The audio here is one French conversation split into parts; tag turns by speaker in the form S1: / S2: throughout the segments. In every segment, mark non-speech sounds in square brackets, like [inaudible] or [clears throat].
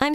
S1: I'm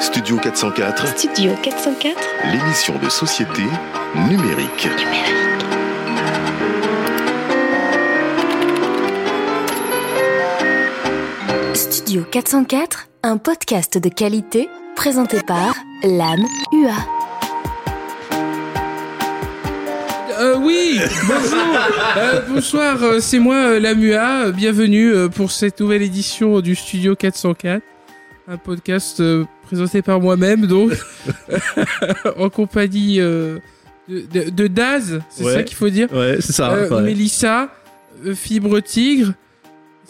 S2: Studio 404,
S3: Studio 404
S2: l'émission de société numérique.
S3: Studio 404, un podcast de qualité présenté par l'âme UA.
S4: Euh, oui, bonjour, Euh, bonsoir, euh, c'est moi euh, Lamua, Euh, bienvenue euh, pour cette nouvelle édition du Studio 404, un podcast euh, présenté par moi-même donc, [laughs] en compagnie euh, de, de- de Daz, c'est
S5: Ouais.
S4: ça qu'il faut dire,
S5: Ouais, c'est ça.
S4: Euh,
S5: pareil.
S4: Mélissa, euh, Fibre Tigre,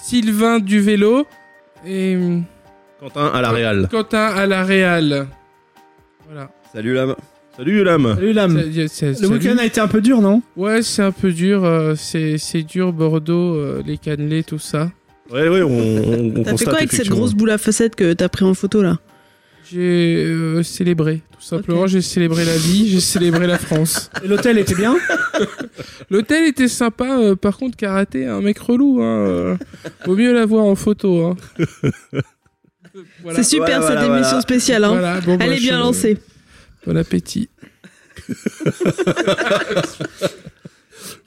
S4: Sylvain du vélo et euh,
S5: Quentin à la Real.
S4: Quentin à la Réal. Voilà.
S5: Salut l'âme. Salut l'âme.
S6: Salut l'âme.
S4: Salut, salut.
S6: Le week-end a été un peu dur, non
S4: Ouais, c'est un peu dur. euh, c'est c'est dur, Bordeaux, euh, les cannelés, tout ça.
S5: Ouais, ouais, on, on, on
S7: T'as fait quoi
S5: constate
S7: avec cette
S5: effectivement.
S7: grosse boule à facettes que t'as pris en photo là
S4: J'ai euh, célébré, tout simplement.
S7: Ok.
S4: J'ai célébré la vie, j'ai célébré la France.
S6: [laughs] Et L'hôtel était bien
S4: [laughs] L'hôtel était sympa, euh, par contre, karaté, un mec relou. Hein, euh, vaut mieux l'avoir en photo.
S6: [laughs]
S4: Hein. Voilà.
S7: C'est super
S5: Voilà,
S7: cette
S5: voilà,
S7: émission
S5: voilà.
S7: spéciale. Hein.
S4: Voilà, bon, bah,
S7: Elle est
S4: je-
S7: bien lancée.
S4: Bon
S6: [laughs]
S4: appétit.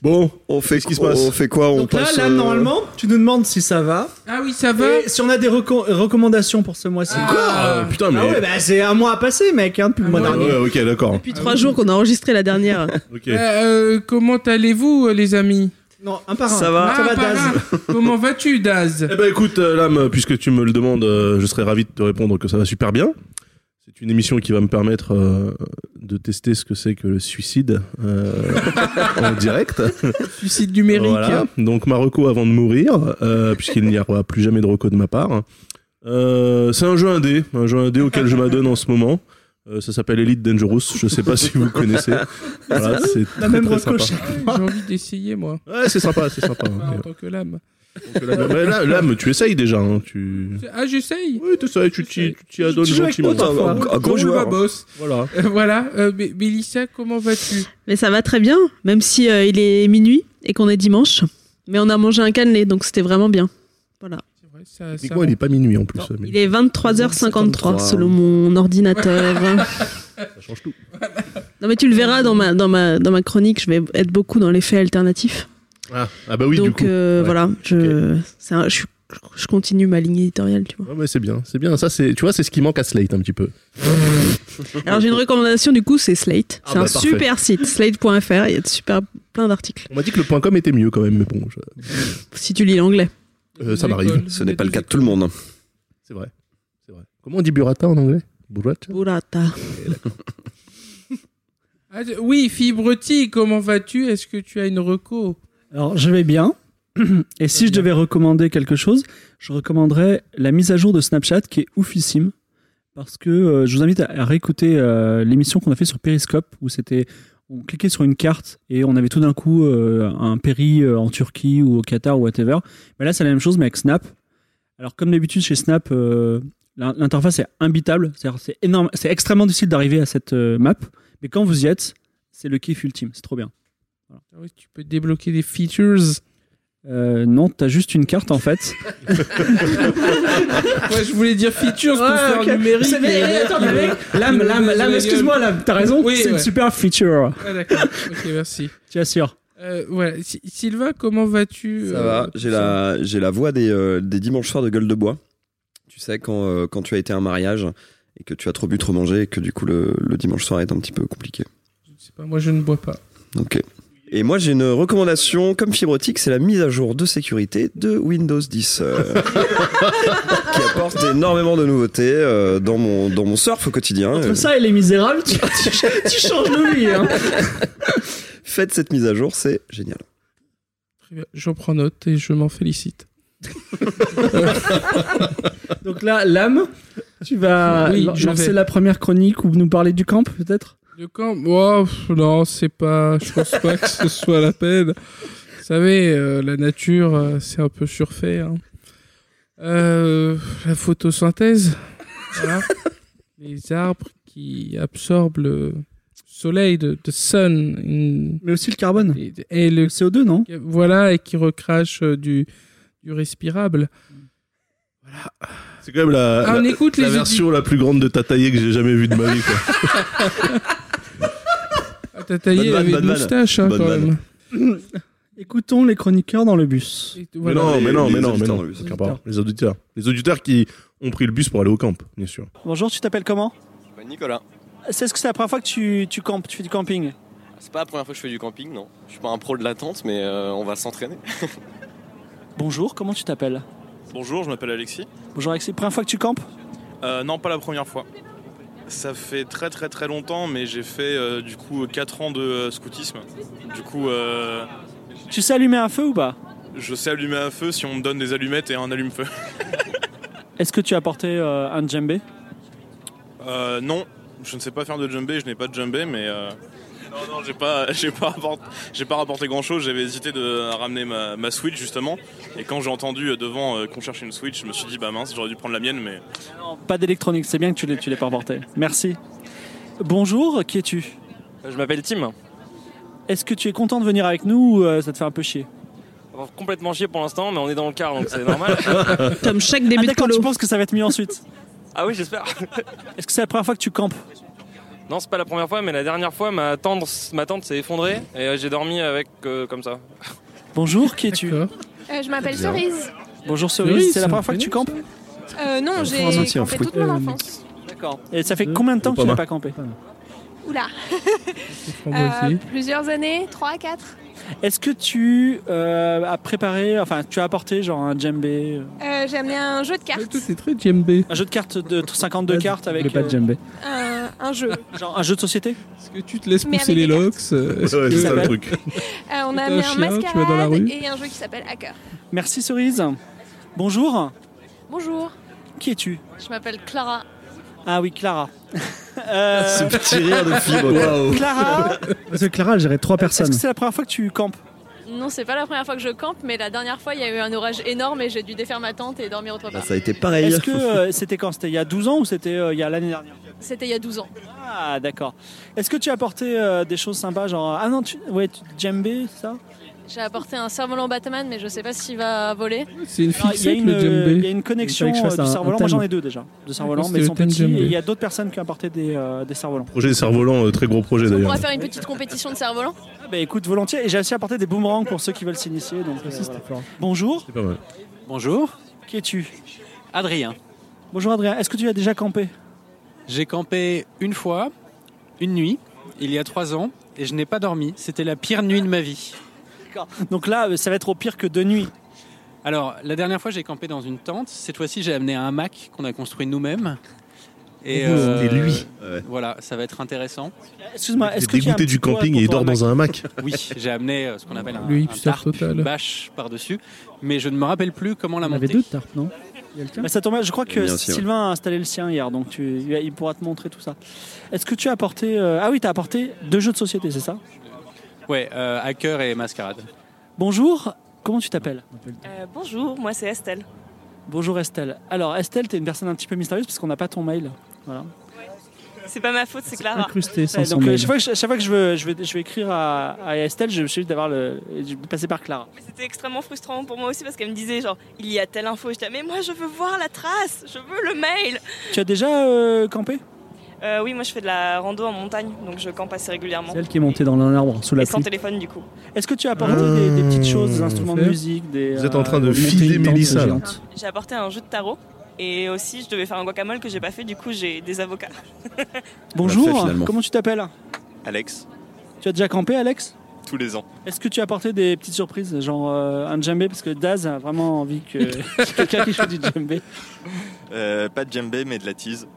S5: Bon,
S2: On fait,
S5: Qu'est-ce qui se
S2: on-
S5: passe
S2: on fait quoi On
S6: Donc là,
S2: passe,
S6: là,
S2: euh,
S6: normalement, tu nous demandes si ça va.
S4: Ah oui, ça va
S6: Et si on a des reco- euh, recommandations pour ce mois-ci.
S4: Ah,
S5: Ah, putain, mais.
S6: Ah ouais, bah c'est un mois à passer, mec, hein, depuis le
S4: Un
S6: mois
S4: mois.
S6: dernier.
S5: Ouais, ok, d'accord.
S7: Depuis
S4: Ah
S7: trois
S4: oui.
S7: jours qu'on a enregistré la dernière.
S5: Ok.
S4: euh, euh, comment allez-vous, euh, les amis
S6: Non, un par un.
S5: Ça va
S6: Ça va,
S4: par
S6: Daz.
S4: là. Comment vas-tu, Daz
S5: Eh ben écoute, euh, l'âme, puisque tu me le demandes, euh, je serais ravi de te répondre que ça va super bien. C'est une émission qui va me permettre euh, de tester ce que c'est que le suicide euh,
S6: [laughs]
S5: en direct.
S4: [laughs] Suicide numérique.
S5: Voilà.
S4: hein.
S5: Donc Marocco avant de mourir, euh, puisqu'il n'y aura plus jamais de reco de ma part. Euh, c'est un jeu indé, un jeu indé auquel je m'adonne en ce moment. Euh, ça s'appelle Elite Dangerous. Je sais pas si vous
S6: [laughs]
S5: connaissez. Voilà, c'est
S6: La
S5: très,
S6: même
S5: très
S6: reco
S5: sympa.
S4: [laughs]
S6: chaque-
S4: J'ai envie d'essayer, moi.
S5: Ouais, c'est sympa, c'est sympa.
S4: Enfin, en
S5: Ok.
S4: tant que lame.
S5: Donc, là, mais là, là, mais tu essayes déjà. hein, tu...
S4: Ah, j'essaye.
S5: Oui, tu sais, tu t'y tu t'y adonnes
S6: Tu joues avec
S5: gentiment.
S6: moi, toi,
S5: Ouais,
S6: toi.
S5: ouais,
S4: Gros boss.
S5: Voilà.
S4: Euh, voilà. Euh, Mé- Mélissa, comment vas-tu
S7: Mais ça va très bien, même si euh, il est minuit et qu'on est dimanche. Mais on a mangé un cannelé, donc c'était vraiment bien. Voilà.
S4: C'est vrai, ça-
S5: C'est
S4: ça
S5: quoi Il est pas minuit en plus.
S6: Non,
S5: mais
S7: Il est 23h53
S5: 53.
S7: selon mon ordinateur.
S5: [laughs] Ça change tout.
S7: non mais tu le verras dans ma, dans, ma, dans ma chronique, je vais être beaucoup dans les faits alternatifs.
S5: Ah, ah bah oui, du
S7: donc
S5: coup.
S7: euh,
S5: Ouais.
S7: voilà, je, c'est un- je, je continue ma ligne éditoriale, tu vois.
S5: Ouais, mais c'est bien, c'est bien. Ça, c'est, tu vois, c'est ce qui manque à Slate un petit peu.
S7: Alors j'ai une recommandation du coup, c'est Slate.
S5: Ah
S7: C'est
S5: bah,
S7: un
S5: parfait.
S7: super site, slate.fr, il y a de super plein d'articles.
S5: On m'a dit que le point .com était mieux quand même, mais bon, je-
S7: Si tu
S5: [laughs]
S7: lis l'anglais.
S5: Euh, ça
S4: Deux
S5: m'arrive.
S4: écoles,
S2: Ce n'est
S4: des
S2: pas le
S4: deux
S2: cas de tout le monde.
S5: C'est vrai. C'est vrai. Comment on dit burrata en anglais Burrata
S7: Burrata.
S4: écoles. Ah, je- oui, Fibroti, comment vas-tu Est-ce que tu as une reco
S6: Alors, je vais bien. [clears throat] Et si je devais recommander quelque chose, je recommanderais la mise à jour de Snapchat qui est oufissime. Parce que euh, je vous invite à, à réécouter euh, l'émission qu'on a fait sur Periscope où c'était. On cliquait sur une carte et on avait tout d'un coup euh, un péri euh, en Turquie ou au Qatar ou whatever. Mais là, c'est la même chose, mais avec Snap. Alors, comme d'habitude, chez Snap, euh, l'in- l'interface est imbitable. C'est-à-dire, c'est énorme, c'est extrêmement difficile d'arriver à cette euh, map. Mais quand vous y êtes, c'est le kiff ultime. C'est trop bien.
S4: Ah oui, Tu peux débloquer des features.
S6: Euh, non, t'as juste une carte en [laughs] fait.
S4: Moi, je voulais dire features pour
S6: Ouais,
S4: faire
S6: ok.
S4: numérique.
S6: C'est-
S8: euh,
S6: mais,
S4: eh, mais-
S6: attends, mais mec, Lame,
S4: me
S6: lame,
S4: baise
S6: lame,
S4: la
S6: excuse-moi, lame, t'as raison,
S4: Oui,
S6: c'est
S4: ouais.
S6: une super feature.
S4: Ah, d'accord. Ok, merci.
S6: Tu assures.
S4: Euh, voilà. Si- Sylvain, comment vas-tu
S2: Ça
S4: euh,
S2: va, j'ai la, j'ai la voix des, euh, des dimanches soirs de gueule de bois. Tu sais, quand, euh, quand tu as été à un mariage et que tu as trop bu, trop mangé et que du coup le, le dimanche soir est un petit peu compliqué.
S4: Je sais pas, moi, je ne bois pas.
S2: Ok. Et moi, j'ai une recommandation, comme fibrotique, c'est la mise à jour de sécurité de Windows 10, euh, [laughs] qui apporte énormément de nouveautés euh, dans, mon, dans mon surf au quotidien.
S8: Entre
S2: Euh,
S8: ça et les misérables, tu, tu- tu changes de vie. Hein.
S2: Faites cette mise à jour, c'est génial.
S4: Très bien, J'en prends note et je m'en félicite. [laughs]
S8: Donc là, l'âme, tu vas
S4: Oui,
S8: lan-
S4: je
S8: lancer
S4: vais.
S8: la première chronique ou nous parler du camp, peut-être
S4: Le camp, oh, pff, non, c'est pas, je pense pas que ce soit la peine. Vous savez, euh, la nature, euh, c'est un peu surfait. hein. Euh, la photosynthèse,
S8: [laughs]
S4: voilà. les arbres qui absorbent le soleil, de the sun, in-
S8: Mais aussi le carbone.
S4: et- et le
S8: Le CO2, non
S4: voilà, et qui recrache euh, du, du respirable.
S5: C'est quand même la,
S4: Ah,
S5: la-
S4: on écoute
S5: la
S4: les
S5: version la plus grande de Tataillé que j'ai jamais vue de ma vie. quoi.
S4: Ah, T'as taillé
S2: Bonne vanne,
S4: avec
S2: bonne
S4: une
S2: vanne.
S4: moustache, hein,
S2: Bonne
S4: quand
S2: vanne.
S4: même.
S8: [laughs] Écoutons les chroniqueurs dans le bus.
S4: Et voilà.
S5: Mais non, mais non,
S2: Les-
S5: mais
S2: les
S5: non, mais
S2: auditeurs
S5: non.
S2: dans le bus.
S5: Aucun rapport. Les auditeurs. Les auditeurs qui ont pris le bus pour aller au camp, bien sûr.
S6: Bonjour, tu t'appelles comment
S9: Nicolas,
S6: C'est ce que c'est la première fois que tu, tu campes, tu fais du camping
S9: c'est pas la première fois que je fais du camping, non. Je suis pas un pro de la tente, mais euh, on va
S10: [laughs]
S9: s'entraîner.
S6: Bonjour, comment tu t'appelles
S9: Bonjour, je m'appelle Alexis.
S6: Bonjour Alexis, première fois que tu campes
S9: Euh, non, pas la première fois. Ça fait très très très longtemps, mais j'ai fait euh, du coup 4 ans de euh, scoutisme. Du coup, euh,
S6: Tu sais allumer un feu ou pas
S9: je sais allumer un feu si on me donne des allumettes et un allume-feu. [laughs]
S6: Est-ce que tu as porté euh, un djembé
S9: Euh, non, je ne sais pas faire de jumbé, je n'ai pas de jumbé, mais. euh, Non, non, j'ai pas, [laughs] j'ai pas, rapport- j'ai pas rapporté grand chose. J'avais hésité de ramener ma, ma Switch justement. Et quand j'ai entendu euh, devant euh, qu'on cherchait une Switch, je me suis dit, bah mince, j'aurais dû prendre la mienne, mais
S6: Non, pas d'électronique, c'est bien que tu l'aies, tu l'aies pas porté. Merci. Bonjour, qui es-tu
S11: Je m'appelle Tim.
S6: Est-ce que tu es content de venir avec nous ou euh, ça te fait un peu chier
S11: Alors, complètement chier pour l'instant, mais on est dans le car, donc c'est normal.
S12: [laughs] [laughs] Comme chaque début
S6: Ah
S12: de
S6: d'accord,
S12: colo.
S6: tu penses que ça va être mieux ensuite
S11: ah
S12: [laughs]
S11: oui, j'espère.
S6: Est-ce que c'est la première fois que tu campes
S11: Non, c'est pas la première fois, mais la dernière fois, ma tante, ma tante s'est effondrée et euh, j'ai dormi avec euh, comme ça.
S6: Bonjour, qui es-tu
S4: D'accord.
S13: Euh, je m'appelle
S2: Bien.
S13: Cerise.
S6: Bonjour
S4: Cerise,
S6: Cerise, c'est la
S4: un
S6: première fois que tu
S4: prénom,
S6: campes
S13: Euh, non, j'ai
S2: prends un ancien
S13: campé
S2: fruit.
S13: toute
S4: Euh,
S13: mon enfance.
S6: D'accord. Et ça fait combien de temps que tu n'as pas campé
S13: Oula,
S4: Je prends
S13: Euh,
S4: moi aussi.
S13: plusieurs années, 3, 4.
S6: Est-ce que tu euh, as préparé, enfin tu as apporté genre un djembé euh,
S13: j'ai amené un jeu de
S4: Mais
S13: cartes,
S4: Tout est très GMB.
S6: Un jeu de cartes de 52 cartes
S8: Mais
S6: avec
S8: pas de
S6: euh,
S8: djembé.
S13: un, un jeu. Euh,
S6: genre un jeu de société
S4: Est-ce que tu te laisses
S13: Mais
S4: pousser
S13: avec
S4: les
S13: des cartes.
S4: locks euh, est-ce
S5: Ouais,
S4: que-
S5: c'est ça le
S4: Voilà.
S5: truc.
S13: on
S4: T'as
S13: a
S4: un
S13: amené
S4: chien,
S13: un
S4: tu vas dans la
S13: mascarade
S4: rue
S13: et un jeu qui s'appelle Hacker.
S6: Merci Cerise. Bonjour,
S13: Bonjour,
S6: qui es-tu
S13: je m'appelle Clara.
S6: Ah oui, Clara. [laughs] Euh,
S2: Ce petit rire de fibre. quoi.
S6: Clara,
S8: Parce que Clara, elle gérait trois
S6: est-ce
S8: personnes.
S6: que c'est la première fois que tu campes
S13: Non, c'est pas la première fois que je campe, mais la dernière fois, il y a eu un orage énorme et j'ai dû défaire ma tente et dormir autre
S2: Bah,
S13: part.
S2: ça a été pareil.
S6: Est-ce que euh, c'était quand C'était il y a 12 ans ou c'était euh, il y a l'année dernière
S13: C'était il y a 12 ans.
S6: Ah d'accord. Est-ce que tu as apporté euh, des choses sympas genre ah non tu ouais tu, djembé c'est ça
S13: J'ai apporté un cerf-volant Batman, mais je sais pas s'il va voler.
S4: C'est une
S6: Alors, Il y, a
S4: fixette,
S6: une,
S4: le
S6: euh, il y a
S4: GMB.
S6: une connexion
S8: Il fallait que je
S6: euh,
S8: fasse
S6: du
S8: un- un
S6: cerf-volant. Moi
S8: thème.
S6: j'en ai deux déjà de cerf-volants
S4: Ah,
S6: mais ils
S4: c'était
S6: sont
S4: le thème
S6: petits
S4: djembé.
S6: et il y a d'autres personnes qui ont apporté des, euh, des cerfs-volants.
S5: Projet des cerfs-volants, euh, très gros projet
S13: On
S5: d'ailleurs.
S13: pourra faire une petite compétition de cerf-volant.
S6: Ah, bah écoute volontiers et j'ai aussi apporté des boomerangs pour ceux qui veulent s'initier donc euh, voilà. Bonjour,
S5: C'est pas mal.
S11: Bonjour,
S6: qui es-tu
S11: Adrien.
S6: Bonjour Adrien, est-ce que tu as déjà campé
S11: J'ai campé une fois, une nuit, il y a trois ans, et je n'ai pas dormi. C'était la pire nuit de ma vie.
S6: Donc là, euh, ça va être au pire que deux nuits.
S11: Alors, la dernière fois, j'ai campé dans une tente. Cette fois-ci, j'ai amené un hamac qu'on a construit nous-mêmes. Et
S5: Oh,
S11: euh,
S5: C'était lui.
S2: Ouais.
S11: Voilà, ça va être intéressant.
S6: Excuse-moi, est-ce
S5: Il
S6: que
S5: est
S6: tu as un
S5: dégoûté
S6: petit
S5: du
S6: poids
S5: camping
S6: pour
S5: et il
S6: ton
S5: dort
S6: hamac
S5: dans un hamac.
S11: [laughs] Oui, j'ai amené euh, ce qu'on appelle un,
S4: Le
S11: un
S4: hipster
S11: tarp,
S4: total.
S11: une bâche par-dessus, mais je ne me rappelle plus comment la
S8: On avait
S11: monter.
S8: deux tarpes, non Il y a le tien
S6: Bah, ça tombe bien, je crois
S2: Il y a
S6: que
S2: bien aussi, ouais.
S6: Sylvain a installé le sien hier, donc tu, il pourra te montrer tout ça. Est-ce que tu as apporté... euh, ah oui, tu as apporté deux jeux de société, c'est ça
S11: Ouais, euh, hacker et mascarade.
S6: Bonjour, comment tu t'appelles
S13: Euh, bonjour, moi c'est Estelle.
S6: Bonjour Estelle. Alors Estelle, tu es une personne un petit peu mystérieuse parce qu'on n'a pas ton mail. Voilà.
S13: C'est pas ma faute, c'est Clara.
S8: Incrusté sans
S6: Ouais,
S8: son
S6: donc euh,
S8: mail.
S6: chaque fois que, je- chaque fois que je, veux, je, vais, je vais écrire à, à Estelle, je me suis dit d'avoir le, de passer par Clara.
S13: C'était extrêmement frustrant pour moi aussi parce qu'elle me disait genre il y a telle info, je disais mais moi je veux voir la trace, je veux le mail.
S6: Tu as déjà euh, campé
S13: Euh, oui moi je fais de la rando en montagne donc je campe assez régulièrement.
S8: C'est elle qui est montée dans un arbre sous la
S13: Et sans
S8: pluie. Euh,
S13: téléphone du coup.
S6: Est-ce que tu as apporté des, des petites choses, des instruments de
S4: Faire.
S6: musique des,
S5: Vous êtes en train de
S6: euh,
S8: Monter
S5: filer
S8: une tente
S5: Mélissa. là.
S8: géante.
S13: J'ai apporté un jeu de tarot et aussi je devais faire un guacamole que j'ai pas fait du coup j'ai des avocats.
S6: Bonjour,
S2: finalement.
S6: comment tu t'appelles
S9: Alex.
S6: Tu as déjà campé, Alex
S14: tous les ans.
S6: Est-ce que tu as apporté des petites surprises, genre euh, un djembé Parce que Daz a vraiment envie que [laughs] quelqu'un qui joue du djembé.
S14: Euh, pas de djembé, mais de la tease.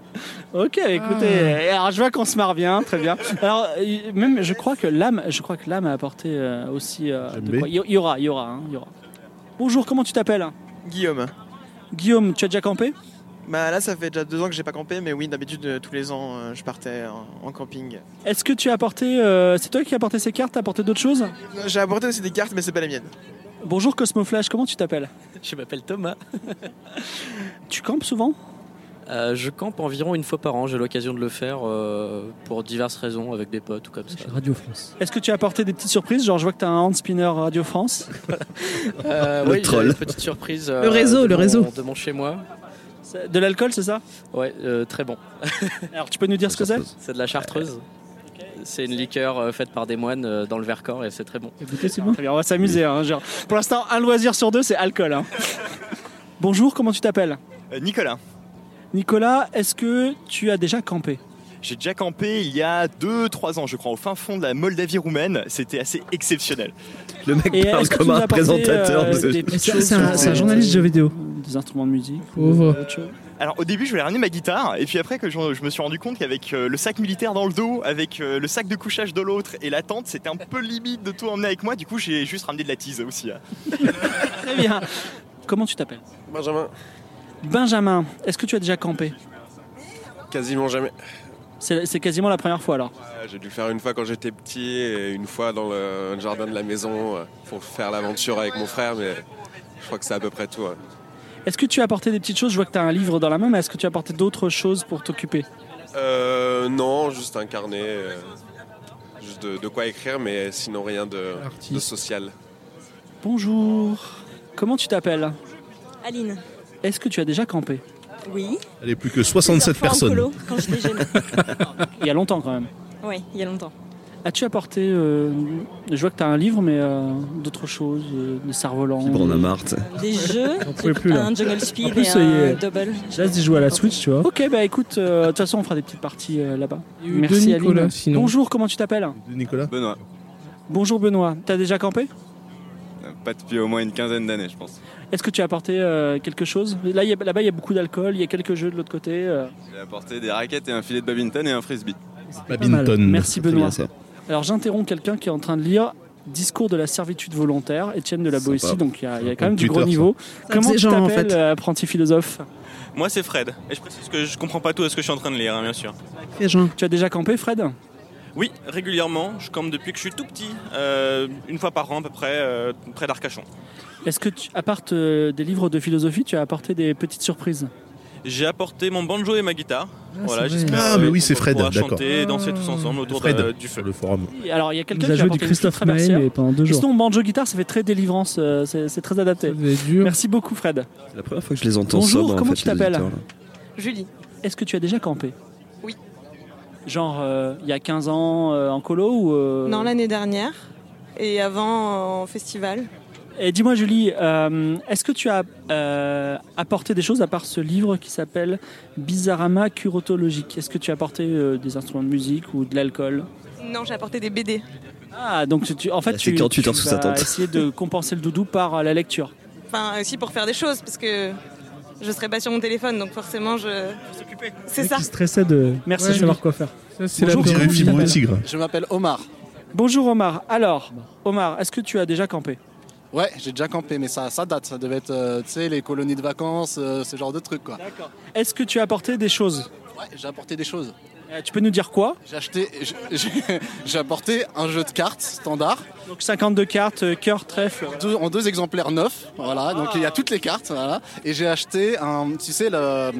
S6: Ok, écoutez, euh, alors je vois qu'on se marre bien, très bien. [laughs] Alors, euh, même, je crois que l'âme, je crois que l'âme a apporté euh, aussi. euh, de
S14: Djembé.
S6: quoi. Il y- il y aura, il y aura, hein, il y aura. Bonjour, comment tu t'appelles
S15: Guillaume.
S6: Guillaume, tu as déjà campé
S15: Bah là, ça fait déjà deux ans que j'ai pas campé, mais oui, d'habitude, euh, tous les ans, euh, je partais en, en camping.
S6: Est-ce que tu as apporté euh, C'est toi qui as apporté ces cartes T'as apporté d'autres choses
S15: J'ai apporté aussi des cartes, mais c'est pas les miennes.
S6: Bonjour Cosmoflash, comment tu t'appelles
S16: Je m'appelle Thomas.
S6: Tu campes souvent
S16: Euh, je campe environ une fois par an. J'ai l'occasion de le faire euh, pour diverses raisons avec des potes ou comme
S6: [laughs]
S16: ça.
S6: Radio France. Est-ce que tu as apporté des petites surprises Genre, je vois que tu as un hand spinner Radio [laughs] France.
S16: Euh,
S6: Le
S16: oui,
S6: troll.
S16: j'avais Une petite surprise. euh,
S6: Le réseau,
S16: de
S6: le
S16: mon-
S6: réseau.
S16: De mon chez moi.
S6: De l'alcool,
S16: [laughs]
S6: c'est ça
S16: Ouais, euh, très bon.
S6: Alors, tu peux nous dire ce que c'est
S16: C'est de la chartreuse. C'est une liqueur euh, faite par des moines euh, dans le Vercors et c'est très bon.
S6: Ah, Très bien, on va s'amuser. hein, genre. Pour l'instant, un loisir sur deux, c'est alcool. hein. Bonjour, comment tu t'appelles
S17: Euh, Nicolas.
S6: Nicolas, est-ce que tu as déjà campé
S17: J'ai déjà campé il y a 2-3 ans, je crois, au fin fond de la Moldavie roumaine. C'était assez exceptionnel.
S2: Le mec
S17: Et
S2: parle
S17: est-ce que
S2: comme
S17: tu nous
S2: un
S17: as apporté,
S2: présentateur.
S17: euh,
S2: de-
S4: [laughs]
S17: des petites
S4: C'est c'est un, c'est un journaliste de jeux vidéo.
S6: euh, Des instruments de musique.
S4: Pauvre.
S17: Alors au début, je voulais ramener ma guitare, et puis après que je, je me suis rendu compte qu'avec euh, le sac militaire dans le dos, avec euh, le sac de couchage de l'autre et la tente, c'était un peu limite de tout emmener avec moi. Du coup, j'ai juste ramené de la tease aussi. hein.
S6: Très bien. Comment tu t'appelles
S18: Benjamin,
S6: Benjamin, est-ce que tu as déjà campé
S18: quasiment jamais.
S6: C'est c'est quasiment la première fois alors.
S18: Euh, J'ai dû le faire une fois quand j'étais petit et une fois dans le jardin de la maison euh, pour faire l'aventure avec mon frère, mais je crois que c'est à peu près tout. hein.
S6: Est-ce que tu as apporté des petites choses Je vois que tu as un livre dans la main, mais est-ce que tu as apporté d'autres choses pour t'occuper
S18: Euh, non, juste un carnet, euh, juste de, de quoi écrire, mais sinon rien de, de social.
S6: Bonjour. Comment tu t'appelles
S19: Aline.
S6: Est-ce que tu as déjà campé
S19: Oui.
S5: Elle est plus que 67
S19: Plusieurs fois
S5: personnes.
S19: en colo, quand
S7: [laughs]
S19: j'étais
S20: [laughs]
S19: jeune.
S6: Il y a longtemps quand même.
S19: oui, il y a longtemps.
S6: As-tu apporté, euh, je vois que tu as un livre, mais euh, d'autres choses, euh, des cerfs-volants
S2: Fibre en a marre, t'sais.
S19: Des jeux,
S6: On pouvait plus, là.
S19: un jungle speed
S6: En plus,
S19: et
S6: ça y
S19: un
S6: est.
S19: double.
S4: Là, si je joue à la Switch, tu vois.
S6: Ok, bah écoute, euh, de toute façon, on fera des petites parties euh, là-bas.
S4: y a eu deux
S6: Merci
S4: Nicolas,
S6: Aline.
S4: sinon.
S6: Bonjour, comment tu t'appelles
S5: Nicolas
S21: Benoît.
S6: Bonjour Benoît, t'as déjà campé
S21: Euh, Pas depuis au moins une quinzaine d'années, je pense.
S6: Est-ce que tu as apporté euh, quelque chose Là, il y a- Là-bas, il y a beaucoup d'alcool, il y a quelques jeux de l'autre côté. euh.
S21: J'ai apporté des raquettes et un filet de badminton et un frisbee.
S6: Pas mal. Merci Benoît.
S21: ça.
S6: Alors j'interromps quelqu'un qui est en train de lire Discours de la servitude volontaire, Étienne de la
S21: Sympa.
S6: Boétie, donc il y, a- il y a quand
S21: Un
S6: même du
S21: tuteur,
S6: gros
S21: ça.
S6: niveau.
S21: Ça
S6: Comment
S21: faisait
S6: tu
S21: genre, en
S6: t'appelles,
S21: fait.
S6: euh, apprenti philosophe
S14: Moi, c'est Fred. Et je précise que je comprends pas tout à ce que je suis en train de lire, hein, bien sûr.
S6: Tu as déjà campé Fred
S14: Oui, régulièrement. Je campe depuis que je suis tout petit. euh, une fois par an, à peu près, euh, près d'Arcachon.
S6: Est-ce que, tu, à part euh, des livres de philosophie, tu as apporté des petites surprises
S14: J'ai apporté mon banjo et ma guitare. voilà,
S5: Ah, c'est
S14: j'espère,
S5: vrai. Ah, mais
S14: euh,
S5: oui, c'est
S14: qu'on
S5: Fred,
S14: pourra
S5: d'accord.
S14: chanter et danser tous ensemble autour
S5: Fred,
S14: de- du feu.
S5: le forum.
S6: Et Alors il y a quelqu'un
S4: Nous a
S6: qui a
S4: joué
S6: apporté
S4: du
S6: une petite
S4: Christophe Maé,
S6: traversière.
S4: mais pendant deux
S6: Et
S4: jours.
S6: Sinon banjo guitare, ça fait très délivrance, euh, c'est c'est très adapté. Merci beaucoup Fred.
S2: C'est la première fois que je les entends
S6: Bonjour,
S2: sobres, en
S6: comment
S2: fait,
S6: tu
S2: les
S6: t'appelles
S2: auditeurs, là.
S6: Julie. Est-ce que tu as déjà campé
S19: Oui.
S6: Genre euh, il y a 15 ans euh, en colo ou euh,
S19: Non, l'année dernière. Et avant, euh, en festival.
S6: Et dis-moi Julie, euh, est-ce que tu as euh, apporté des choses à part ce livre qui s'appelle Bizarrama curotologique Est-ce que tu as apporté euh, des instruments de musique ou de l'alcool
S19: Non, j'ai apporté des BD.
S6: Ah, donc tu- tu, en fait
S2: Elle
S6: tu,
S2: fait 48
S6: tu
S2: heures sous
S6: vas
S2: sa tente.
S6: essayer de compenser le doudou par euh, la lecture.
S19: Enfin, aussi pour faire des choses, parce que je serais pas sur mon téléphone, donc forcément, je. s'occuper. C'est ça.
S4: Stressé de
S6: Merci,
S4: de savoir
S6: Julie.
S4: quoi faire.
S6: Bonjour, comment tu t'appelles
S22: Je m'appelle Omar.
S6: Bonjour Omar. Alors, Omar, est-ce que tu as déjà campé
S22: Ouais, j'ai déjà campé, mais ça, ça date. Ça devait être, euh, tu sais, les colonies de vacances, euh, ce genre de trucs, quoi. D'accord.
S6: Est-ce que tu as apporté des choses Euh,
S22: Ouais, j'ai apporté des choses.
S6: Tu peux nous dire quoi
S22: J'ai acheté, j'ai- j'ai [laughs] j'ai apporté un jeu de cartes standard.
S6: Donc 52 cartes, euh, cœur, trèfle.
S22: Deux- en deux exemplaires neufs, voilà. Donc il y a toutes les cartes, voilà. Et j'ai acheté, un, tu sais, le-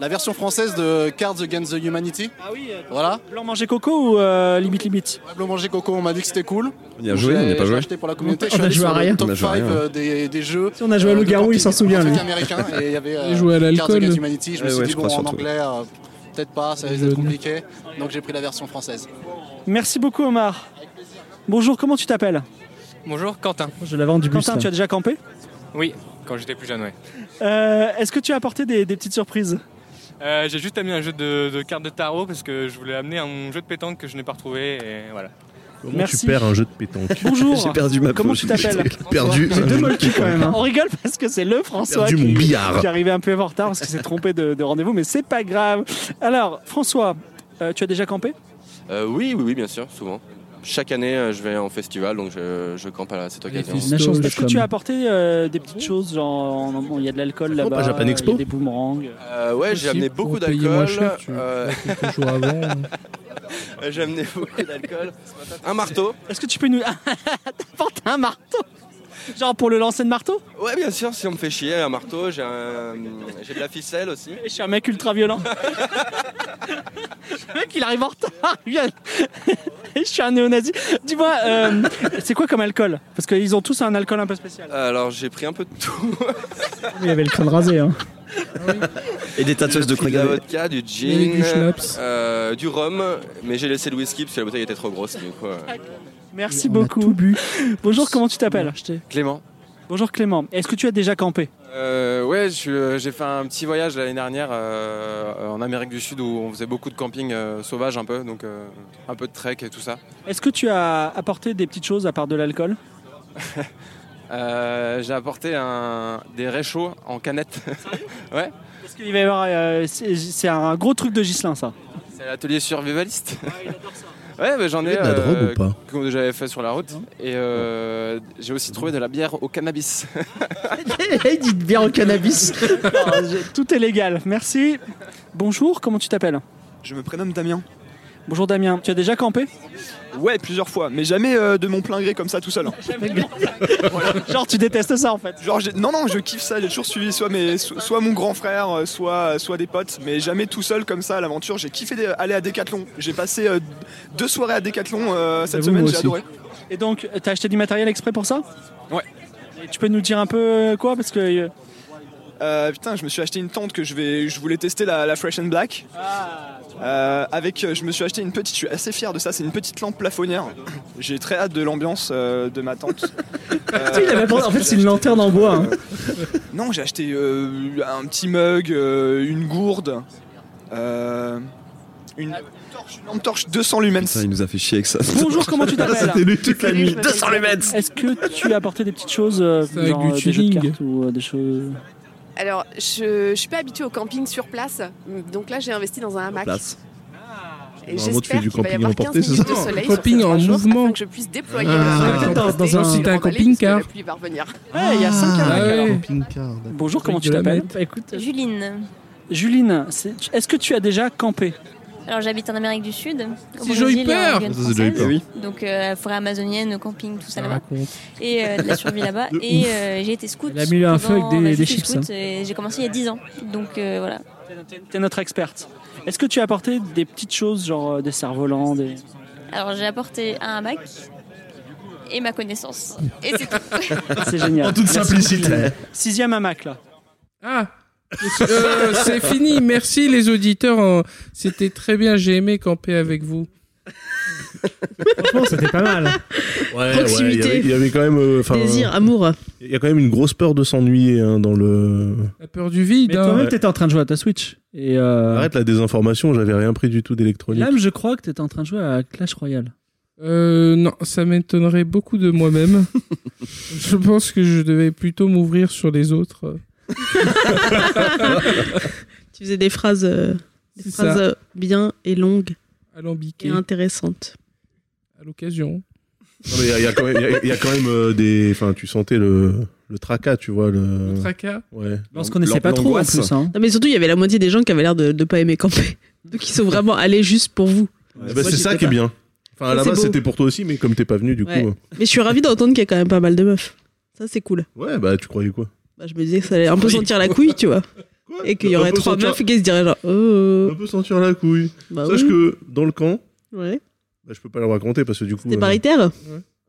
S22: la version française de Cards Against the Humanity. Ah oui. voilà.
S6: euh, Blanc manger coco ou euh, limite limite
S22: Blanc manger coco, on m'a dit que c'était cool.
S2: On y a joué, on n'y a pas joué.
S22: J'ai acheté pour la communauté.
S2: On
S22: je suis
S2: a
S22: allé
S2: joué
S22: sur
S2: à
S22: le
S2: rien.
S22: Top
S2: On a
S22: 5
S2: joué à rien.
S22: des, des jeux.
S4: Si on a joué au
S22: euh, de
S4: loup-garou, il s'en
S22: camping-
S4: souvient,
S22: de
S4: lui.
S22: camping américain. Et il y avait euh,
S4: Il jouait à
S22: Cards
S4: l'alcool.
S22: Against Humanity. Je
S4: Ouais,
S22: me
S2: Eh
S22: suis
S4: ouais,
S22: dit
S4: je
S22: bon,
S4: crois
S22: en
S4: surtout.
S22: anglais, euh, peut-être pas, ça risque d'être compliqué. Donc j'ai pris la version française.
S6: Merci beaucoup Omar. Bonjour, comment tu t'appelles
S23: Bonjour Quentin.
S4: Je l'avais en du bus.
S6: Quentin, tu as déjà campé
S23: Oui, quand j'étais plus jeune, ouais.
S6: Euh, Est-ce que tu as apporté des, des petites surprises
S23: Euh, j'ai juste amené un jeu de, de cartes de tarot parce que je voulais amener un jeu de pétanque que je n'ai pas retrouvé et voilà.
S5: Comment
S6: Merci.
S5: tu perds un jeu de pétanque [laughs]
S6: [laughs] Bonjour. J'ai perdu ma
S5: Comment
S6: peau, tu j'ai t'appelles
S5: perdu.
S6: J'ai
S5: un
S6: deux
S5: jeu de [laughs]
S6: molki quand même. hein.
S5: pétanque.
S6: On rigole parce que c'est le François
S5: Perdu
S6: qui,
S5: mon billard.
S6: qui est arrivé un peu en retard parce qu'il s'est trompé de, de rendez-vous, mais c'est pas grave. Alors, François, euh, tu as déjà campé
S24: Euh, oui, oui, oui, bien sûr, souvent. Chaque année, euh, je vais en festival, donc je, je campe à cette occasion.
S6: Est-ce que tu as apporté euh, des petites choses Genre, en- en- il y a de l'alcool
S24: compte
S6: là-bas,
S24: à Japan
S6: il y a
S24: Expo
S6: des boomerangs.
S24: Euh, ouais, j'ai amené beaucoup d'alcool. euh, [laughs]
S6: Euh,
S24: j'ai amené beaucoup d'alcool. Un marteau.
S6: Est-ce que tu peux nous. [laughs] T'apportes un marteau Genre pour le lancer de marteau
S24: Ouais, bien sûr, si on me fait chier, un marteau, j'ai un- j'ai de la ficelle aussi.
S6: Je suis un mec ultra violent. Le mec, il arrive en retard. il vient- [laughs] Je suis un néo-nazi. Dis-moi, euh, c'est quoi comme alcool Parce qu'ils ont tous un alcool un peu spécial.
S24: [laughs] Alors, j'ai pris un peu de tout.
S25: Il avait le crâne rasé. Hein.
S2: Et des tatouages de
S24: J'ai pris
S2: Kruger.
S24: la vodka, du
S2: Et
S24: gin,
S2: du schnapps.
S24: euh, du rhum, mais j'ai laissé le whisky parce que la bouteille était trop grosse. Du coup, euh.
S6: Merci beaucoup. Bonjour, comment tu t'appelles
S26: Clément.
S6: Bonjour Clément. Est-ce que tu as déjà campé
S26: Euh, ouais, je suis, euh, j'ai fait un petit voyage l'année dernière euh, en Amérique du Sud où on faisait beaucoup de camping euh, sauvage un peu, donc euh, un peu de trek et tout ça.
S6: Est-ce que tu as apporté des petites choses à part de l'alcool
S26: Euh, j'ai apporté un, des réchauds en canette. [laughs] ouais,
S6: Parce qu'il va y avoir. euh, c'est c'est un gros truc de Gislin, ça.
S26: c'est l'atelier survivaliste. [laughs] Ouais, mais j'en ai. euh,
S5: Il y a de la drogue ou pas Hein
S26: Que j'avais fait sur la route. Et euh, j'ai aussi trouvé de la bière
S5: [laughs]
S26: au cannabis.
S25: [laughs]
S6: Dites bien au [laughs] cannabis. Ah, Tout est légal. Merci. Bonjour, comment tu t'appelles
S27: Je me prénomme Damien.
S6: Bonjour Damien, tu as déjà campé
S27: Ouais, plusieurs fois, mais jamais euh, de mon plein gré comme ça tout seul. hein.
S6: [laughs] Genre tu détestes ça en fait.
S27: Genre j'ai- non non, je kiffe ça, j'ai toujours suivi soit mes so- soit mon grand frère, euh, soit soit des potes, mais jamais tout seul comme ça à l'aventure. J'ai kiffé des- aller à Decathlon. J'ai passé euh, deux soirées à Decathlon euh, cette
S6: J'avoue,
S27: semaine,
S6: moi
S27: j'ai
S6: aussi.
S27: adoré.
S6: Et donc, t'as acheté du matériel exprès pour ça
S27: Ouais.
S6: Et tu peux nous dire un peu euh, quoi Parce que. euh,
S27: Euh, putain, je me suis acheté une tente que je vais, je voulais tester la, la Fresh and Black. Euh, avec, euh, je me suis acheté une petite, je suis assez fier de ça. C'est une petite lampe plafonnière. [coughs] J'ai très hâte de l'ambiance euh, de
S25: [laughs]
S27: ma tente. Euh,
S25: Ah, Tu sais, il avait pas- En fait, c'est une lanterne en bois. hein.
S27: non, j'ai acheté euh, un petit mug, euh, une gourde, euh, une, torche, une lampe torche 200 lumens.
S2: Putain, il nous a fait chier avec ça.
S6: Bonjour, comment tu t'appelles
S2: C'était lui toute la nuit.
S27: 200
S6: lumens Est-ce que tu as apporté des petites choses euh,
S2: C'est avec
S6: genre,
S2: du
S6: euh, des jeux de
S2: tuning.
S6: cartes ou euh, des choses.
S28: Alors, je, je suis pas habituée au camping sur place, donc là j'ai investi dans un hamac. Et
S5: Normalement, tu fais
S28: j'espère
S5: du
S28: qu'il va y
S5: camping
S28: avoir 15
S5: emporté, c'est
S28: minutes de
S5: ça
S28: soleil sur
S4: Camping
S28: ces trois
S4: en
S28: jours,
S4: mouvement.
S28: afin que je puisse déployer
S4: Ah,
S28: le soleil
S4: dans-
S28: pour
S4: dans
S28: rester
S4: un-
S28: dans
S4: si t'as un
S28: emballé, parce que
S4: camping-car.
S28: La pluie va revenir.
S7: Eh,
S6: Ouais, il y a 5
S4: Ah
S6: hamacs,
S4: ouais.
S6: alors.
S4: Bonjour,
S6: comment tu
S2: euh,
S6: t'appelles
S29: Juline.
S6: Juline, c'est- tu- est-ce que tu as déjà campé
S29: Alors j'habite en Amérique du Sud, au
S6: C'est Joy
S29: Brésil et en
S6: Peur.
S29: Guyane
S6: Ça, c'est Joy
S29: française.
S6: Peur. Oui.
S29: donc euh, forêt amazonienne, camping, tout ça là-bas, et euh, de la survie là-bas.
S25: [laughs] De
S29: et
S25: ouf.
S29: euh, j'ai été scout.
S25: Elle a mis un feu avec
S29: pendant-
S25: des-
S29: bah, je
S25: des
S29: suis
S25: chips,
S29: scout,
S25: hein.
S29: et J'ai commencé il y a 10 ans, donc euh, voilà.
S6: T'es notre experte. Est-ce que tu as apporté des petites choses, genre euh, des cerfs-volants des...
S29: Alors j'ai apporté un hamac et ma connaissance. Et c'est tout.
S25: [laughs]
S5: [laughs]
S6: C'est [laughs] génial.
S4: En toute
S6: Merci,
S4: simplicité.
S6: Juline. Sixième hamac là.
S4: Ah Euh, C'est fini. Merci les auditeurs. Euh, C'était très bien. J'ai aimé camper avec vous.
S25: Franchement, c'était pas mal.
S5: [laughs] Ouais, ouais, il
S7: Proximité.
S5: y avait- il y, avait quand même. euh, enfin,
S7: Désir, amour.
S5: Il y a quand même une grosse peur de s'ennuyer hein, dans le.
S4: La peur du vide.
S25: Mais
S4: hein.
S25: toi-même,
S5: Ouais.
S25: t'étais en train de jouer à ta Switch. Et euh,
S5: Arrête la désinformation, j'avais rien pris du tout d'électronique.
S25: Lame, je crois que t'étais en train de jouer à Clash Royale.
S4: Euh, non, ça m'étonnerait beaucoup de moi-même. je pense que je devais plutôt m'ouvrir sur les autres.
S7: Tu faisais des phrases, euh, des
S4: C'est
S7: phrases
S4: ça.
S7: euh, bien et longues.
S4: Alambiquées.
S7: Et intéressantes.
S4: À l'occasion.
S5: Non, mais Il y, a- il y a quand même, il y a- il y a quand même, euh, des. Enfin, tu sentais le, le tracas, tu vois. Le,
S4: tracas
S5: Ouais.
S25: On se connaissait pas trop en
S5: L'angoisse.
S25: plus. Hein.
S7: Non, mais surtout, il y avait la moitié des gens qui avaient l'air de ne pas
S5: [laughs]
S7: aimer camper. Donc ils sont vraiment allés juste pour vous.
S5: Eh ben, c'est ça qui est bien. Enfin, à
S7: Et
S5: la
S7: c'est
S5: base,
S7: beau.
S5: c'était pour toi aussi, mais comme t'es pas venu, du
S7: Ouais.
S5: coup. euh.
S7: Mais je suis ravie d'entendre qu'il y a quand même pas mal de meufs. Ça, c'est cool.
S5: Ouais, bah, tu croyais quoi
S7: Bah, je me disais que ça allait un peu sentir la couille, tu vois. et qu'il y
S5: Un
S7: aurait
S5: peu
S7: trois
S5: sentir-
S7: meufs qui se diraient genre, euh.
S5: On peut sentir la couille.
S7: Bah
S5: Sache
S7: oui.
S5: que dans le camp,
S7: Ouais.
S2: [laughs]
S5: bah, je peux pas le raconter parce que du coup.
S7: T'es
S5: euh,
S7: paritaire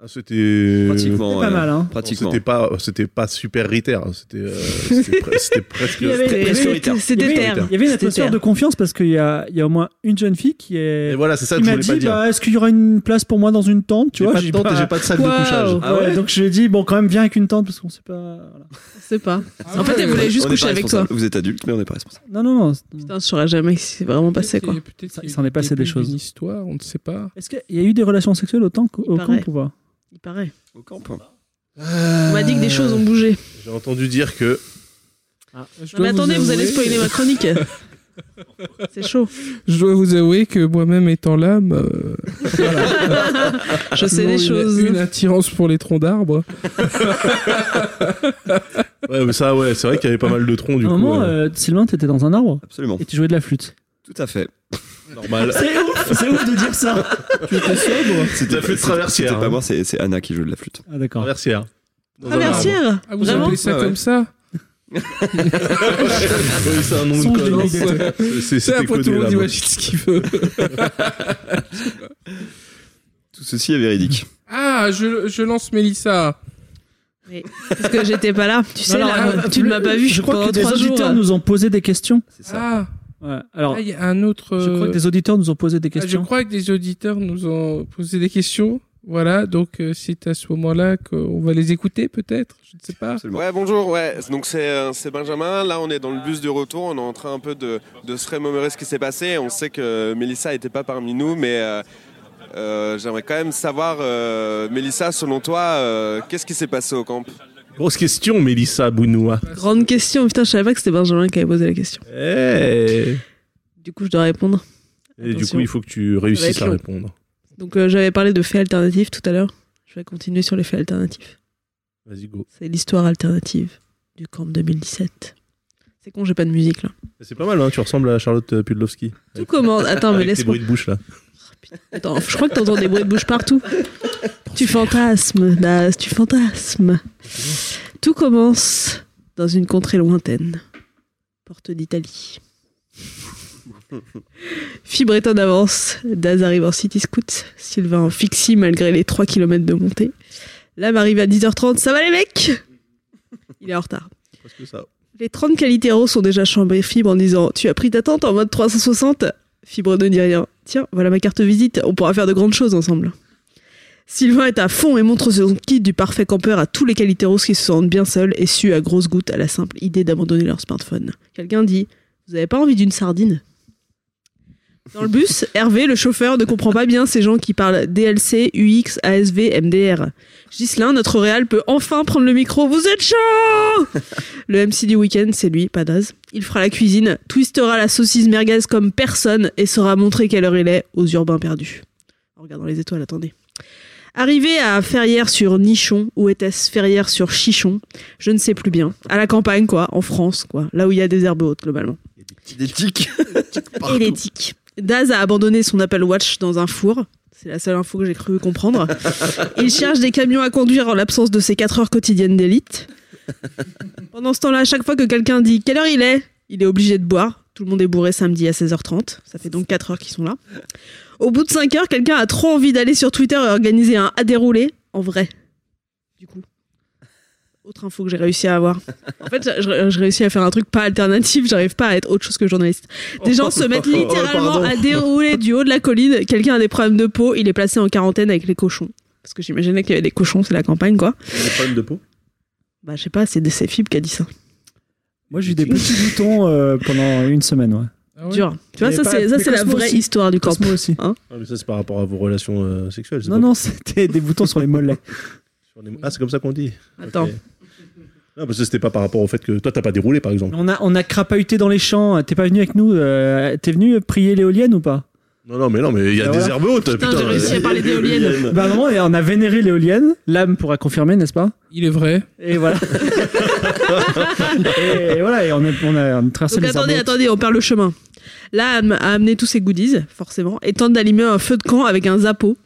S5: Ah, c'était
S2: Pratiquement, C'était pas ouais. mal, hein. Pratiquement.
S5: C'était pas, euh, c'était pas super ritaire. C'était, euh, c'était
S7: [laughs]
S5: pre- c'était presque.
S30: Il y avait-
S5: c'était
S30: il y
S5: presque
S30: avait-
S5: ritaire.
S30: il y avait- Il y avait une atmosphère de confiance parce qu'il y a, il y a au moins une jeune fille qui est.
S5: Et voilà, c'est ça
S30: qui
S5: que je
S30: m'a
S5: voulais pas
S30: dit,
S5: dire.
S30: bah, est-ce qu'il y aura une place pour moi dans une tente Tu
S5: J'ai
S30: vois, bah,
S5: pas de tente et j'ai pas de salle de
S30: Waouh,
S5: couchage. Ah
S30: ouais,
S5: ouais
S30: donc je lui ai dit bon, quand même, viens avec une tente parce qu'on sait pas. voilà.
S7: Je sais pas.
S5: Ah
S7: En fait, elle voulait juste
S2: On n'est
S7: coucher
S2: pas
S7: avec toi.
S2: responsable. Vous êtes adulte, mais on n'est pas responsable.
S30: Non, non, non.
S7: Putain, je saurais jamais si bah, c'est vraiment passé quoi.
S30: Il s'en est passé des choses.
S4: histoire, on ne sait pas.
S30: Est-ce qu'il y a eu des relations sexuelles au, temps, au
S7: paraît.
S30: camp ou pas
S7: Il paraît.
S2: Au camp.
S7: On m'a dit
S5: Euh,
S4: Euh,
S7: que des choses ont bougé.
S5: J'ai entendu dire que.
S30: Ah,
S7: Non, mais attendez, vous allez spoiler ma chronique. [laughs] C'est chaud.
S4: Je dois vous avouer que moi-même étant l'âme, euh, voilà.
S7: [laughs] Je sais
S4: Bon,
S7: des
S4: une-
S7: choses.
S4: Une attirance pour les troncs d'arbres.
S5: [laughs] Ouais, mais ça, ouais, c'est vrai qu'il y avait pas mal de troncs du
S30: À un
S5: coup.
S30: moment,
S5: euh,
S30: euh, Sylvain, t'étais dans un arbre
S2: Absolument.
S30: Et tu jouais de la flûte.
S2: Tout à fait.
S5: Normal.
S30: C'est ouf, c'est ouf de dire ça. Tu étais sobre
S2: C'était
S5: La flûte
S2: c'était-
S5: traversière,
S2: C'était
S5: hein.
S2: pas moi, c'est c'est Anna qui joue de la flûte.
S30: Ah d'accord.
S5: Traversière.
S7: Traversière
S4: Ah, vous
S7: Vraiment
S4: appelez ça
S2: Ah ouais.
S4: comme ça
S5: Oui, c'est un nom de
S4: Songe
S5: code.
S4: de
S5: hein.
S4: l'idée.
S5: C'est- c'est-
S4: C'est
S5: C'était
S4: après tout
S5: codé
S4: le monde
S5: là.
S4: imagine ce qu'il
S7: [laughs]
S4: veut.
S2: Tout ceci est véridique.
S4: ah, je, je lance Mélissa.
S7: Parce que j'étais pas là. Tu sais,
S4: Non, non,
S7: là,
S4: ah,
S7: tu ne m'as pas vu.
S30: euh, Je crois que
S7: pendant
S30: des
S7: trois jours.
S30: auditeurs nous ont posé des questions.
S4: euh, Ah,
S30: Ouais, alors,
S4: Ah, il y a un autre.
S30: je crois
S4: euh,
S30: que des auditeurs nous ont posé des
S4: Ah, Je
S30: questions.
S4: crois que des auditeurs nous ont posé des questions. Voilà, donc euh, c'est à ce moment-là qu'on va les écouter peut-être. Je ne sais pas.
S18: Ouais, bonjour, ouais. Donc c'est euh, c'est Benjamin. Là, on est dans le bus de retour. On est en train un peu de, de se remémorer ce qui s'est passé. On sait que Mélissa n'était pas parmi nous, mais euh, euh, j'aimerais quand même savoir, euh, Mélissa, selon toi, euh, qu'est-ce qui s'est passé au camp
S5: Grosse question, Mélissa Bounoua.
S7: Grande question. Putain, je savais pas que c'était Benjamin qui avait posé la question.
S5: Eh.
S7: Du coup, je dois répondre.
S5: Et du
S7: Attention.
S5: coup, il faut que tu
S7: Ça va
S5: réussisses
S7: être
S5: à
S7: long.
S5: répondre.
S7: Donc, euh, j'avais parlé de faits alternatifs tout à l'heure. Je vais continuer sur les faits alternatifs.
S5: Vas-y, go.
S7: C'est l'histoire alternative du camp 2017. C'est con, j'ai pas de musique là.
S5: C'est pas mal, hein, tu ressembles à Charlotte Pudlowski.
S7: Tout commence. Attends, mais
S5: Avec tes
S7: laisse-moi.
S5: bruits de bouche là.
S7: Attends, je crois que t'entends des bruits de bouche partout. Tu fantasmes, Daz, tu fantasmes. Tout commence dans une contrée lointaine, porte d'Italie. Fibre est en avance, Daz arrive en city scoot, Sylvain en fixie malgré les 3 km de montée. L'âme arrive à 10h30, ça va les mecs Il est en retard.
S5: Parce que ça.
S7: Les 30 qualitéros sont déjà chambrés Fibre en disant Tu as pris ta tente en mode 360 Fibre ne dit rien. Tiens, voilà ma carte visite, on pourra faire de grandes choses ensemble. Sylvain est à fond et montre son kit du parfait campeur à tous les qualitéros qui se sentent bien seuls et suent à grosses gouttes à la simple idée d'abandonner leur smartphone. Quelqu'un dit Vous avez pas envie d'une sardine dans le bus, Hervé, le chauffeur, ne comprend pas bien ces gens qui parlent DLC, UX, ASV, MDR. Ghislain, notre réal, peut enfin prendre le micro. Vous êtes chaud Le MC du week-end, c'est lui, pas Daz. Il fera la cuisine, twistera la saucisse merguez comme personne et saura montrer quelle heure il est aux urbains perdus. En regardant les étoiles, attendez. Arrivé à Ferrières sur Nichon, ou était-ce Ferrières sur Chichon Je ne sais plus bien. À la campagne, quoi, en France, quoi, là où il y a des herbes hautes, globalement.
S2: Des tics.
S7: [laughs] Et les tics. Daz a abandonné son Apple Watch dans un four. C'est la seule info que j'ai cru comprendre. Il cherche des camions à conduire en l'absence de ses 4 heures quotidiennes d'élite. Pendant ce temps-là, à chaque fois que quelqu'un dit quelle heure il est, il est obligé de boire. Tout le monde est bourré samedi à 16h30. Ça fait donc 4 heures qu'ils sont là. Au bout de 5 heures, quelqu'un a trop envie d'aller sur Twitter et organiser un à dérouler en vrai. Du coup. Autre info que j'ai réussi à avoir. En fait, je- je, je réussis à faire un truc pas alternatif, j'arrive pas à être autre chose que journaliste. Des gens se mettent
S15: Oh,
S7: littéralement
S15: pardon.
S7: à dérouler du haut de la colline. Quelqu'un a des problèmes de peau, il est placé en quarantaine avec les cochons. Parce que j'imaginais qu'il y avait des cochons, c'est la campagne quoi.
S5: Des problèmes de peau
S7: Bah, je sais pas, c'est des c'est Fib qui a dit ça.
S30: Moi, j'ai eu des petits boutons euh, pendant une semaine. Ouais.
S7: Dur. Tu vois,
S30: Mais
S7: ça,
S30: pas-
S7: c'est ça,
S30: mais
S7: c'est la
S30: Cosmo
S7: vraie
S30: aussi.
S7: histoire du camp.
S30: Cosmo aussi.
S7: Hein
S5: Ah, mais ça, c'est par rapport à vos relations euh, sexuelles. c'est
S30: Non,
S5: pas-
S30: non, c'était des boutons sur les mollets.
S5: [laughs] sur les- Ah, c'est comme ça qu'on dit.
S7: Attends.
S5: Ok. Non, parce que c'était pas par rapport au fait que toi, t'as pas déroulé par exemple.
S30: On a, on a crapahuté dans les champs. T'es pas venu avec nous euh, T'es venu prier l'éolienne ou pas
S5: Non, non, mais non, mais il y a
S30: Ah,
S5: des
S30: voilà.
S5: herbes hautes. Putain,
S30: j'ai réussi à
S7: parler
S5: d'éoliennes.
S30: Bah, à un moment, on a vénéré l'éolienne. L'âme pourra confirmer, n'est-ce pas
S4: Il est vrai.
S30: Et
S4: [laughs]
S30: voilà.
S4: Ah,
S30: et, voilà, et on a, on a, on a traversé
S7: Donc
S30: les
S7: attendez,
S30: arbres.
S7: attendez, on perd le chemin. L'âme a amené tous ses goodies, forcément, et tente d'allumer un feu de camp avec un zappo.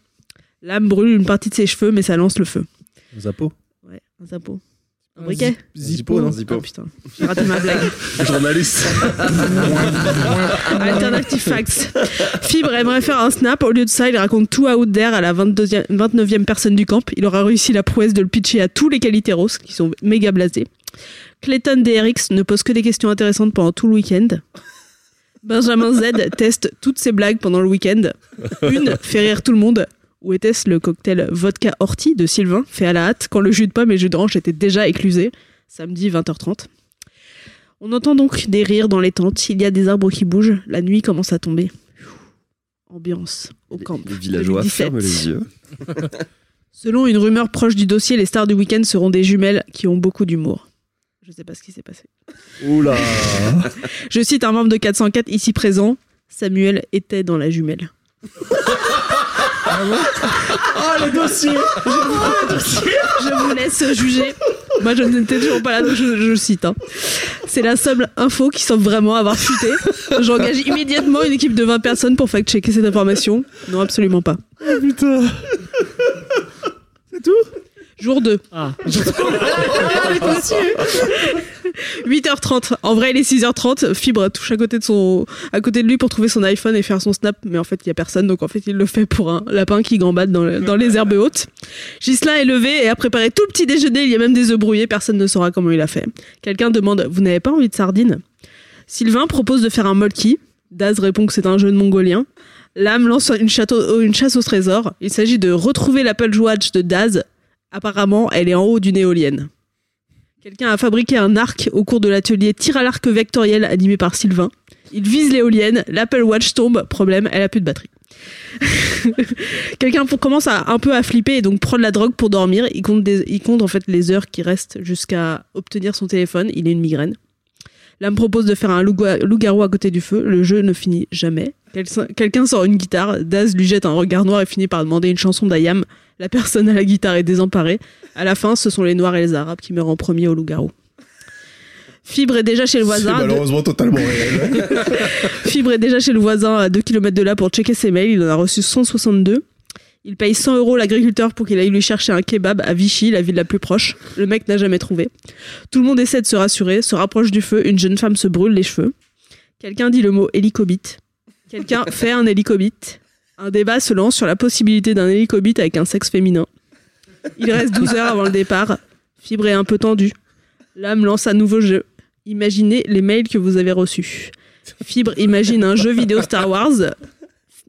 S7: L'âme brûle une partie de ses cheveux, mais ça lance le feu.
S5: Zappo
S7: Ouais, un zappo. Un briquet
S2: Zippo, non Zippo.
S7: Ah, putain, j'ai raté ma blague.
S2: [laughs] Journaliste.
S7: [laughs] Alternative facts. Fibre aimerait faire un snap. Au lieu de ça, il raconte tout à Out There à la 22e 29e personne du camp. Il aura réussi la prouesse de le pitcher à tous les qualiteros qui sont méga blasés. Clayton DRX ne pose que des questions intéressantes pendant tout le week-end. Benjamin Z teste toutes ses blagues pendant le week-end. Une fait rire tout le monde. Où était-ce le cocktail vodka ortie de Sylvain, fait à la hâte, quand le jus de pomme et jus d'orange étaient déjà éclusés Samedi 20h30. On entend donc des rires dans les tentes, il y a des arbres qui bougent, la nuit commence à tomber. Ambiance au camp.
S2: Les villageois
S7: 2017.
S2: ferment les
S7: [laughs]
S2: yeux.
S7: Selon une rumeur proche du dossier, les stars du week-end seront des jumelles qui ont beaucoup d'humour. Je sais pas ce qui s'est passé.
S30: Oula
S7: Je cite un membre de 404 ici présent. Samuel était dans la jumelle.
S14: Ah Oh, le dossier
S7: Je vous laisse juger. Moi, je n'étais toujours pas là, donc je, je cite. hein. C'est la seule info qui semble vraiment avoir fuité. J'engage immédiatement une équipe de 20 personnes pour fact-checker cette information. Non, absolument pas.
S14: Oh putain
S7: C'est tout Jour 2.
S5: [laughs]
S7: [laughs] 8h30. En vrai, il est 6h30. Fibre touche à côté de son, à côté de lui pour trouver son iPhone et faire son snap. Mais en fait, il y a personne. Donc, en fait, il le fait pour un lapin qui gambade dans, le- dans les herbes hautes. Gislain est levé et a préparé tout le petit déjeuner. Il y a même des œufs brouillés. Personne ne saura comment il a fait. Quelqu'un demande, vous n'avez pas envie de sardines? Sylvain propose de faire un molki. Daz répond que c'est un jeu de mongolien. Lame lance une, château- une chasse au trésor. Il s'agit de retrouver l'Apple Watch de Daz. Apparemment, elle est en haut d'une éolienne. Quelqu'un a fabriqué un arc au cours de l'atelier tir à l'arc vectoriel animé par Sylvain. Il vise l'éolienne, l'Apple Watch tombe, problème, elle a plus de batterie. Quelqu'un pour- commence à un peu à flipper et donc prendre la drogue pour dormir. Il compte, des- il compte en fait les heures qui restent jusqu'à obtenir son téléphone. Il a une migraine. Là, me propose de faire un loup- loup-garou à côté du feu. Le jeu ne finit jamais. Quelqu'un quelqu'un sort une guitare. Daz lui jette un regard noir et finit par demander une chanson d'Ayam. La personne à la guitare est désemparée. À la fin, ce sont les Noirs et les Arabes qui meurent en premier au loup-garou. Fibre est déjà chez le voisin. de-
S15: totalement réel.
S7: Fibre est déjà chez le voisin à 2 km de là pour checker ses mails. Il en a reçu 162. Il paye 100 euros l'agriculteur pour qu'il aille lui chercher un kebab à Vichy, la ville la plus proche. Le mec n'a jamais trouvé. Tout le monde essaie de se rassurer, se rapproche du feu. Une jeune femme se brûle les cheveux. Quelqu'un dit le mot hélicobite. Quelqu'un fait un hélicobite. Un débat se lance sur la possibilité d'un hélicobite avec un sexe féminin. Il reste 12 heures avant le départ. Fibre est un peu tendue. L'âme lance un nouveau jeu. Imaginez les mails que vous avez reçus. Fibre imagine un jeu vidéo Star Wars.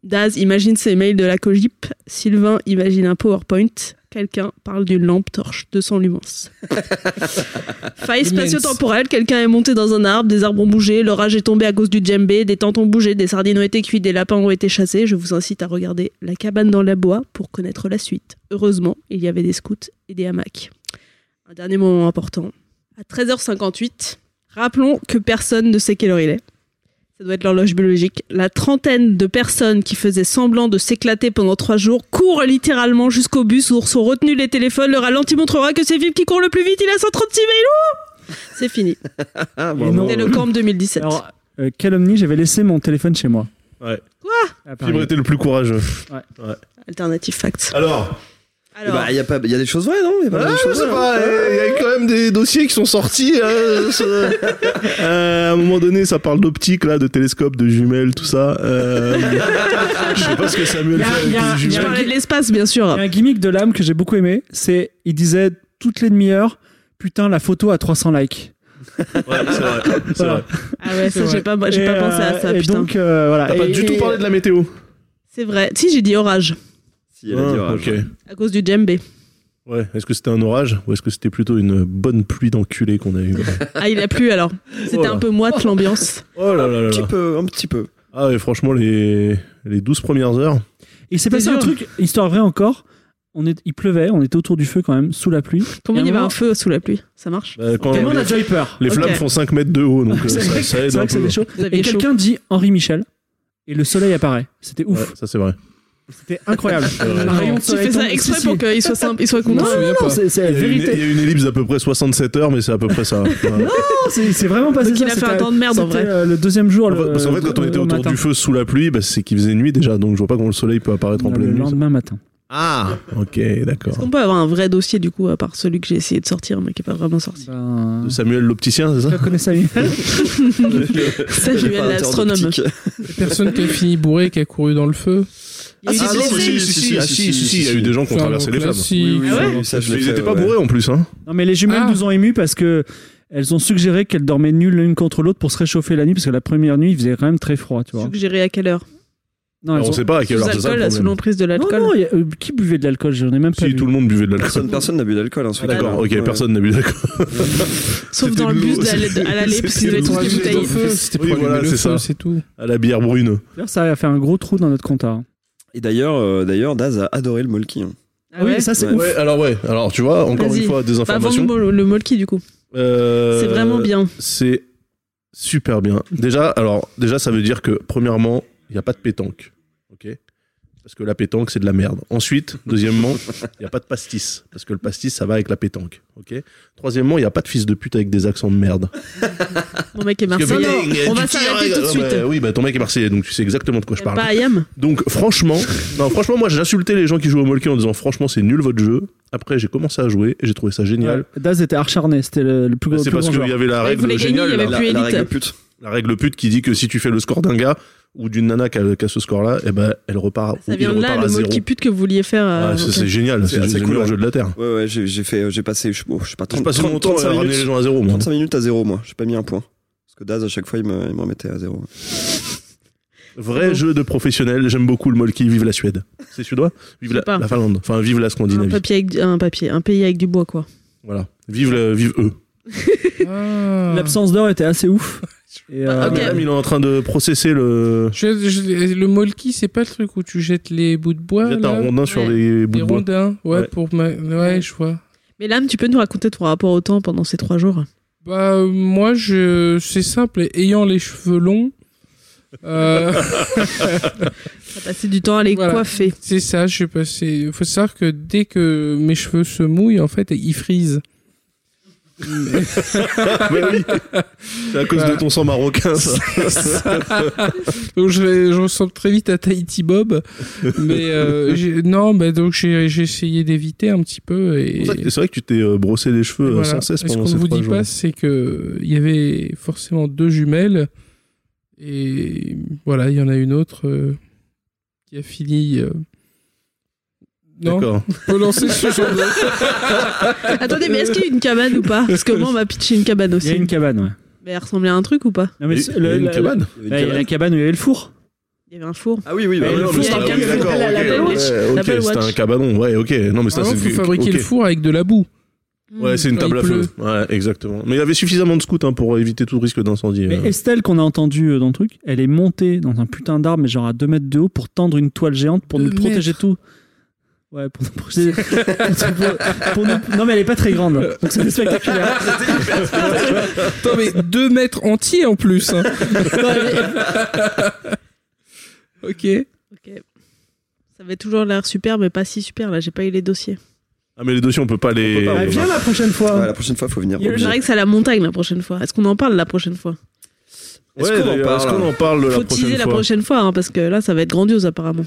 S7: Daz imagine ses mails de la cogip. Sylvain imagine un PowerPoint. Quelqu'un parle d'une lampe torche de son lumens. Faille spatio-temporelle, quelqu'un est monté dans un arbre, des arbres ont bougé, l'orage est tombé à cause du djembé, des tentes ont bougé, des sardines ont été cuites, des lapins ont été chassés. Je vous incite à regarder La cabane dans la bois pour connaître la suite. Heureusement, il y avait des scouts et des hamacs. Un dernier moment important. À 13h58, rappelons que personne ne sait quelle heure il est. Ça doit être l'horloge biologique. La trentaine de personnes qui faisaient semblant de s'éclater pendant trois jours courent littéralement jusqu'au bus où sont retenus les téléphones. Le ralenti montrera que c'est Vive qui court le plus vite. Il a 136 mails. Ouh
S5: [laughs]
S7: C'est fini.
S5: Ah,
S7: C'était le camp 2017.
S30: Euh, calomnie, j'avais laissé mon téléphone chez moi.
S5: Ouais.
S30: Ah, pareil.
S5: Fibre était le plus courageux.
S30: Ouais.
S7: Alternative fact.
S5: Alors
S2: Eh ben, Il y, a pas- y a des choses vraies, non Il y a pas
S5: Ah,
S2: des
S5: je
S2: choses
S5: sais
S2: vraies,
S5: pas,
S2: hein.
S5: il y a quand même des dossiers qui sont sortis. hein, ça- [laughs] Euh, à un moment donné, ça parle d'optique, là, de télescope, de jumelles, tout ça.
S7: [laughs]
S5: Euh, je sais pas ce que Samuel fait avec les
S7: Je
S5: jumelles.
S7: parlais de l'espace, bien sûr.
S30: Il y a un gimmick de l'âme que j'ai beaucoup aimé. C'est, il disait toutes les demi-heures, putain, la photo a 300 likes.
S5: Ouais, c'est vrai. C'est vrai.
S7: Ah ouais,
S30: C'est
S7: ça, j'ai
S30: vrai.
S7: pas, j'ai
S30: Et,
S7: pas pensé à
S30: euh,
S7: ça,
S30: et
S7: putain.
S30: donc, euh, voilà.
S5: T'as pas
S30: Et-
S5: du tout
S30: et-
S5: parlé de la météo.
S7: C'est vrai. Si, j'ai dit orage.
S2: Si, elle a dit
S5: Ah,
S2: orage.
S5: ok.
S7: À cause du djembé.
S5: Ouais, est-ce que c'était un orage ou est-ce que c'était plutôt une bonne pluie d'enculés qu'on a eue
S7: Ah, il a
S5: [laughs]
S7: plu alors. C'était
S5: Oh là.
S7: un peu moite l'ambiance.
S5: [laughs] Oh là là là. Un petit
S2: peu, un petit peu.
S5: Ah ouais, franchement, les, les 12 premières heures.
S30: Il s'est passé un truc, histoire vraie encore. On est, il pleuvait, on était autour du feu quand même, sous la pluie.
S7: Comment
S30: Et à
S7: il y avait
S30: moment-
S7: un feu sous la pluie Ça marche
S5: Bah, quand
S30: Tout le
S5: les-
S30: monde a déjà eu peur.
S5: Les
S30: Ok.
S5: flammes font 5 mètres de haut, donc
S30: [laughs]
S5: euh,
S30: C'est
S5: ça,
S30: vrai,
S5: ça
S30: que-
S5: aide
S30: c'est vrai
S5: un
S30: que ça
S5: peu.
S30: fait chaud.
S7: Vous aviez
S30: Et quelqu'un dit Henri Michel et le soleil apparaît. C'était
S5: Ouais,
S30: ouf. Ah,
S5: ça c'est vrai.
S30: C'était incroyable.
S5: C'est vrai.
S30: Un rayon de
S7: Tu
S30: soleil
S7: fais ça
S30: tombe-
S7: exprès
S30: si, si.
S7: pour qu'il
S30: [laughs]
S7: soit simple- il soit content.
S30: Non, non, non, c'est c'est la
S5: Il y a une- Il y
S30: vérité.
S5: a une ellipse d'à peu près 67 heures, mais c'est à peu
S30: [laughs]
S5: près ça. Ouais.
S30: Non, Ah, c'est c'est vraiment passé
S7: Donc
S30: ça.
S7: il a fait
S30: c'était-
S7: un temps de merde, en
S30: c'était,
S7: vrai.
S30: euh, Le deuxième jour. le-
S5: Parce qu'en fait, quand on
S30: le
S5: était autour
S30: matin.
S5: du feu sous la pluie, bah, c'est qu'il faisait nuit déjà, donc je vois pas comment le soleil peut apparaître en
S30: Le
S5: pleine nuit.
S30: lendemain matin.
S5: Ah Ok, d'accord.
S7: On peut avoir un vrai dossier du coup, à part celui que j'ai essayé de sortir mais qui n'est pas vraiment sorti.
S5: De Samuel l'opticien, c'est ça
S30: Euh, Je connais
S5: [laughs]
S30: Samuel.
S7: Samuel l'astronome.
S4: La Personne qui a fini bourré et qui a couru dans le feu.
S7: Ah,
S5: si,
S7: si, si,
S5: si, si, si, si, si, si, il y a eu des gens qui ont
S4: Enfin,
S5: traversé les flammes.
S4: classique. Oui, oui, Ah ouais
S2: ça, je l'ai
S5: Ils
S2: fait,
S5: étaient pas
S2: ouais.
S5: bourrés en plus, hein.
S30: Non, mais les jumelles nous ont émus parce que elles ont suggéré qu'elles dormaient nulles l'une contre l'autre pour se réchauffer la nuit parce que la première nuit il faisait quand même très froid, tu vois.
S7: Suggéré à quelle heure
S30: Non, elles ont-
S7: Sous alcool, sous l'emprise de l'alcool.
S30: Non, non, il y a- euh, qui buvait de l'alcool J'en ai même pas
S5: Si
S30: vu.
S5: tout le monde buvait de l'alcool.
S2: Personne, personne n'a bu d'alcool. Hein, ce
S5: Ah, D'accord,
S2: week-end.
S5: ok,
S2: Ouais.
S5: personne n'a bu d'alcool.
S7: Sauf dans le bus d'aller- à l'aller, parce qu'ils avaient toutes les bouteilles.
S4: C'était
S5: Oui,
S4: pour
S5: voilà,
S4: allumer le
S5: Ah, c'est ça.
S4: feu, c'est tout.
S5: À la bière brune.
S30: D'ailleurs, ça a fait un gros trou dans notre compta. hein.
S2: Et d'ailleurs, euh, d'ailleurs, Daz a adoré le molki. hein.
S7: Ah ouais
S30: ça, c'est
S2: Ouais.
S30: ouf.
S5: Ouais, alors ouais, alors tu vois, encore
S7: Vas-y.
S5: une fois, des
S7: Bah, vends-nous
S5: informations.
S7: le, le molki du coup.
S5: Euh,
S7: C'est vraiment bien.
S5: C'est super bien. Déjà, alors, déjà, ça veut dire que, premièrement, il n'y a pas de pétanque. OK Parce que la pétanque, c'est de la merde. Ensuite, deuxièmement, il n'y a pas de pastis. Parce que le pastis, ça va avec la pétanque. OK Troisièmement, il n'y a pas de fils de pute avec des accents de merde.
S7: Mon mec est
S5: Parce que,
S7: marseillais.
S5: putain,
S7: On
S5: tu
S7: va
S5: tires,
S7: s'arrêter tout de
S5: ah,
S7: suite.
S5: bah, oui, bah ton mec est marseillais, donc tu sais exactement de quoi je parle.
S7: Pas Ayam.
S5: Donc
S7: [laughs]
S5: franchement, non, franchement, moi j'ai insulté les gens qui jouent au Molki en disant franchement c'est nul votre jeu. Après j'ai commencé à jouer et j'ai trouvé ça génial.
S30: Ouais, Euh, Daz était acharné, c'était le, le plus gros.
S5: C'est parce qu'il y avait la règle géniale, là. la, la règle pute. La règle pute qui dit que si tu fais le score d'un gars ou d'une nana qui a, qui a ce score-là, eh ben elle repart, ou
S7: Ça
S5: il
S7: vient de là
S5: repart à
S7: le
S5: zéro.
S7: molki pute que vous vouliez faire. euh,
S5: Ouais, ça,
S7: ok.
S5: c'est génial, c'est
S2: assez
S5: le meilleur
S2: ouais.
S5: jeu de la terre.
S2: Ouais, ouais, j'ai, j'ai fait, euh, j'ai passé, je, bon, je sais pas, 30,
S5: passé mon temps à
S2: 35
S5: ramener
S2: minutes-
S5: les gens à zéro, moi.
S2: 35 minutes à zéro, moi. J'ai pas mis un point. Parce que Daz, à chaque fois, il me, il me remettait à zéro.
S5: Vrai jeu de professionnel, j'aime beaucoup le Molki, vive la Suède. C'est suédois Vive la,
S7: pas.
S5: la Finlande, enfin vive la
S7: Un
S5: Scandinavie.
S7: papier, avec, un papier, un pays avec du bois quoi.
S5: Voilà, vive, le- vive eux.
S4: Ah.
S30: L'absence d'or était assez ouf.
S2: Bah,
S30: Et, euh,
S5: Ah, mais Madame, il est en train de processer le. [laughs]
S4: Je- je- le molki, c'est pas le truc où tu jettes les bouts de bois.
S5: Jette
S4: là
S5: un rondin sur
S4: Ouais.
S5: des bouts
S4: Des
S5: de bois.
S4: rondins, Hein, ouais,
S5: Ouais.
S4: pour ma... ouais, je vois.
S7: Mais l'âme, tu peux nous raconter ton rapport au temps pendant ces trois jours
S4: Bah, euh, moi, je... c'est simple. Ayant les cheveux longs.
S7: [laughs]
S4: euh,
S7: T'as passé du temps à les
S4: voilà.
S7: coiffer.
S4: C'est ça, je suis passé. Il faut savoir que dès que mes cheveux se mouillent, en fait, ils frisent.
S5: Bah oui. C'est à cause de ton sang marocain, ça. [laughs]
S4: donc je, je ressemble très vite à Tahiti Bob, mais euh, j'ai- non, bah donc j'ai j'ai essayé d'éviter un petit peu et.
S5: C'est vrai que tu t'es euh, brossé les cheveux euh,
S4: Voilà.
S5: sans cesse
S4: Et Ce
S5: pendant
S4: qu'on
S5: ces
S4: ne vous
S5: trois
S4: dit
S5: jours.
S4: pas, c'est que il y avait forcément deux jumelles et voilà, il y en a une autre euh, qui a fini. euh, Non,
S5: D'accord.
S4: on peut lancer ce genre de-
S7: [laughs] Attendez, mais est-ce qu'il y a une cabane ou pas Parce que moi, on m'a pitché une cabane aussi.
S30: Il y a une cabane, ouais.
S7: Mais elle ressemblait à un truc ou pas
S30: Non, mais
S5: Il y-
S30: ce-
S5: il y a une
S30: la-
S5: cabane
S30: la-
S5: Il y avait une
S30: bah, Il y a la
S5: cabane.
S30: cabane où il y avait le four.
S7: Il y avait un four.
S2: Ah oui, oui,
S7: bah, le four,
S5: c'était
S7: c'est un
S5: ah oui,
S7: cabane,
S5: d'accord,
S7: la- la
S5: ok,
S7: Bell Watch.
S5: ouais,
S7: La
S5: ok,
S7: Bell
S5: c'était
S7: Watch.
S5: un cabanon, ouais, ok. Non, mais ça,
S4: Vraiment,
S5: c'est
S4: faut fabriquer
S5: ok.
S4: le four avec de la boue.
S7: Mm.
S5: Ouais, c'est une
S4: Quand
S5: table
S4: il
S5: à feu. Ouais, exactement. Mais il y avait suffisamment de scouts hein, pour éviter tout risque d'incendie.
S30: Mais
S5: euh.
S30: Estelle, qu'on a entendue euh, dans le truc, elle est montée dans un putain d'arbre, mais genre à 2 mètres de haut, pour tendre une toile géante pour
S4: Deux
S30: nous protéger
S4: mètres.
S30: tout. Ouais, pour nous
S7: [laughs]
S30: protéger. pour- pour- [laughs] pour nous- Non, mais elle est pas très grande. Donc c'est spectaculaire.
S4: Euh. [laughs] Attends, mais deux mètres entiers en plus. hein. [laughs] ok.
S7: Ok. Ça avait toujours l'air super, mais pas si super. Là, j'ai pas eu les dossiers.
S5: Ah, mais les dossiers, on peut pas les.
S2: peut pas, on
S30: Ah,
S2: peut
S30: viens
S2: pas.
S30: la prochaine fois.
S2: Ouais, la prochaine fois, faut venir.
S7: Il y a le
S2: obligé.
S7: Jarek, c'est à la montagne la prochaine fois. Est-ce qu'on en parle la prochaine fois
S2: Est-ce
S5: Ouais,
S2: qu'on en
S5: d'ailleurs, est-ce
S2: parle
S5: qu'on en parle la
S7: Faut
S5: prochaine
S7: teaser la
S5: fois
S7: prochaine fois, hein, parce que là, ça va être grandiose apparemment.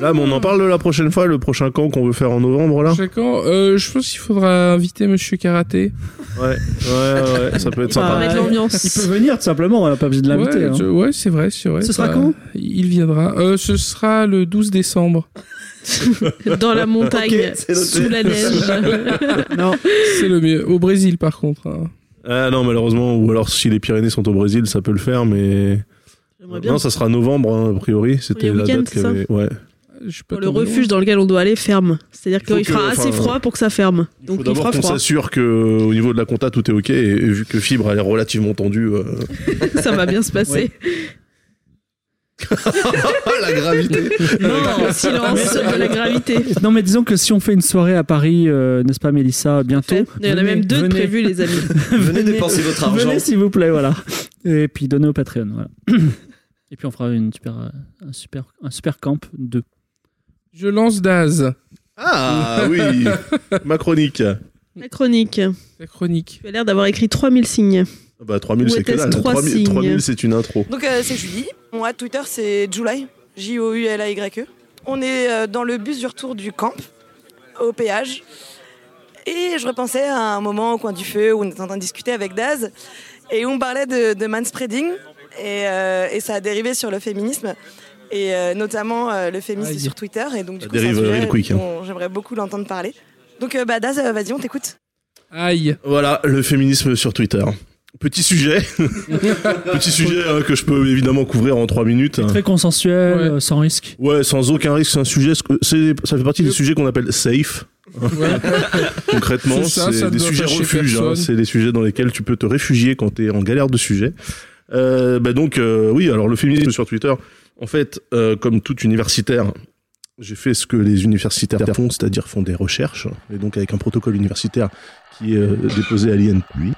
S5: Là, mais on
S7: Hmm.
S5: en parle la prochaine fois, le prochain camp qu'on veut faire en novembre, là
S4: Chacun, euh, je pense qu'il faudra inviter Monsieur Karaté.
S5: Ouais, ouais, ouais, ça peut être
S7: Bah,
S5: sympa.
S7: mettre l'ambiance.
S30: Il peut venir tout simplement, on n'a pas obligé de l'inviter.
S4: ouais,
S30: hein.
S4: je- ouais, c'est vrai, c'est vrai.
S30: Ce sera
S4: Bah,
S30: quand
S4: Il viendra. Euh, ce sera le 12 décembre.
S7: [laughs] Dans la montagne,
S2: Ok, c'est noté.
S7: sous la neige.
S30: [laughs]
S4: non, c'est le mieux. Au Brésil, par contre. hein.
S5: Ah non, malheureusement, ou alors si les Pyrénées sont au Brésil, ça peut le faire, mais.
S7: J'aimerais bien.
S5: Non, ça sera novembre, hein, a priori. C'était la
S7: week-end,
S5: date
S7: c'est
S5: qu'il y
S7: ça
S5: avait. Ouais.
S4: Je suis pas
S7: Pour le
S4: tombé
S7: refuge dans lequel on doit aller ferme. C'est-à-dire
S5: faut
S7: qu'il
S5: que-
S7: fera
S5: enfin,
S7: assez froid pour que ça ferme.
S5: Il
S7: Donc
S5: faut
S7: il fera
S5: d'abord qu'on
S7: froid.
S5: s'assure que euh, au niveau de la compta tout est ok et, et vu que fibre elle est relativement tendue. [laughs] euh,
S7: ça va bien se passer.
S2: [laughs]
S5: la gravité.
S7: Non, silence de la gravité.
S30: Non, mais disons que si on fait une soirée à Paris, euh, n'est-ce pas, Mélissa, bientôt.
S7: Il y en a même deux de prévus, les amis.
S2: Venez dépenser votre argent.
S30: Venez, s'il vous plaît, voilà. Et puis donnez au Patreon, voilà.
S6: [clears throat]
S30: Et puis on fera une super, euh, un, super, un super camp 2.
S4: Je lance Daz.
S6: [laughs]
S5: Ah oui, ma chronique. Ah
S7: La chronique.
S4: La chronique.
S7: Tu as l'air d'avoir écrit 3000 signes.
S5: Ah Bah 3000
S7: Où
S5: c'est que
S7: était-ce
S5: dalle.
S7: trois
S5: 3000,
S7: signes
S5: 3000 c'est une intro.
S14: Donc euh, c'est Julie. Moi, Twitter, c'est July. J-O-U-L-A-Y-E.
S19: E. On est euh, dans le bus du retour du camp, au péage. Et je repensais à un moment au coin du feu où on était en train de discuter avec Daz et où on parlait de, de manspreading et, euh, et ça a dérivé sur le féminisme et euh, notamment euh, le féminisme
S5: Aïe.
S19: sur Twitter et donc du
S5: Ça
S19: coup c'est un
S5: dérive,
S19: sujet
S5: real quick, hein.
S19: dont j'aimerais beaucoup l'entendre parler. Donc euh, bah, Daz, euh, vas-y, on t'écoute.
S4: Aïe.
S5: Voilà, le féminisme sur Twitter. Petit sujet. Petit sujet hein, que je peux évidemment couvrir en 3 minutes. hein.
S6: Très consensuel, euh, sans risque.
S5: Ouais, sans aucun risque, c'est un sujet. c'est- Ça fait partie des sujets qu'on appelle safe. [laughs] Concrètement,
S4: C'est ça,
S5: c'est
S4: ça
S5: des
S4: doit
S5: sujets
S4: fâcher
S5: refuges. hein.
S4: personne.
S5: C'est des sujets dans lesquels tu peux te réfugier quand t'es en galère de sujet. Euh, bah donc, euh, oui, alors le féminisme sur Twitter, en fait, euh, comme tout universitaire, j'ai fait ce que les universitaires font, c'est-à-dire font des recherches, et donc avec un protocole universitaire qui est euh, déposé à l'INPI.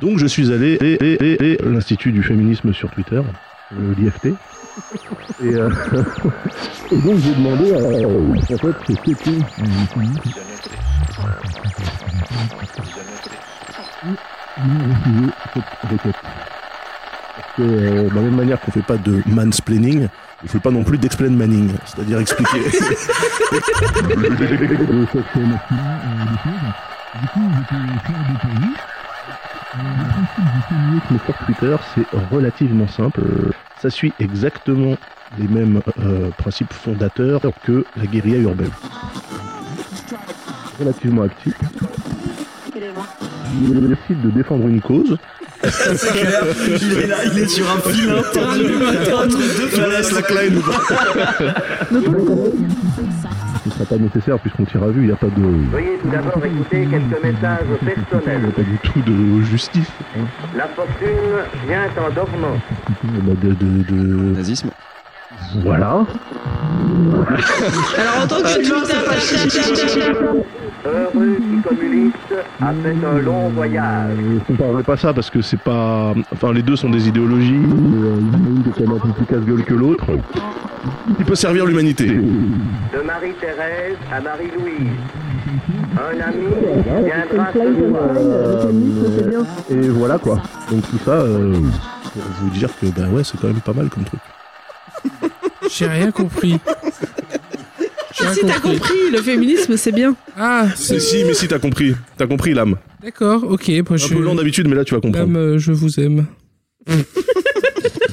S5: Donc je suis allé et, et- et- et l'Institut du féminisme sur Twitter, euh, l'IFT. Et, euh, et donc j'ai demandé à, en fait, ce que c'était Nous, on refusait cette requête. Parce que, euh, de la même manière qu'on fait pas de mansplaining, on fait pas non plus d'explain manning, c'est-à-dire expliquer. Le sexe masculin, euh, des choses. Du coup, j'étais très détaillé. Euh, Le principe du féminisme sur Twitter, c'est relativement simple. Euh, Ça suit exactement les mêmes euh, principes fondateurs que la guérilla urbaine. Relativement actif. Il décide de défendre une cause.
S21: [laughs] C'est clair, il est là, il est sur un fil internu entre deux falaises, la Klein.
S8: [laughs]
S5: Ce sera pas nécessaire puisqu'on tire à vue, il n'y a pas de.
S8: Veuillez tout d'abord écouter quelques messages
S5: Il n'y a
S8: personnels.
S5: pas du tout de justice. hein.
S8: La fortune vient en dormant.
S5: Euh, bah, De, de, de... Nazisme. Voilà.
S8: Alors en tant
S7: Euh,
S8: que Heureux qui communiste a fait un long voyage.
S5: Euh, comparez pas ça parce que c'est pas. Enfin, les deux sont des idéologies. Euh, Il y en a une qui est quand même un peu plus casse-gueule que l'autre. Il peut servir l'humanité.
S8: De Marie-Thérèse à Marie-Louise. Un ami viendra ce soir.
S5: Et voilà quoi. Donc tout ça, euh, pour vous dire que bah ouais, c'est quand même pas mal comme truc.
S4: J'ai rien compris. J'ai rien
S7: Si t'as compris, le féminisme c'est bien.
S4: Ah,
S5: Si, si, mais si, t'as compris. T'as compris l'âme.
S4: D'accord, ok. moi, je...
S5: Un peu lent d'habitude, mais là tu vas comprendre.
S4: Madame, euh, je vous aime. Ah,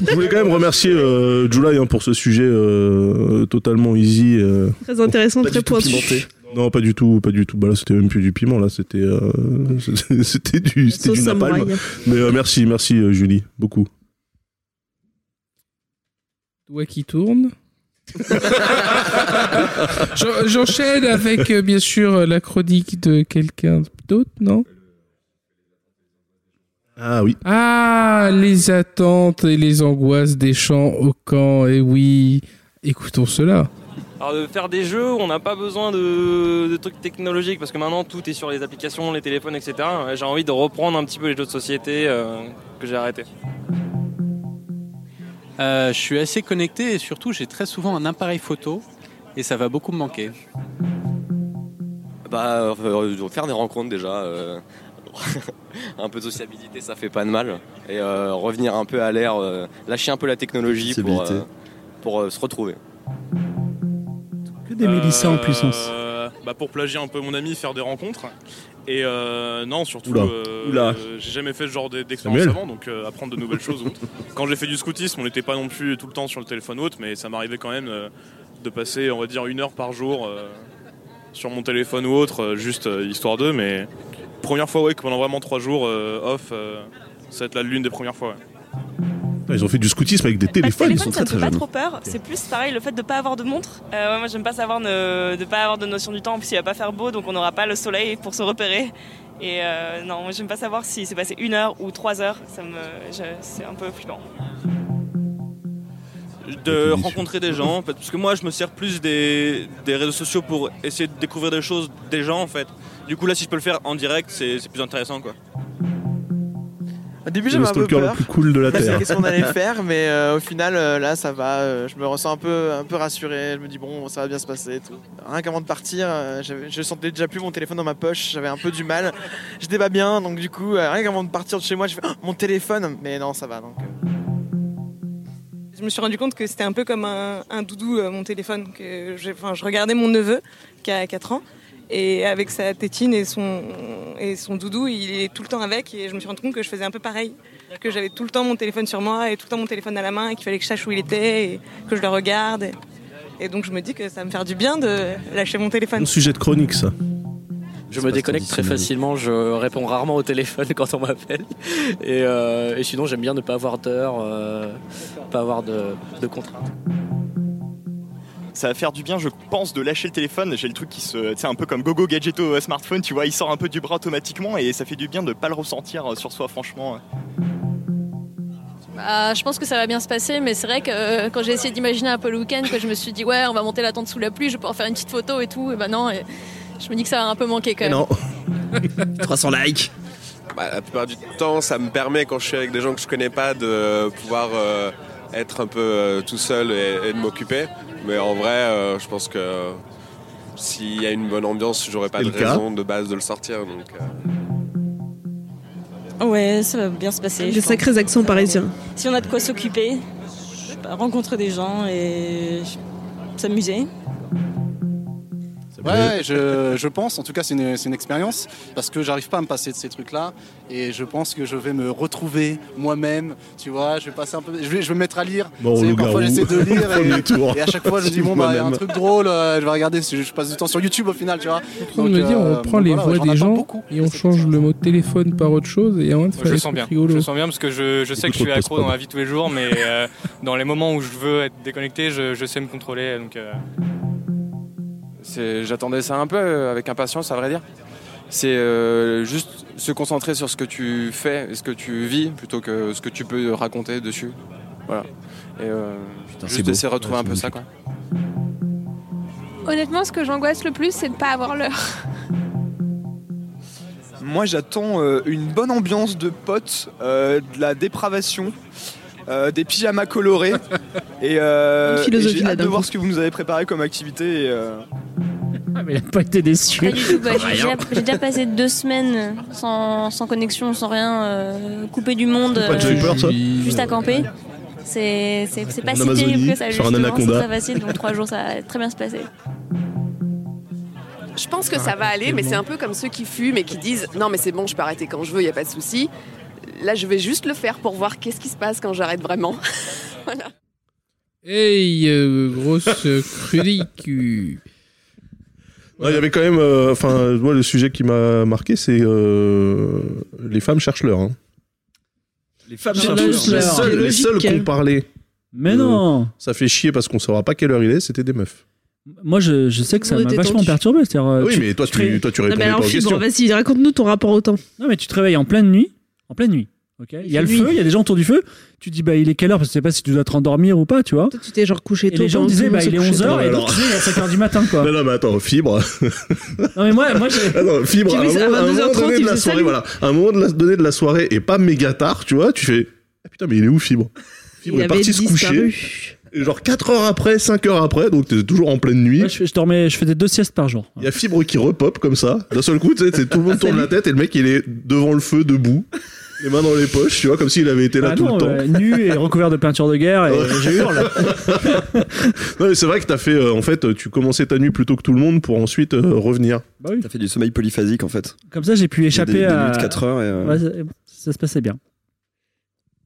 S5: Je voulais quand même remercier euh, July hein, pour ce sujet euh, totalement easy. euh,
S7: Très intéressant, très pointu.
S5: Non, pas du tout, pas du tout. Bah là, c'était même plus du piment, là, c'était euh, [laughs] c'était- c'était du, c'était
S7: Sauce
S5: du napalm.
S7: samouraï.
S5: Mais euh, merci, merci euh, Julie, beaucoup.
S4: Doigt qui tourne. J'en- J'enchaîne avec, euh, bien sûr, euh, la chronique de quelqu'un d'autre, non
S5: Ah oui.
S4: Ah, les attentes et les angoisses des champs au camp, et oui. Écoutons cela.
S12: Alors de faire des jeux, on n'a pas besoin de, de trucs technologiques parce que maintenant tout est sur les applications, les téléphones, etc. J'ai envie de reprendre un petit peu les jeux de société euh, que j'ai arrêtés.
S11: Euh, je suis assez connecté et surtout j'ai très souvent un appareil photo et ça va beaucoup me manquer.
S10: Bah, euh, faire des rencontres déjà. euh, [laughs] un peu de sociabilité, ça fait pas de mal. Et euh, revenir un peu à l'air, euh, lâcher un peu la technologie pour,
S31: Sociabilité.
S10: euh, pour euh, se retrouver.
S6: Que des Mélissa en puissance.
S9: Euh, bah pour plagier un peu mon ami, faire des rencontres. Et euh, non, surtout,
S5: Oula.
S9: euh,
S5: Oula.
S9: euh, j'ai jamais fait ce genre d'e- d'expérience
S5: Samuel.
S9: avant, donc euh, apprendre de nouvelles choses. ou
S5: [laughs]
S9: autre. Quand j'ai fait du scoutisme, on n'était pas non plus tout le temps sur le téléphone ou autre, mais ça m'arrivait quand même euh, de passer, on va dire, une heure par jour euh, sur mon téléphone ou autre, euh, juste euh, histoire d'eux. Mais première fois, ouais, que pendant vraiment trois jours euh, off, euh, ça va être la l'une des premières fois. ouais.
S5: Ah, Ils ont fait du scoutisme avec des
S13: Pas de
S5: téléphones, ils sont
S13: ça
S5: très très
S13: me fait pas
S5: jeunes.
S13: trop peur. C'est plus pareil le fait de pas avoir de montre. Euh, ouais, moi j'aime pas savoir ne, de pas avoir de notion du temps. En plus il va pas faire beau donc on n'aura pas le soleil pour se repérer. Et euh, non, moi j'aime pas savoir si c'est passé une heure ou trois heures. Ça me, je- c'est un peu flippant.
S12: De rencontrer des gens, en fait, parce que moi je me sers plus des, des réseaux sociaux pour essayer de découvrir des choses des gens en fait. Du coup là si je peux le faire en direct, c'est c'est plus intéressant quoi.
S15: Au début,
S5: C'est
S15: j'avais
S5: le
S15: un peu
S5: stalker le
S15: peur.
S5: plus cool de la
S15: Je me disais
S5: Terre.
S15: Qu'est-ce
S5: [laughs]
S15: qu'on allait faire, mais euh, au final, euh, là, ça va. euh, je me ressens un peu, un peu rassuré. Je me dis bon, ça va bien se passer. et Tout. Rien qu'avant de partir, euh, j'avais- je sentais déjà plus mon téléphone dans ma poche. J'avais un peu du mal. J'étais pas bien, donc du oh, coup, euh, rien qu'avant de partir de chez moi, je fais Ah, mon téléphone. Mais non, ça va. Donc, euh.
S13: Je
S19: je me suis rendu compte que c'était un peu comme un, un doudou, euh, mon téléphone. Que j'ai- enfin, je regardais mon neveu, qui a 4 ans, et avec sa tétine et son, et son doudou, il est tout le temps avec, et je me suis rendu compte que je faisais un peu pareil. Que j'avais tout le temps mon téléphone sur moi, et tout le temps mon téléphone à la main, et qu'il fallait que je sache où il était, et que je le regarde. Et, et donc je me dis que ça va me faire du bien de lâcher mon téléphone.
S5: Un sujet de chronique, ça.
S28: Je me déconnecte très facilement, je réponds rarement
S16: [laughs]
S28: au téléphone quand on m'appelle. Et, euh, et sinon, j'aime bien ne pas avoir d'heure, euh, pas avoir de, de contraintes.
S17: ça va faire du bien, je pense, de lâcher le téléphone. J'ai le truc qui se. C'est un peu comme Gogo Gadgeto euh, smartphone, tu vois, il sort un peu du bras automatiquement et ça fait du bien de pas le ressentir euh, sur soi, franchement.
S29: Bah, je pense que ça va bien se passer, mais c'est vrai que euh, quand j'ai essayé d'imaginer un peu le week-end, que je me suis dit, ouais, on va monter la tente sous la pluie, je vais pouvoir faire une petite photo et tout, et ben non, et je me dis que ça va un peu manquer quand même.
S18: 300 likes bah, La plupart du temps, ça me permet, quand je suis avec des gens que je connais pas, de pouvoir euh, être un peu euh, tout seul et, et de m'occuper. Mais en vrai, euh, je pense que s'il y a une bonne ambiance, j'aurais pas
S5: C'est
S18: de
S5: le cas.
S18: raison de base de le sortir. Donc, euh,
S20: Ouais, ça va bien se passer. je
S7: Des
S20: pense.
S7: sacrés accents parisiens.
S20: Si on a de quoi s'occuper, je sais pas, rencontrer des gens et je- s'amuser.
S22: Ouais, je, je pense, en tout cas c'est une, c'est une expérience, parce que j'arrive pas à me passer de ces trucs-là, et je pense que je vais me retrouver moi-même, tu vois, je vais passer un peu, je vais, je vais me mettre à lire,
S5: Mort
S22: Tu sais,
S5: au
S22: parfois
S5: loup-garou.
S22: j'essaie
S4: [laughs]
S22: de lire,
S5: Premier tour.
S22: et, et à chaque fois je me dis bon bah il y a un
S5: Moi-même.
S22: truc drôle, euh, je vais regarder, je, je passe du temps sur YouTube au final, tu vois. euh,
S4: en train de me dire,
S23: euh,
S4: on prend les voix des gens et on change le mot de téléphone par autre chose et à moins de
S23: Moi,
S4: faire
S23: je
S4: des
S23: le sens
S4: trucs
S23: bien.
S4: rigolos.
S23: Je le sens bien parce que je, je sais que je suis accro dans la vie tous les jours, mais euh, dans les moments où je veux être déconnecté, je, je sais me contrôler. Donc, euh,
S32: C'est- J'attendais ça un peu euh, avec impatience, à vrai dire. C'est euh, juste se concentrer sur ce que tu fais et ce que tu vis plutôt que ce que tu peux raconter dessus. Voilà. Et euh,
S5: c'est
S32: juste
S5: beau.
S32: essayer de retrouver
S5: Ouais,
S32: un peu
S5: c'est
S32: ça. Quoi.
S29: Honnêtement, ce que j'angoisse le plus, c'est de pas avoir l'heure.
S27: Moi, j'attends euh, une bonne ambiance de potes, euh, de la dépravation, euh, des pyjamas colorés. et euh,
S22: Une philosophie
S27: et j'ai
S22: de la
S27: hâte de
S22: dingo.
S27: voir ce que vous nous avez préparé comme activité. et, euh,
S22: Ah, mais il a pas été déçu.
S29: Pas du tout, bah, j'ai déjà, j'ai déjà passé deux semaines sans, sans connexion, sans rien, euh, coupé du monde, euh,
S5: Pas de flipper, ça
S29: juste à camper. C'est c'est- c'est pas
S5: En
S29: si
S5: Amazonie,
S29: terrible que ça,
S5: sur un
S29: justement, c'est
S5: anaconda.
S29: très facile, donc trois jours ça va très bien se passer.
S28: Je
S29: pense
S28: que ça va
S4: Ah,
S28: aller, mais c'est un peu
S29: comme
S28: ceux qui fument et qui disent non, mais c'est bon, je peux arrêter quand je veux, il n'y a pas de souci. Là, je vais juste le faire pour voir qu'est-ce qui se passe quand j'arrête vraiment. [laughs] voilà.
S4: Hey, euh, grosse chronique.
S5: Non, Il y avait quand même, euh, enfin, moi le sujet qui m'a marqué, c'est euh, les femmes cherchent l'heure. hein.
S9: Les
S5: femmes
S9: cherchent
S5: Les
S9: leur-
S5: seules- les seules qui
S7: hein.
S5: ont parlé.
S6: Mais
S5: Euh,
S6: non
S5: Ça fait chier parce qu'on saura pas quelle heure il est. C'était des meufs.
S6: Moi, je, je sais que ça
S7: Nous,
S6: m'a
S7: détendu.
S6: vachement perturbé. c'est-à-dire, euh,
S5: oui, mais toi, tu, toi, tu
S7: Non,
S5: répondais
S7: mais
S5: pas
S7: alors,
S5: aux
S7: Fibre,
S5: questions.
S7: vas-y, raconte-nous ton rapport au temps.
S6: Non, mais tu te réveilles en pleine nuit. En pleine nuit. ok il y a le
S7: fait
S6: feu,
S7: nuit.
S6: il y a des gens autour du feu. Tu dis, bah, il est quelle heure Parce que tu sais pas si tu dois te rendormir ou pas, tu vois.
S7: Tu t'es genre couché
S6: Et
S7: tôt.
S6: les gens
S7: pendant que
S6: disaient,
S7: tout le
S6: bah,
S7: monde
S6: il est
S7: se couchait.
S6: 11h, et l'autre, tu sais, il est à 5h du matin, quoi.
S5: [laughs] Non, non, mais attends, fibre.
S6: Non, mais moi, moi, j'ai-
S5: non, fibre,
S6: Tu
S5: à un
S6: vois,
S5: moment,
S6: à
S5: à un moment
S6: 22h30,
S5: donné
S6: il
S5: de la
S6: faisait
S5: soirée,
S6: salut.
S5: voilà. À un moment de la- donné de la soirée et pas méga tard, tu vois, tu fais ah, putain, mais il est où fibre Fibre
S6: Il
S5: est
S6: avait
S5: parti se
S6: disparu.
S5: coucher. Et genre 4 heures après, 5 heures après, donc t'es toujours en pleine nuit.
S6: je, dormais, je faisais deux siestes par jour.
S5: Il y a fibre qui repop comme ça. D'un seul coup, tu sais, t'es- tout le
S6: Ah,
S5: monde tourne la tête et le mec il est devant le feu, debout, les mains dans les poches, tu vois, comme s'il avait été là
S6: Ah
S5: tout
S6: non,
S5: le temps.
S6: euh, nu et recouvert de peinture de guerre, et j'ai [laughs] hurle.
S5: Non, mais c'est vrai que t'as fait, euh, en fait, euh, tu commençais ta nuit plus tôt que tout le monde pour ensuite euh, revenir.
S6: Bah
S9: T'as fait du sommeil polyphasique en fait.
S6: Comme ça, j'ai pu échapper
S9: des, des
S6: à.
S9: nuits de 4 heures et, euh,
S6: Ouais, ça, ça se passait bien.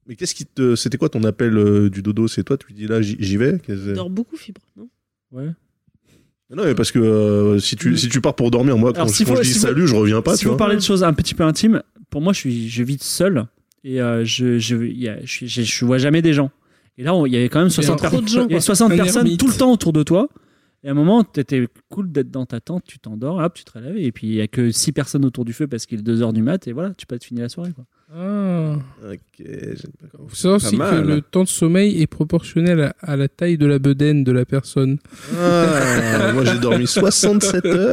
S5: Mais qu'est-ce qui te, c'était quoi ton appel euh, du dodo C'est toi, tu dis là, j'y j'y vais Qu'est-ce-
S7: Il dort beaucoup, Fibre, non
S6: Ouais.
S5: Non, mais parce que euh, si tu si tu pars pour dormir, moi quand,
S6: Alors,
S5: je-
S6: si
S5: quand
S6: faut-
S5: je dis
S6: si
S5: salut,
S6: vous-
S5: je reviens pas.
S6: Si
S5: tu
S6: vous
S5: vois.
S6: parlez de choses un petit peu intimes, pour moi, je, suis, je vis seul et euh, je, je, il y a- je, suis- je- je vois jamais des gens. Et là, on- il y avait quand même
S4: Il y a
S6: 60,
S4: trop de gens,
S6: il y avait
S4: quoi.
S6: 60
S4: Un
S6: personnes
S4: ermite.
S6: tout le temps autour de toi. Et à un moment, t'étais cool d'être dans ta tente, tu t'endors, hop, tu te relèves, et puis il y a que 6 personnes autour du feu parce qu'il est 2h du mat, et voilà, tu peux te finir la soirée. Quoi.
S4: Ah.
S5: Faut
S4: savoir aussi que le temps de sommeil est proportionnel à, à la taille de la bedaine de la personne.
S5: Ah,
S4: [laughs]
S5: moi, j'ai dormi 67 heures.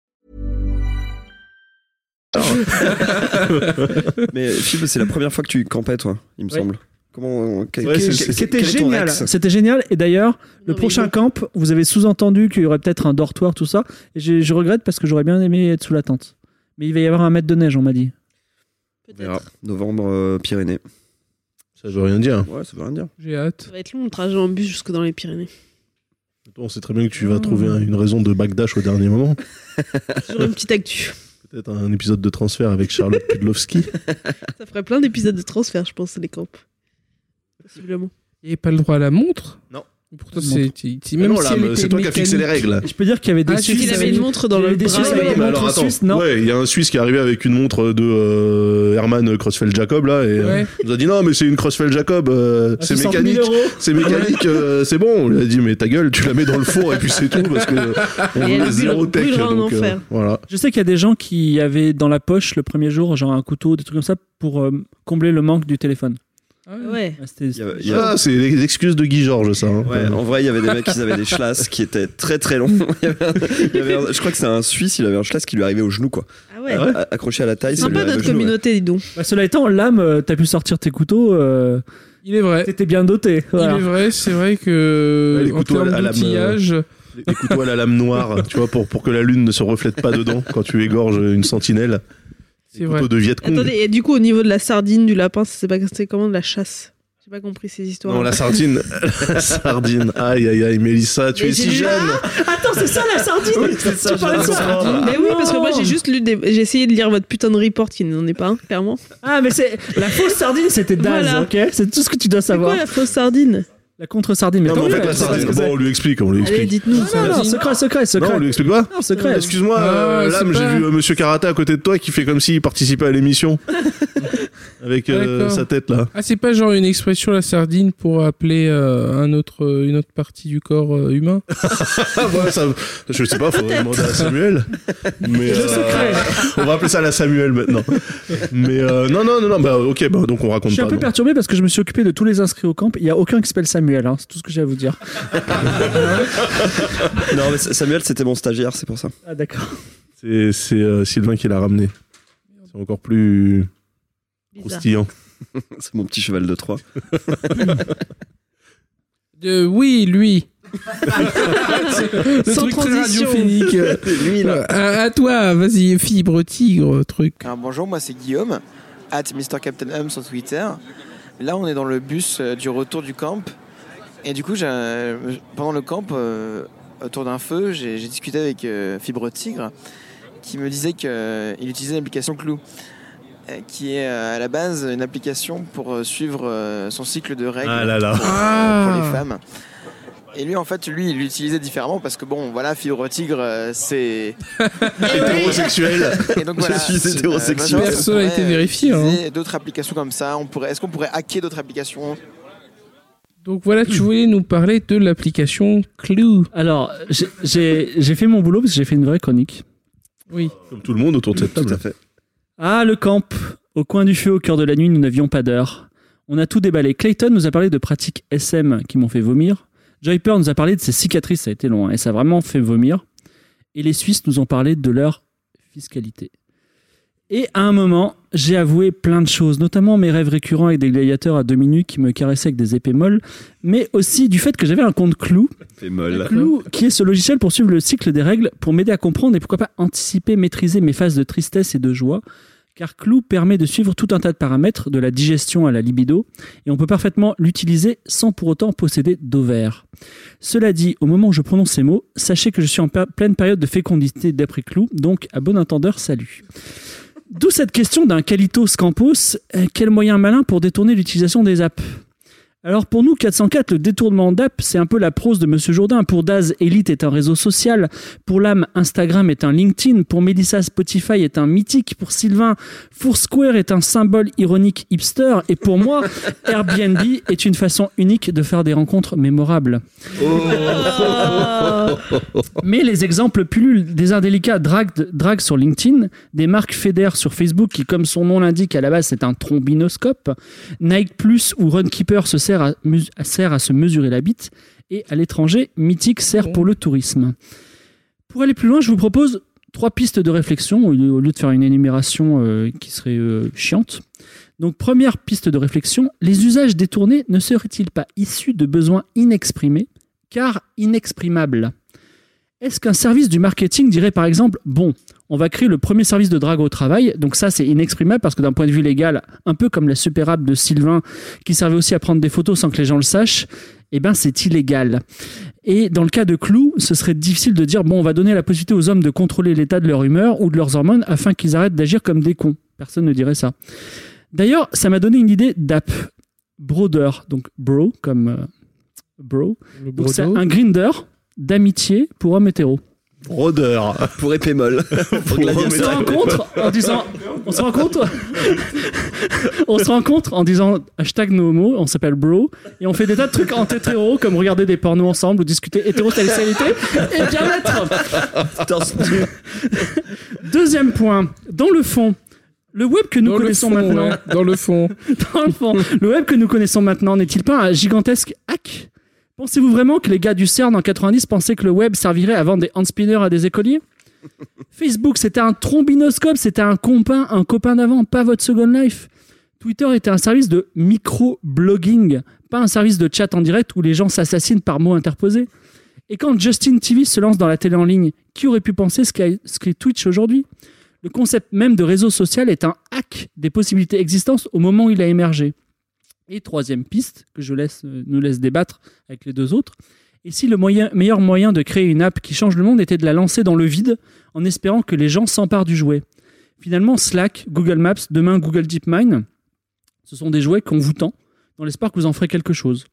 S2: [laughs] Mais Phil, c'est la première fois que tu campais, toi, il me
S6: Ouais.
S2: semble. Comment quel-
S6: Ouais,
S2: quel-
S6: c'est-
S2: quel-
S6: C'était
S2: quel est ton
S6: génial.
S2: Rex
S6: C'était génial. Et d'ailleurs, le prochain camp, vous avez sous-entendu qu'il y aurait peut-être un dortoir, tout ça. Et je, je regrette parce que j'aurais bien aimé être sous la tente. Mais il va y avoir un mètre de neige, on m'a dit.
S2: On verra. Novembre, euh, Pyrénées.
S5: Ça veut rien dire.
S2: Ouais, ça veut rien dire.
S4: J'ai hâte.
S7: Ça va être long le trajet en bus jusque dans les Pyrénées.
S5: Toi, on sait très bien que tu vas trouver
S6: Ah.
S5: un- une raison de backdash au dernier moment.
S7: Toujours une petite actu.
S5: Peut-être un épisode de transfert avec Charlotte Pudlowski.
S7: Ça ferait plein d'épisodes de transfert, je pense, les camps. Possiblement.
S4: Il n'y avait pas le droit à la montre
S5: Non.
S4: Pourtant,
S5: Montre.
S4: c'est tu- tu-
S5: Mais
S4: même
S5: non,
S4: si
S5: là,
S4: elle
S5: mais
S4: était
S5: c'est toi qui as fixé les
S4: mécanique-
S5: règles.
S6: Je peux dire qu'il y avait des
S4: Ah,
S6: Suisses.
S4: qu'il avait une montre dans
S6: Il y
S4: le
S6: avait des
S4: bras,
S6: Suisses avec
S4: ouais.
S6: des
S4: Mais
S6: montres
S5: Bah, Alors attends,
S6: suisses, non.
S5: ouais, il y a un Suisse qui est arrivé avec une montre de euh, Herman Crossfeld Jacob là et euh,
S6: Ouais.
S5: il nous a dit non mais c'est une Crossfeld Jacob, euh,
S6: Ah,
S5: c'est
S6: 60 000
S5: mécanique,
S6: euros.
S5: c'est mécanique, euh, c'est bon. On lui a dit mais ta gueule, tu la mets dans le four et puis c'est tout parce que euh, on
S6: Et elle
S5: est zéro
S6: brûle-
S5: tech
S6: brûlera en
S5: donc euh,
S6: enfer.
S5: voilà.
S6: Je sais qu'il y a des gens qui avaient dans la poche le premier jour, genre un couteau, des trucs comme ça, pour euh, combler le manque du téléphone. Ah
S7: Ouais.
S2: Il y a-
S5: Ah, c'est les excuses de Guy Georges ça. hein.
S2: Ouais, en vrai, il y avait des mecs qui
S5: [laughs]
S2: avaient des chlasses qui étaient très très longs. [laughs] Il y avait un- il y avait un- je crois que c'est un Suisse, il avait un chlasse qui lui arrivait au genou, quoi. Euh,
S7: Ah ouais.
S2: A- Accroché à la taille, ça lui
S7: Sympa
S2: arrivait au
S7: notre
S2: genou, ouais.
S7: communauté, dis donc.
S6: Bah, cela étant, l'âme, euh, t'as pu sortir tes couteaux. euh,
S4: Il est vrai.
S6: T'étais bien hein. doté. voilà.
S4: Il est vrai, c'est vrai que
S6: Euh,
S4: euh,
S5: Ouais, les
S4: en
S5: couteaux à la- euh,
S4: termes
S5: à la-
S4: d'outillage,
S5: Les, les couteaux à la lame noire, tu vois pour pour que la lune ne se reflète pas dedans quand tu égorges une sentinelle.
S4: C'est
S5: Couteau de Viet Cong.
S7: Attendez, et du coup, au niveau de la sardine, du lapin, ça s'est pas passé comment de la chasse J'ai pas compris ces histoires.
S5: Non, la
S6: [laughs]
S5: sardine. la sardine. Aïe, aïe, aïe, Mélissa, tu
S7: Mais
S5: es
S7: j'ai
S5: si
S7: lu-
S5: jeune.
S7: Attends, c'est ça la sardine
S5: Oui, c'est ça,
S7: Tu parles
S5: je
S7: de
S5: comprends.
S7: sardine Mais oui, parce que moi j'ai juste lu des... J'ai essayé de lire votre putain de report qui n'en est pas un, clairement.
S6: Ah, mais c'est. La fausse sardine, c'était daze,
S7: Voilà.
S6: ok C'est tout ce que tu dois savoir.
S7: Quoi, la fausse sardine
S6: La contre-sardine, mais
S5: Non, mais
S6: tant
S5: en
S6: mieux,
S5: fait, la
S6: elle sait pas ce
S5: sardine.
S6: que
S5: Bon, on lui explique, on lui
S6: Allez,
S5: explique.
S6: dites-nous, Non, sardine. non, secret, secret, secret.
S5: Non, on lui explique pas
S6: Non, secret.
S5: Excuse-moi,
S6: Ah,
S5: euh,
S6: c'est
S5: l'âme, j'ai
S6: pas-
S5: vu euh, Monsieur Karata à côté de toi qui fait comme s'il participait à
S6: [laughs]
S5: l'émission. Avec euh,
S4: D'accord.
S5: sa tête, là.
S4: Ah, c'est pas genre une expression la sardine pour appeler euh, un autre, euh, une autre partie du corps euh, humain
S5: [laughs] Ah, ouais, ça- je sais pas, faudrait demander à Samuel. Mais, euh, on va appeler ça la Samuel maintenant. Mais euh, non, non, non, non, bah ok, bah, donc on raconte
S6: Je suis
S5: pas.
S6: un peu
S5: non.
S6: perturbé parce que je me suis occupé de tous les inscrits au camp. Il n'y a aucun qui s'appelle Samuel, hein, c'est tout ce que j'ai à vous dire.
S2: [laughs] Non, mais Samuel, c'était mon stagiaire, c'est pour ça.
S6: Ah, d'accord.
S5: C'est- C'est euh, Sylvain qui l'a ramené. C'est encore plus croustillant.
S2: [laughs] c'est mon petit cheval
S5: [laughs]
S2: de Troie.
S7: [laughs]
S4: Euh, Oui,
S5: [laughs]
S4: lui.
S11: Sans transition.
S4: Lui, Euh, À, à toi, vas-y, fibre tigre, truc.
S15: Ah, bonjour, moi c'est Guillaume, at Mr. Captain Hum sur Twitter. Là, on est dans le bus euh, du retour du camp. Et du coup, j'ai, euh, pendant le camp, euh, autour d'un feu, j'ai j'ai discuté avec euh, Fibre Tigre qui me disait qu'il utilisait l'application Clou, euh, qui est euh, à la base une application pour euh, suivre euh, son cycle de règles
S5: Ah là là.
S15: Pour, euh, pour
S5: Ah.
S15: les femmes. Et lui, en fait, lui, il l'utilisait différemment parce que bon, voilà, Fibre Tigre, euh, c'est
S5: Hétérosexuel.
S15: et donc voilà.
S5: Je suis hétérosexuel.
S15: Euh,
S5: Personne n'a
S15: on pourrait,
S5: été
S15: euh,
S5: vérifié, hein.
S15: utiliser D'autres applications comme ça, on pourrait. Est-ce qu'on pourrait hacker d'autres applications
S4: Donc voilà, tu voulais nous parler de l'application Clue.
S6: Alors, j'ai- j'ai j'ai fait mon boulot parce que j'ai fait une vraie chronique.
S4: Oui.
S5: Comme tout le monde autour de cette table.
S6: Ah, le camp Au coin du feu, au cœur de la nuit, nous n'avions pas d'heure. On a tout déballé. Clayton nous a parlé de pratiques SM qui m'ont fait vomir. Joyper nous a parlé de ses cicatrices, ça a été long, hein, et ça a vraiment fait vomir. Et les Suisses nous ont parlé de leur fiscalité. Et à un moment, j'ai avoué plein de choses, notamment mes rêves récurrents avec des gladiateurs à deux minutes qui me caressaient avec des épées molles, mais aussi du fait que j'avais un compte clou
S2: C'est molle.
S6: Clou, qui est ce logiciel pour suivre le cycle des règles, pour m'aider à comprendre et pourquoi pas anticiper, maîtriser mes phases de tristesse et de joie. Car Clou permet de suivre tout un tas de paramètres, de la digestion à la libido, et on peut parfaitement l'utiliser sans pour autant posséder d'ovaires. Cela dit, au moment où je prononce ces mots, sachez que je suis en pa- pleine période de fécondité d'après Clou, donc à bon entendeur, salut. D'où cette question d'un Calitos Campos, euh, quel moyen malin pour détourner l'utilisation des apps Alors pour nous, 404, le détournement d'app, c'est un peu la prose de Monsieur Jourdain. Pour Daz, Elite est un réseau social. Pour l'âme, Instagram est un LinkedIn. Pour Mélissa, Spotify est un mythique. Pour Sylvain, Foursquare est un symbole ironique hipster. Et pour moi, Airbnb est une façon unique de faire des rencontres mémorables. Mais les exemples pullulent. Des indélicats draguent, draguent sur LinkedIn, des marques fédèrent sur Facebook qui, comme son nom l'indique, à la base c'est un trombinoscope. Nike Plus ou Runkeeper se sert à, mus- sert à se mesurer la bite. Et à l'étranger, Mythic sert pour le tourisme. Pour aller plus loin, je vous propose trois pistes de réflexion au lieu au lieu de faire une énumération euh, qui serait euh, chiante. Donc première piste de réflexion, les usages détournés ne seraient-ils pas issus de besoins inexprimés, car inexprimables Est-ce qu'un service du marketing dirait par exemple, bon, on va créer le premier service de drague au travail, donc ça c'est inexprimable parce que d'un point de vue légal, un peu comme la super app de Sylvain qui servait aussi à prendre des photos sans que les gens le sachent, eh ben c'est illégal. Et dans le cas de Clou, ce serait difficile de dire bon, on va donner la possibilité aux hommes de contrôler l'état de leur humeur ou de leurs hormones afin qu'ils arrêtent d'agir comme des cons. Personne ne dirait ça. D'ailleurs, ça m'a donné une idée d'app. Broder, donc bro comme euh, bro. Donc c'est
S2: brodo.
S6: un grinder d'amitié pour hommes hétéros.
S2: Broder. Pour épée molle. Pour
S6: On
S2: gladiateur.
S6: se rencontre en disant. On se rencontre. on se rencontre en disant hashtag no homo, on s'appelle bro, et on fait des tas de trucs en hétéro, comme regarder des pornos ensemble ou discuter hétérosexualité et bien-être.
S2: [laughs]
S6: Deuxième point, dans le fond, le web que nous
S4: Dans le
S6: connaissons
S4: fond,
S6: maintenant.
S4: ouais, dans le fond.
S6: [laughs] dans le fond. Le web que nous connaissons maintenant n'est-il pas un gigantesque hack Pensez-vous vraiment que les gars du CERN en 90 pensaient que le web servirait à vendre des handspinners à des écoliers Facebook, c'était un trombinoscope, c'était un copain, un copain d'avant, pas votre Second Life. Twitter était un service de micro-blogging, pas un service de chat en direct où les gens s'assassinent par mots interposés. Et quand Justin TV se lance dans la télé en ligne, qui aurait pu penser ce qu'est ce qu'est Twitch aujourd'hui Le concept même de réseau social est un hack des possibilités existantes au moment où il a émergé. Et troisième piste, que je laisse, euh, nous laisse débattre avec les deux autres, et si le moyen- meilleur moyen de créer une app qui change le monde était de la lancer dans le vide en espérant que les gens s'emparent du jouet Finalement, Slack, Google Maps, demain Google DeepMind, ce sont des jouets qu'on vous tend dans l'espoir que vous en ferez quelque chose.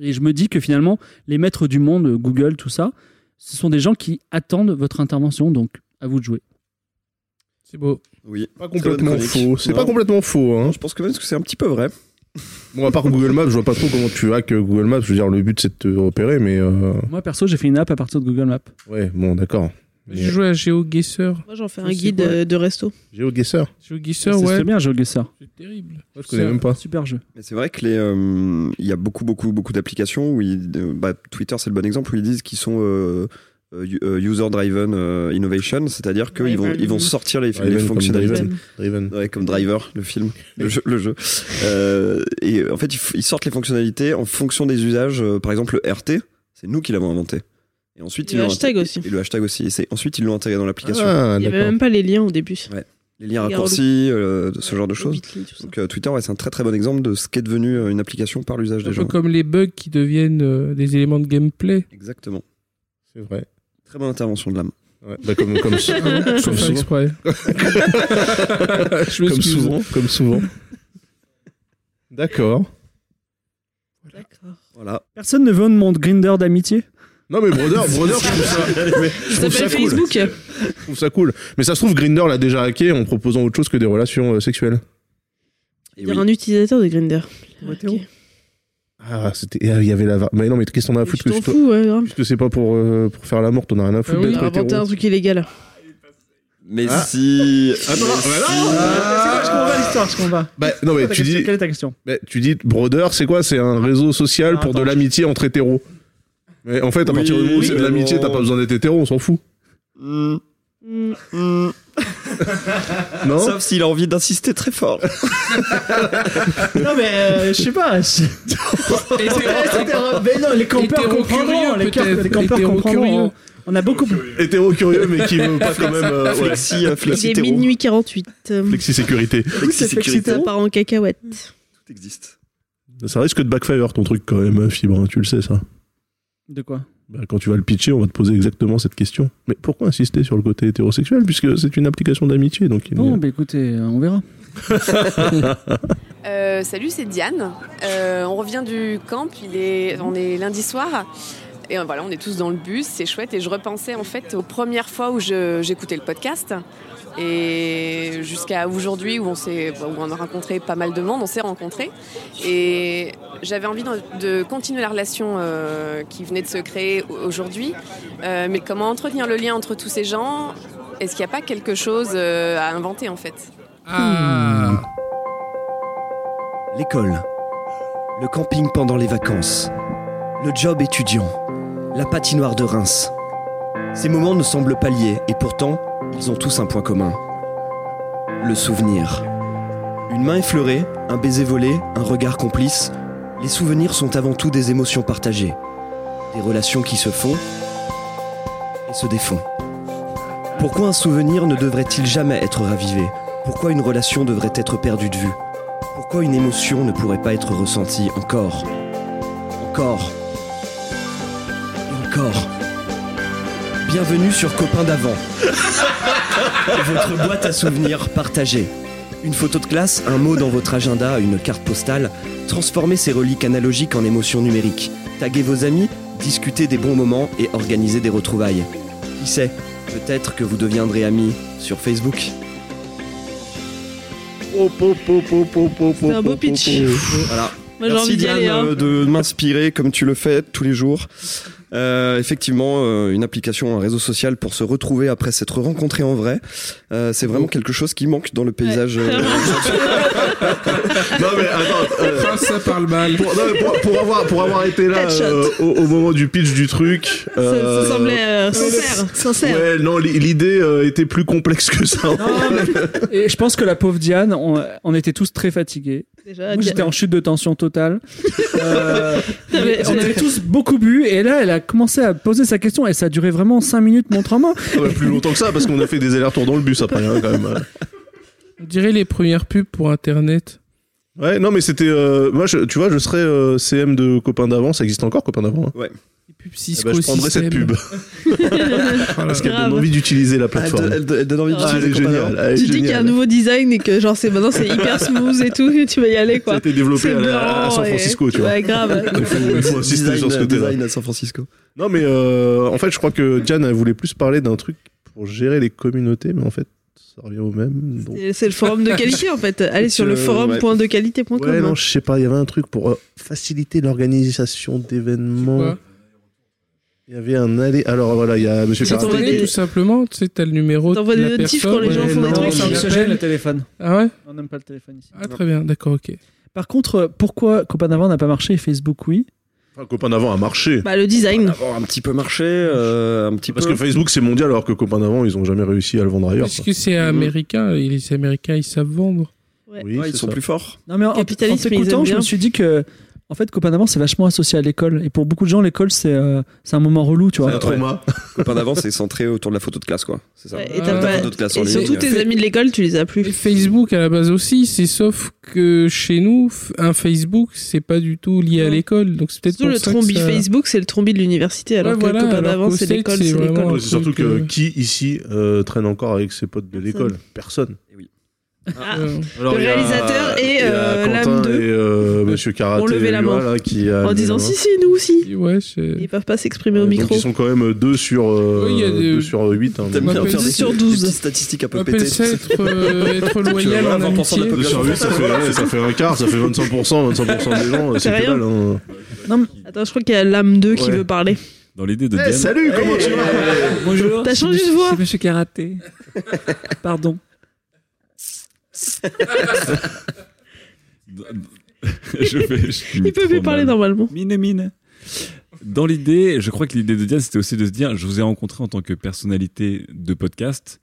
S6: Et je me dis que finalement, les maîtres du monde, euh, Google, tout ça, ce sont des gens qui attendent votre intervention, donc à vous de jouer.
S4: C'est beau.
S2: Oui.
S5: Pas
S2: Très
S5: complètement
S2: bonne chronique.
S5: faux. C'est
S2: Non.
S5: pas complètement faux. Hein.
S2: Je pense que même que c'est un petit peu vrai.
S5: Bon, à part Google Maps, je vois pas trop comment tu hack euh, Google Maps. Je veux dire, le but c'est de te repérer, mais. euh,
S6: Moi, perso, j'ai fait une app à partir de Google Maps.
S5: Ouais, bon, d'accord.
S4: J'ai joué à GeoGuessr.
S7: Moi, j'en fais
S4: Je
S7: un
S4: sais
S7: guide
S4: quoi.
S7: euh, de resto.
S5: GeoGuessr.
S4: GeoGuessr,
S6: C'est
S4: ouais.
S6: bien, GeoGuessr.
S4: C'est terrible.
S5: je connais même pas.
S6: Super jeu.
S2: Mais c'est vrai que les, euh, il y a beaucoup, beaucoup, beaucoup d'applications où ils- euh, bah, Twitter, c'est le bon exemple, où ils disent qu'ils sont euh, euh, u- euh, user-driven euh, innovation, c'est-à-dire qu'ils vont, ils vont sortir les,
S5: Driven
S2: les
S5: comme
S2: fonctionnalités.
S5: Driven. Driven.
S2: Ouais, comme Driver, le film, le jeu. le jeu. Euh, et en fait, ils, f- ils sortent les fonctionnalités en fonction des usages. Euh, Par exemple, le RT, c'est nous qui l'avons inventé. Et ensuite,
S7: Et
S2: ils
S7: le
S2: l'ont
S7: hashtag
S2: inté-
S7: aussi.
S2: Et le hashtag aussi. Et c'est- ensuite, ils l'ont intégré dans l'application.
S7: Ah,
S5: Ah,
S7: Il n'y avait même pas les liens au début.
S2: Les liens
S7: Regarde.
S2: raccourcis, euh, ce genre de choses. Donc euh, Twitter, ouais, c'est un très très bon exemple de ce qu'est devenu euh, une application par l'usage
S4: Un
S2: des
S4: peu
S2: gens.
S4: comme les bugs qui deviennent euh, des éléments de gameplay.
S2: Exactement.
S5: C'est vrai.
S2: Très bonne intervention de l'âme.
S5: Ouais, bah, comme,
S7: [laughs]
S5: comme,
S4: [laughs] Ah,
S5: comme
S4: faut faire
S5: souvent. [laughs]
S4: exprès. [laughs] Je
S5: comme
S4: m'excuse.
S5: souvent. Comme souvent. D'accord.
S2: Voilà.
S6: Personne ne veut de monde Grinder d'amitié
S5: Non mais Brother, Brother, je trouve ça, je trouve ça cool. Je trouve ça cool. Mais ça se trouve, Grinder l'a déjà hacké en proposant autre chose que des relations euh, sexuelles.
S7: Il y a un utilisateur de Grinder.
S5: Ah, c'était, ah, il y avait la. var- Mais non, mais qu'est-ce qu'on a à foutre que
S7: T'en
S5: je te-
S7: fous, ouais, grave.
S5: Parce que c'est pas pour, euh, pour faire la morte, on a rien à
S7: Ah
S5: foutre
S7: oui,
S5: d'être
S7: inventer
S5: hétéro.
S7: un truc illégal.
S2: Mais si.
S5: Attends, non,
S6: je comprends l'histoire, je comprends.
S5: Bah, non, mais
S6: Ta
S5: tu
S6: question,
S5: dis.
S6: Ah. Quelle est ta question
S5: Bah, tu dis, Brother, c'est quoi C'est un réseau social
S7: Ah,
S5: pour de l'amitié entre hétéros. Mais en fait, à
S2: Oui,
S5: partir du moment où c'est de
S2: mais
S5: l'amitié,
S2: bon.
S5: t'as pas besoin d'être hétéro, on s'en fout.
S7: Mm.
S5: Non
S2: Mm. Sauf s'il a envie d'insister très fort.
S6: Non, mais euh, je sais pas. je- mais non, les campeurs
S4: Hétéro
S6: comprendront.
S4: curieux,
S6: Les, cam-
S4: peut-être.
S6: les campeurs
S4: Hétéro
S6: comprendront.
S4: curieux.
S6: On a beaucoup.
S5: Hétéro curieux, mais qui veut pas quand même. euh, ouais.
S2: Flexi, euh,
S7: Il est
S2: flexi-hétéro.
S7: minuit 48. euh,
S5: Flexi-sécurité.
S7: Ça part en cacahuète.
S2: existe.
S5: Ça risque de backfire ton truc quand même, hein, Fibre, hein, tu le sais ça.
S6: De quoi
S5: Bah, quand tu vas le pitcher, on va te poser exactement cette question. Mais pourquoi insister sur le côté hétérosexuel puisque c'est une application d'amitié donc il y a-
S6: Bon, bah écoutez, euh,
S5: [laughs]
S6: on verra.
S28: Euh, salut, c'est Diane. Euh, on revient du camp. Il est, on est lundi soir. Et euh, voilà, on est tous dans le bus, c'est chouette. Et je repensais en fait aux premières fois où je- j'écoutais le podcast. Et jusqu'à aujourd'hui, où on, s'est, où on a rencontré pas mal de monde, on s'est rencontrés. Et j'avais envie de, de continuer la relation euh, qui venait de se créer au- aujourd'hui. Euh, mais comment entretenir le lien entre tous ces gens Est-ce qu'il n'y a pas quelque chose euh, à inventer en fait
S8: Hmm. L'école, le camping pendant les vacances, le job étudiant, la patinoire de Reims. Ces moments ne semblent pas liés et pourtant, ils ont tous un point commun. Le souvenir. Une main effleurée, un baiser volé, un regard complice, les souvenirs sont avant tout des émotions partagées, des relations qui se font et se défont. Pourquoi un souvenir ne devrait-il jamais être ravivé Pourquoi une relation devrait être perdue de vue Pourquoi une émotion ne pourrait pas être ressentie encore Encore Et Encore Bienvenue sur Copain d'avant. Votre boîte à souvenirs partagée. Une photo de classe, un mot dans votre agenda, une carte postale. Transformez ces reliques analogiques en émotions numériques. Taguez vos amis, discutez des bons moments et organisez des retrouvailles. Qui sait Peut-être que vous deviendrez amis sur Facebook.
S7: C'est un beau pitch.
S8: Voilà.
S7: Moi, j'ai
S8: Merci
S7: envie d'y
S8: Diane
S7: aller, hein.
S8: euh, de m'inspirer comme tu le fais tous les jours. Euh, effectivement, euh, une application, un réseau social pour se retrouver après s'être rencontré en vrai, Euh, c'est vraiment quelque chose qui manque dans le paysage. euh,
S5: Non mais attends, euh,
S4: Enfin, ça parle mal.
S5: Pour, non, mais pour- pour avoir, pour avoir été là
S4: Headshot.
S5: euh, au, au moment du pitch du truc. euh,
S7: semblait euh, sincère. sincère.
S5: Ouais, non, l'i- l'idée euh, était plus complexe que ça. en fait.
S6: Et je pense que la pauvre Diane, on, on était tous très fatigués.
S7: Déjà,
S6: Moi,
S7: Diane-
S6: j'étais en chute de tension totale.
S7: [laughs]
S6: Euh,
S7: T'avais-
S6: on avait tous beaucoup bu et là, elle a commencé à poser sa question et ça a duré vraiment 5 minutes montre en main.
S5: Ah bah, plus longtemps que ça parce qu'on a fait des allers-retours dans le bus après hein, quand même.
S4: On dirait les premières pubs pour Internet.
S5: Ouais, non mais c'était, euh, moi, je- tu vois, je serais euh, CM de copain d'avant, ça existe encore copain d'avant.
S8: Ouais.
S4: Pub
S5: Eh
S4: Cisco
S5: ben, je prendrais
S4: System.
S5: cette pub. [laughs] Parce qu'elle donne envie d'utiliser la plateforme.
S8: elle donne- elle donne envie
S5: Ah, elle est
S8: d'utiliser Copain
S5: géniale.
S8: d'Avant.
S5: elle est
S7: tu dis qu'il y a un
S5: géniale.
S7: nouveau design et que genre
S5: [laughs]
S7: c'est maintenant c'est hyper smooth et tout et tu vas y aller quoi.
S5: Ça a été développé
S7: C'est
S5: à la- à
S7: blanc
S5: San
S7: et-
S5: Francisco, tu vois.
S7: Oh,
S5: [laughs]
S7: Ouais, [laughs] grave.
S5: Il faut- il faut insister
S8: Design-
S5: sur ce côté-là.
S8: design à San Francisco.
S5: Non, mais euh, en fait, je crois que Diane elle voulait plus parler d'un truc pour gérer les communautés, mais en fait, ça revient au même. donc-
S7: Et C'est le forum de qualité en fait. Allez sur
S5: Euh,
S7: le
S5: ouais.
S7: forum.dequalité.com.
S5: Ouais, non,
S7: hein.
S5: je sais pas, il y avait un truc pour euh, faciliter l'organisation d'événements. Il y avait un aller. Alors voilà, il y a Monsieur
S4: C'est
S5: Ferrari.
S4: envoyé tout simplement, tu sais, t'as le numéro.
S7: T'envoies
S4: de
S7: des
S4: la
S7: notifs
S4: personne.
S7: quand les gens
S4: Ouais,
S7: font des
S4: non,
S7: trucs,
S4: mais
S7: ça
S4: il
S7: anxiogène,
S4: appelle.
S6: le téléphone.
S4: Ah ouais
S6: On n'aime pas le téléphone ici.
S4: Ah très bien, d'accord, ok.
S6: Par contre, euh, pourquoi Copain d'avant n'a pas marché et Facebook oui
S5: Enfin, copain d'avant a marché.
S7: Bah, le design.
S8: Avoir un petit peu marché, euh, un petit
S5: Parce
S8: peu.
S5: que Facebook c'est mondial alors que copain d'avant ils ont jamais réussi à le vendre ailleurs.
S4: Parce
S5: quoi.
S4: que c'est américain, et les Américains ils savent vendre.
S5: Mm-hmm. Oui,
S8: Ouais, ils
S5: c'est
S8: sont
S5: ça.
S8: plus forts.
S6: Non mais en, en
S7: Capitalisme, ils aiment
S6: t'écoutant, je
S7: bien.
S6: me suis dit que en fait, Copain d'avant, c'est vachement associé à l'école. Et pour beaucoup de gens, l'école, c'est euh, c'est un moment relou, tu vois.
S8: Copain d'avant, c'est centré autour de la photo de classe, quoi. C'est ça.
S7: Ouais, et
S8: La
S7: t'as pas-
S8: photo de classe en
S7: et
S8: ligne.
S7: surtout tes amis de l'école, tu les as plus.
S4: Et Facebook à la base aussi, c'est sauf que chez nous, f- un Facebook, c'est pas du tout lié à l'école. Donc c'est peut-être
S7: Surtout
S4: pour
S7: le
S4: ça que
S7: trombi
S4: ça- [laughs]
S7: Facebook, c'est le trombi de l'université, alors
S4: Ouais,
S7: que
S4: voilà,
S7: le copain
S4: alors
S7: d'avant,
S4: qu'au
S7: c'est
S4: States,
S7: l'école,
S4: c'est
S7: c'est l'école.
S4: vraiment-
S5: Ouais, c'est surtout que
S4: Donc, euh,
S5: qui ici euh, traîne encore avec ses potes de l'école Personne.
S7: Ah.
S5: il y a-
S7: réalisateur et,
S5: il y a
S7: euh,
S5: Quentin
S7: l'âme deux
S5: et euh, Monsieur Karaté.
S7: ont levé la main.
S5: voilà, qui euh, a
S7: en
S5: levé
S7: disant
S5: la main.
S7: si, si, nous aussi.
S4: Ouais, c'est.
S7: Ils peuvent pas s'exprimer au micro.
S5: Donc ils sont quand même 2 sur, euh,
S4: Oui, il y a des-
S5: deux sur hein. 8.
S8: T'aimes bien faire des,
S7: sur
S8: des
S7: 12.
S8: petites statistiques un peu
S4: On
S8: pétées.
S4: appelle ça être, euh, être
S8: Parce que,
S4: loyal
S8: voilà,
S4: en
S8: 20% de la
S4: amitié.
S5: Deux sur
S8: population
S5: 8, ça fait,
S8: française.
S5: ouais, ça fait un quart, ça fait 25%, 25% des gens, c'est
S7: rien.
S5: que dalle. Hein.
S7: Attends, je crois qu'il y a l'âme 2 qui
S5: Ouais.
S7: veut parler.
S30: Dans l'idée de
S5: Eh,
S30: Diane.
S5: salut, comment tu vas
S6: Bonjour.
S7: T'as
S6: c'est
S7: changé de
S6: monsieur-
S7: voix.
S6: C'est Monsieur Karaté. Pardon.
S30: [laughs] je vais- je
S7: Il peut
S30: trop
S7: plus parler
S30: mal.
S7: normalement.
S30: Mine, mine. Dans l'idée, je crois que l'idée de Diane, c'était aussi de se dire, je vous ai rencontré en tant que personnalité de podcast.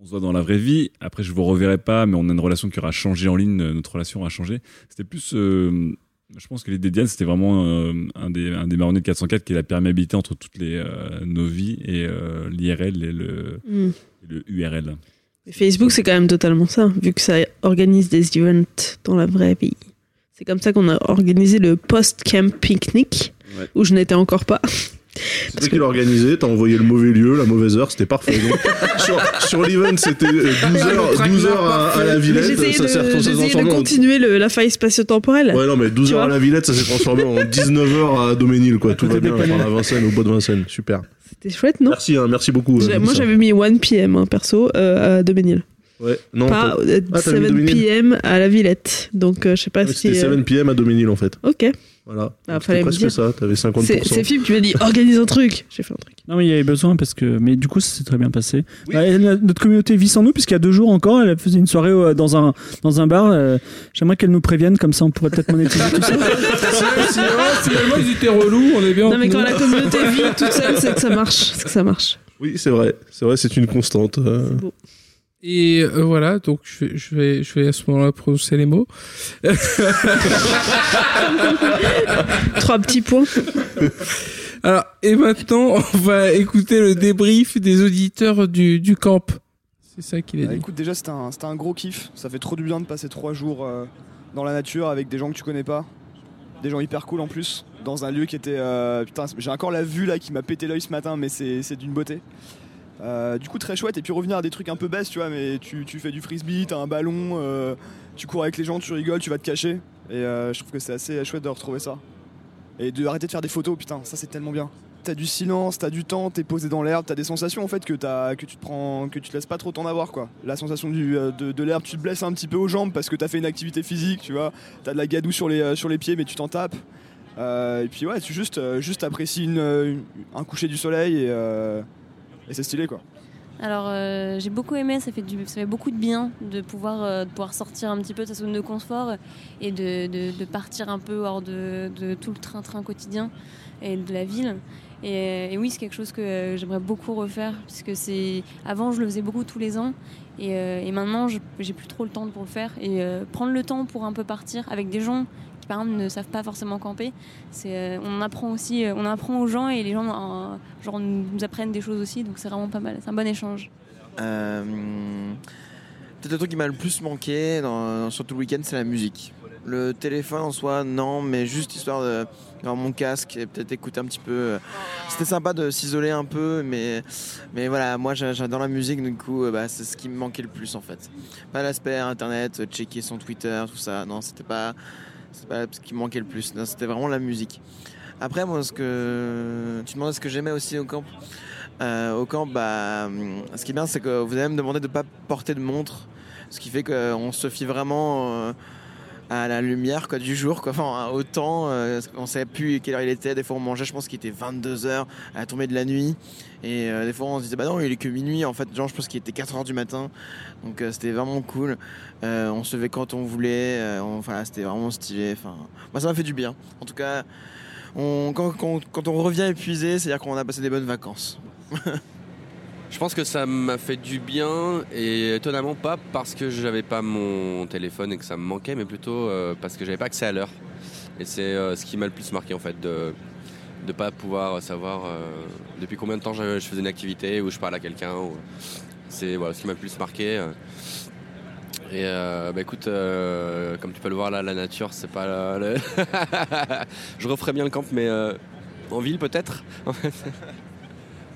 S30: On se voit dans la vraie vie. Après, je vous reverrai pas, mais on a une relation qui aura changé en ligne. euh, Notre relation aura changé. C'était plus, euh, je pense que l'idée de Diane, c'était vraiment euh, un des, un des marronniers de 404 qui est la perméabilité entre toutes les, euh, nos vies et euh, l'IRL et le,
S7: Mm.
S30: et le URL.
S7: Mais Facebook, c'est quand même totalement ça, vu que ça organise des events dans la vraie vie. C'est comme ça qu'on a organisé le post-camp picnic,
S30: Ouais.
S7: où je n'étais encore pas.
S5: C'est toi qui l'as organisé, t'as envoyé le mauvais lieu, la mauvaise heure, c'était parfait.
S7: [laughs]
S5: Donc, sur sur l'event, c'était euh, 12 heures, 12 heures à, à la
S7: Mais
S5: Villette,
S7: J'essayais
S5: ça s'est
S7: de, j'essayais de
S5: transformé en...
S7: continuer le- la faille spatio-temporelle.
S5: [laughs] Ouais, non, mais 12
S7: Tu
S5: heures à
S7: vois
S5: la Villette, ça s'est transformé en 19 heures à Doménil, quoi. Tout va bien, enfin, à Vincennes, au bois de Vincennes. Super.
S7: C'était chouette, non
S5: Merci, hein, merci beaucoup. euh,
S7: J'ai- Moi,
S5: Mélissa.
S7: j'avais mis 1 p.m. hein, perso euh, à Doménil.
S5: Ouais, non,
S7: pas
S5: t'as-
S7: euh,
S5: Ah, t'as mis
S7: 7
S5: Doménil
S7: p.m. à la Villette. Donc, euh, je sais pas
S5: Ouais,
S7: si.
S5: C'était 7
S7: euh,
S5: PM à Doménil, en fait.
S7: Ok.
S5: Voilà.
S7: Ah,
S5: C'était
S7: fallait me
S5: presque
S7: dire.
S5: ça, t'avais 50%.
S7: C'est c'est Philippe qui m'a dit organise un truc. J'ai fait un truc.
S30: Non, mais il y avait besoin parce que. Mais du coup, ça s'est très bien passé. Bah, elle, la- notre communauté vit sans nous, puisqu'il y a deux jours encore, elle faisait une soirée euh, dans un, dans un bar. euh, J'aimerais qu'elle nous prévienne, comme ça on pourrait peut-être monétiser tout ça.
S4: Ah, Finalement, ils étaient relous, on est bien.
S7: Non, mais
S4: entre
S7: quand
S4: nous.
S7: la communauté
S4: [laughs]
S7: vit toute seule, c'est que ça marche. C'est que ça marche.
S5: Oui, c'est vrai. C'est vrai, c'est une constante. euh.
S4: Et euh, voilà, donc je vais, je, vais, je vais à ce moment-là prononcer les
S7: [laughs]
S4: mots.
S7: Trois petits points.
S4: [laughs] Alors, et maintenant, on va écouter le débrief des auditeurs du, du camp. C'est ça qu'il a
S27: Bah,
S4: dit.
S27: Écoute, déjà, c'était un, c'était un gros kiff. Ça fait trop du bien de passer trois jours euh, dans la nature avec des gens que tu connais pas. Des gens hyper cool en plus. Dans un lieu qui était. euh, putain, j'ai encore la vue là qui m'a pété l'œil ce matin, mais c'est c'est d'une beauté. Euh, du coup, très chouette. Et puis revenir à des trucs un peu basses, tu vois, mais tu, tu fais du frisbee, t'as un ballon, euh, tu cours avec les gens, tu rigoles, tu vas te cacher. Et euh, je trouve que c'est assez chouette de retrouver ça. Et de arrêter de faire des photos, putain, ça c'est tellement bien. T'as du silence, t'as du temps, t'es posé dans l'herbe, t'as des sensations en fait que, t'as- que tu te prends, que tu te laisses pas trop t'en avoir quoi. La sensation du, euh, de, de l'herbe, tu te blesses un petit peu aux jambes parce que t'as fait une activité physique, tu vois. T'as de la gadoue sur les, euh, sur les pieds mais tu t'en tapes. Euh, et puis ouais, tu juste, euh, juste apprécies une, euh, une- un coucher du soleil et, euh, et c'est stylé quoi.
S33: Alors euh, j'ai beaucoup aimé, ça fait, du- ça fait beaucoup de bien de pouvoir, euh, de pouvoir sortir un petit peu de sa zone de confort et de, de- de partir un peu hors de, de tout le train-train quotidien et de la ville. Et, et oui, c'est quelque chose que euh, j'aimerais beaucoup refaire puisque c'est avant je le faisais beaucoup tous les ans et, euh, et maintenant je- j'ai plus trop le temps pour le faire et euh, prendre le temps pour un peu partir avec des gens qui par exemple ne savent pas forcément camper. C'est euh, on apprend aussi, euh, on apprend aux gens et les gens euh, genre nous nous apprennent des choses aussi donc c'est vraiment pas mal, c'est un bon échange.
S15: Euh, Peut-être le truc qui m'a le plus manqué dans, sur tout le week-end, c'est la musique. Le téléphone en soi, non, mais juste histoire de d'avoir mon casque et peut-être écouter un petit peu. euh, C'était sympa de s'isoler un peu, mais, mais voilà, moi j'a- j'adore la musique, du coup, euh, bah, c'est ce qui me manquait le plus en fait. Pas l'aspect internet, euh, checker son Twitter, tout ça, non, c'était pas, c'était pas ce qui me manquait le plus, Non, c'était vraiment la musique. Après, moi, ce que tu demandais ce que j'aimais aussi au camp. Euh, au camp, bah, hum, ce qui est bien, c'est que vous allez me demander de ne pas porter de montre, ce qui fait qu'on se fie vraiment euh, à la lumière quoi, du jour, quoi. Enfin, au temps. euh, on ne savait plus quelle heure il était. Des fois, on mangeait, je pense qu'il était 22h à la tombée de la nuit. Et euh, des fois, on se disait, bah non, il est que minuit. En fait, genre, je pense qu'il était 4h du matin. Donc, euh, c'était vraiment cool. Euh, on se levait quand on voulait. euh, on- enfin, c'était vraiment stylé. Enfin, moi, ça m'a fait du bien. En tout cas. On, quand, quand- quand on revient épuisé, c'est-à-dire qu'on a passé des bonnes vacances.
S24: Je pense que ça m'a fait du bien et étonnamment pas parce que j'avais pas mon téléphone et que ça me manquait, mais plutôt euh, parce que j'avais pas accès à l'heure. Et c'est euh, ce qui m'a le plus marqué en fait de ne pas pouvoir savoir euh, depuis combien de temps je, je faisais une activité ou je parlais à quelqu'un. ou- C'est voilà, ce qui m'a le plus marqué. euh. Et euh, bah écoute, euh, comme tu peux le voir là, la nature, c'est pas la- le- [laughs] je referais bien le camp, mais euh, en ville peut-être. en fait.
S26: [laughs]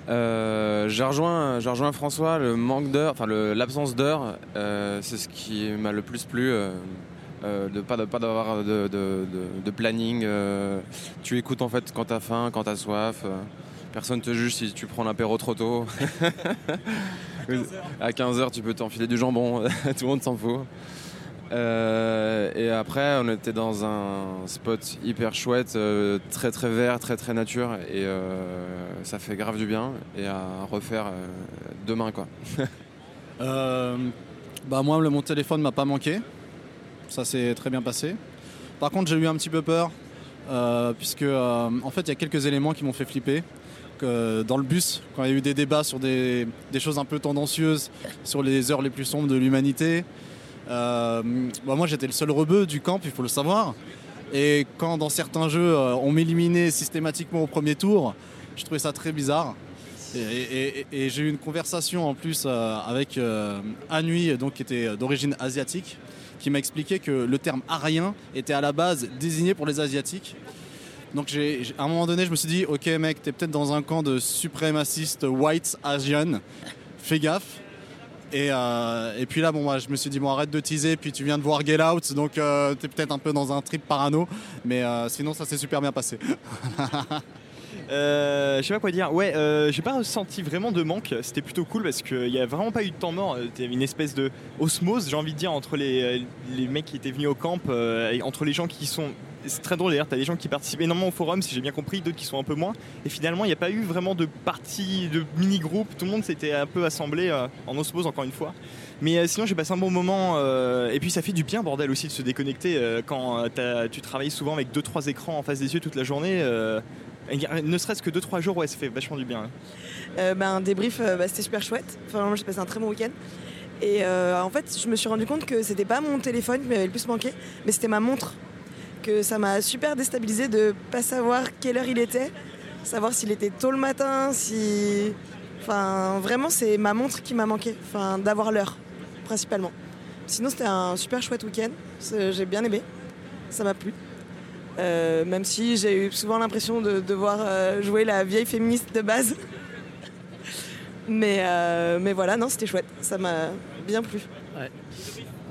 S26: Euh, je rejoins, je rejoins François, le manque d'heures, enfin le- l'absence d'heures, euh, c'est ce qui m'a le plus plu. euh, euh, de pas de- pas d'avoir de, de- de- de planning euh, tu écoutes en fait quand t'as faim quand t'as soif euh, personne te juge si tu prends l'apéro trop tôt [laughs] à 15h tu peux t'enfiler du jambon [laughs] tout le monde s'en fout Euh, et après on était dans un spot hyper chouette euh, très très vert très très nature et euh, ça fait grave du bien et à refaire euh, demain quoi [laughs]
S22: Euh, bah moi, le- mon téléphone m'a pas manqué. Ça s'est très bien passé. Par contre, j'ai eu un petit peu peur, euh, puisque euh, en fait, il y a quelques éléments qui m'ont fait flipper. Que dans le bus, quand il y a eu des débats sur des, des choses un peu tendancieuses, sur les heures les plus sombres de l'humanité, euh, bah moi j'étais le seul rebeu du camp, il faut le savoir. Et quand dans certains jeux, euh, on m'éliminait systématiquement au premier tour, je trouvais ça très bizarre. Et, et- et- et j'ai eu une conversation en plus euh, avec euh, Anui, donc, qui était d'origine asiatique, qui m'a expliqué que le terme arien était à la base désigné pour les asiatiques. Donc j'ai, j'ai- à un moment donné, je me suis dit, ok mec, t'es peut-être dans un camp de suprémacistes white Asian. Fais gaffe. Et, euh, et puis là, bon, moi, je me suis dit, bon, arrête de teaser, puis tu viens de voir Get Out, donc euh, t'es peut-être un peu dans un trip parano, mais euh, sinon, ça s'est super bien passé. [laughs]
S17: [laughs] Euh, je sais pas quoi dire. Ouais, euh, j'ai pas ressenti vraiment de manque. C'était plutôt cool parce qu'il y a vraiment pas eu de temps mort. Il y avait une espèce de osmose, j'ai envie de dire, entre les, euh, les mecs qui étaient venus au camp, euh, et entre les gens qui sont. C'est très drôle d'ailleurs, t'as des gens qui participent énormément au forum, si j'ai bien compris, d'autres qui sont un peu moins. Et finalement, il n'y a pas eu vraiment de partie, de mini-groupe. Tout le monde s'était un peu assemblé euh, en osmose, encore une fois. Mais euh, sinon, j'ai passé un bon moment. euh, et puis, ça fait du bien, bordel, aussi de se déconnecter euh, quand euh, t'as- tu travailles souvent avec 2-3 écrans en face des yeux toute la journée. euh, et, euh, ne serait-ce que 2-3 jours, ouais, ça fait vachement du bien. hein.
S19: Euh, ben, un débrief, euh, bah, c'était super chouette. Enfin, vraiment, j'ai passé un très bon week-end. Et euh, en fait, je me suis rendu compte que c'était pas mon téléphone qui m'avait le plus manqué, mais c'était ma montre. Que ça m'a super déstabilisé de pas savoir quelle heure il était, savoir s'il était tôt le matin, si. Enfin, vraiment, c'est ma montre qui m'a manqué. Enfin, d'avoir l'heure, principalement. Sinon, c'était un super chouette week-end. C'est- J'ai bien aimé. Ça m'a plu. Euh, même si j'ai eu souvent l'impression de devoir euh, jouer la vieille féministe de base. Mais, euh, mais voilà, non, c'était chouette. Ça m'a bien plu.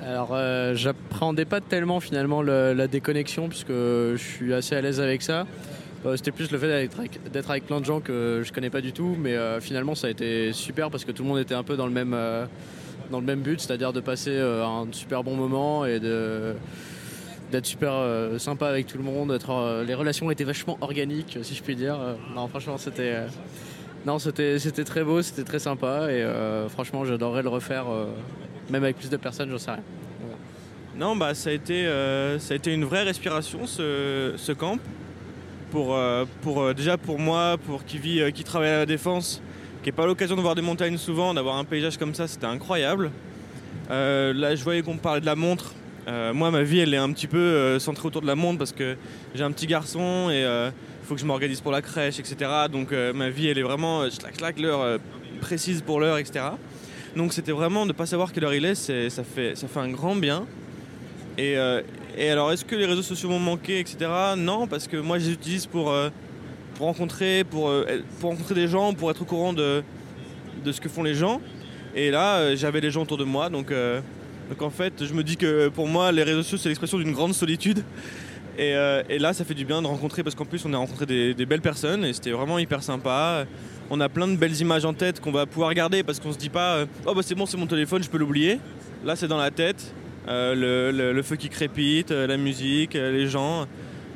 S16: Alors, euh, j'appréhendais pas tellement finalement le- la déconnexion, puisque je suis assez à l'aise avec ça. Euh, C'était plus le fait d'être avec, d'être avec plein de gens que je connais pas du tout, mais euh, finalement ça a été super parce que tout le monde était un peu dans le même, euh, dans le même but, c'est-à-dire de passer euh, un super bon moment et de d'être super euh, sympa avec tout le monde. être, euh, les relations étaient vachement organiques, si je puis dire. Euh, non, franchement, c'était euh, non, c'était c'était très beau, c'était très sympa et euh, franchement, j'adorerais le refaire, euh, même avec plus de personnes, j'en sais rien.
S14: Non, bah, ça, a été, euh, ça a été une vraie respiration ce, ce camp. Pour, euh, pour, euh, déjà pour moi, pour qui vit, euh, qui travaille à la défense, qui n'est pas l'occasion de voir des montagnes souvent, d'avoir un paysage comme ça, c'était incroyable. Euh, là, je voyais qu'on parlait de la montre. Euh, moi, ma vie, elle est un petit peu euh, centrée autour de la montre parce que j'ai un petit garçon et il faut que je m'organise pour la crèche, etc. Donc, euh, ma vie, elle est vraiment, euh, clac, clac, l'heure euh, précise pour l'heure, etc. Donc, c'était vraiment de ne pas savoir quelle heure il est, c'est- ça fait, ça fait un grand bien. Et, euh, et alors, est-ce que les réseaux sociaux m'ont manqué, etc. Non, parce que moi, je les utilise pour, euh, pour, rencontrer, pour, euh, être- pour rencontrer des gens, pour être au courant de, de ce que font les gens. Et là, euh, j'avais les gens autour de moi. Donc, euh, donc, en fait, je me dis que pour moi, les réseaux sociaux, c'est l'expression d'une grande solitude. Et, euh, et là, ça fait du bien de rencontrer, parce qu'en plus, on a rencontré des, des belles personnes et c'était vraiment hyper sympa. On a plein de belles images en tête qu'on va pouvoir garder parce qu'on se dit pas, euh, oh bah c'est bon, c'est mon téléphone, je peux l'oublier. Là, c'est dans la tête. Euh, le, le- le feu qui crépite, euh, la musique, euh, les gens.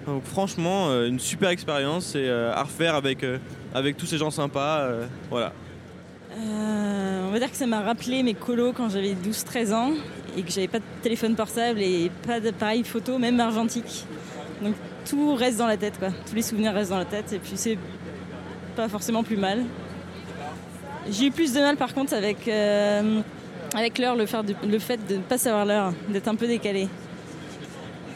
S14: Donc franchement, euh, une super expérience et euh, à refaire avec, euh, avec tous ces gens sympas. euh, voilà.
S20: Euh, on va dire que ça m'a rappelé mes colos quand j'avais 12-13 ans et que j'avais pas de téléphone portable et pas d'appareil photo, même argentique. Donc tout reste dans la tête, quoi. Tous les souvenirs restent dans la tête et puis c'est pas forcément plus mal. J'ai eu plus de mal par contre avec, euh, avec l'heure, le, faire de- le fait de ne pas savoir l'heure, d'être un peu décalé.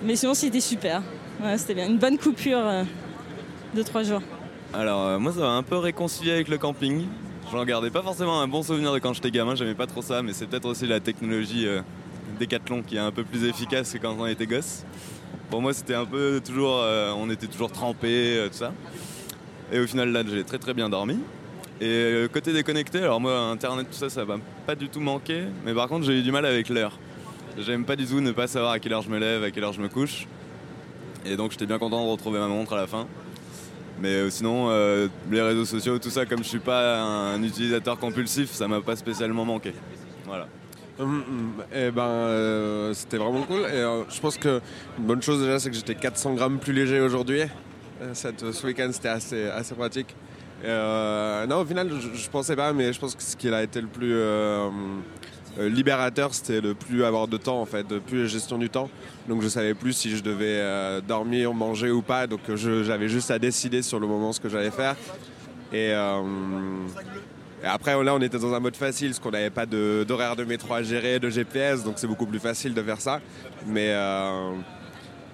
S20: Mais sinon c'était super. Ouais, c'était bien. Une bonne coupure euh, de 3 jours.
S21: Alors euh, moi ça m'a un peu réconcilié avec le camping. J'en gardais pas forcément un bon souvenir de quand j'étais gamin, j'aimais pas trop ça, mais c'est peut-être aussi la technologie euh, Decathlon qui est un peu plus efficace que quand on était gosse. Pour moi c'était un peu toujours, euh, on était toujours trempés, euh, tout ça. Et au final là j'ai très très bien dormi. Et euh, côté déconnecté, alors moi internet tout ça ça m'a pas du tout manqué, mais par contre j'ai eu du mal avec l'heure. J'aime pas du tout ne pas savoir à quelle heure je me lève, à quelle heure je me couche. Et donc j'étais bien content de retrouver ma montre à la fin. Mais euh, sinon, euh, les réseaux sociaux, tout ça, comme je suis pas un utilisateur compulsif, ça m'a pas spécialement manqué. Voilà.
S18: Hum, hum, eh ben, euh, c'était vraiment cool. Et euh, je pense que une bonne chose déjà, c'est que j'étais 400 grammes plus léger aujourd'hui. Euh, Cette, ce week-end, c'était assez, assez pratique. Et, euh, non, au final, je, je pensais pas, mais je pense que ce qui a été le plus euh, euh, libérateur, c'était de plus avoir de temps, en fait, de plus la gestion du temps. Donc, je savais plus si je devais euh, dormir, manger ou pas. Donc, je- j'avais juste à décider sur le moment ce que j'allais faire. Et, euh, et après, là, on était dans un mode facile, parce qu'on n'avait pas de- d'horaire de, métro à gérer, de GPS, donc c'est beaucoup plus facile de faire ça. Mais, euh,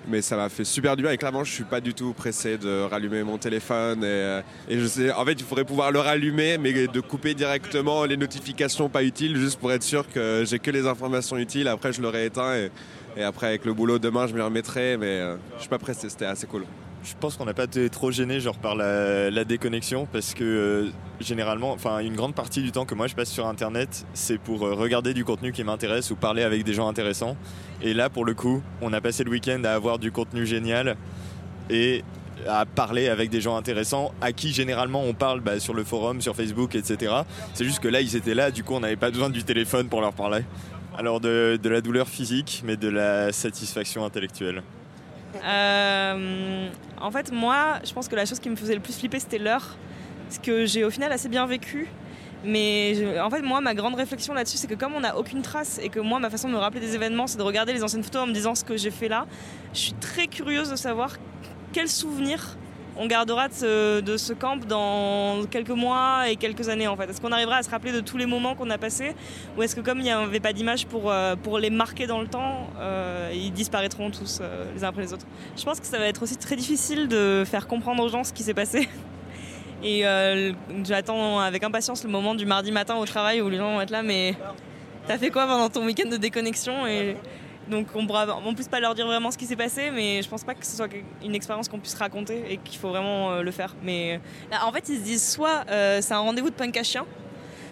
S18: mais ça m'a fait super du bien. Et clairement, je suis pas du tout pressé de rallumer mon téléphone. Et, euh, et je sais, en fait, il faudrait pouvoir le rallumer, mais de couper directement les notifications pas utiles, juste pour être sûr que j'ai que les informations utiles. Après, je l'aurais éteint. Et, et après, avec le boulot demain, je m'y remettrai. Mais euh, je suis pas pressé, c'était assez cool.
S31: je pense qu'on n'a pas été trop gêné genre par la, la déconnexion parce que euh, généralement, enfin une grande partie du temps que moi je passe sur internet, c'est pour euh, regarder du contenu qui m'intéresse ou parler avec des gens intéressants. Et là, pour le coup, on a passé le week-end à avoir du contenu génial et à parler avec des gens intéressants à qui généralement on parle bah, sur le forum, sur Facebook, etc. C'est juste que là, ils étaient là, du coup, on n'avait pas besoin du téléphone pour leur parler. Alors de- de la douleur physique, mais de la satisfaction intellectuelle.
S13: Euh, en fait, moi, je pense que la chose qui me faisait le plus flipper, c'était l'heure. Ce que j'ai au final assez bien vécu. Mais je- en fait, moi, ma grande réflexion là-dessus, c'est que comme on n'a aucune trace et que moi, ma façon de me rappeler des événements, c'est de regarder les anciennes photos en me disant ce que j'ai fait là, je suis très curieuse de savoir quels souvenirs on gardera de ce, de ce camp dans quelques mois et quelques années en fait Est-ce qu'on arrivera à se rappeler de tous les moments qu'on a passés ou est-ce que comme il n'y avait pas d'image pour, euh, pour les marquer dans le temps, euh, ils disparaîtront tous euh, les uns après les autres Je pense que ça va être aussi très difficile de faire comprendre aux gens ce qui s'est passé. Et euh, le- j'attends avec impatience le moment du mardi matin au travail où les gens vont être là, mais t'as fait quoi pendant ton week-end de déconnexion et... Donc on pourra en plus pas leur dire vraiment ce qui s'est passé, mais je pense pas que ce soit une expérience qu'on puisse raconter et qu'il faut vraiment euh, le faire. Mais là, en fait, ils se disent soit euh, c'est un rendez-vous de punk à chien,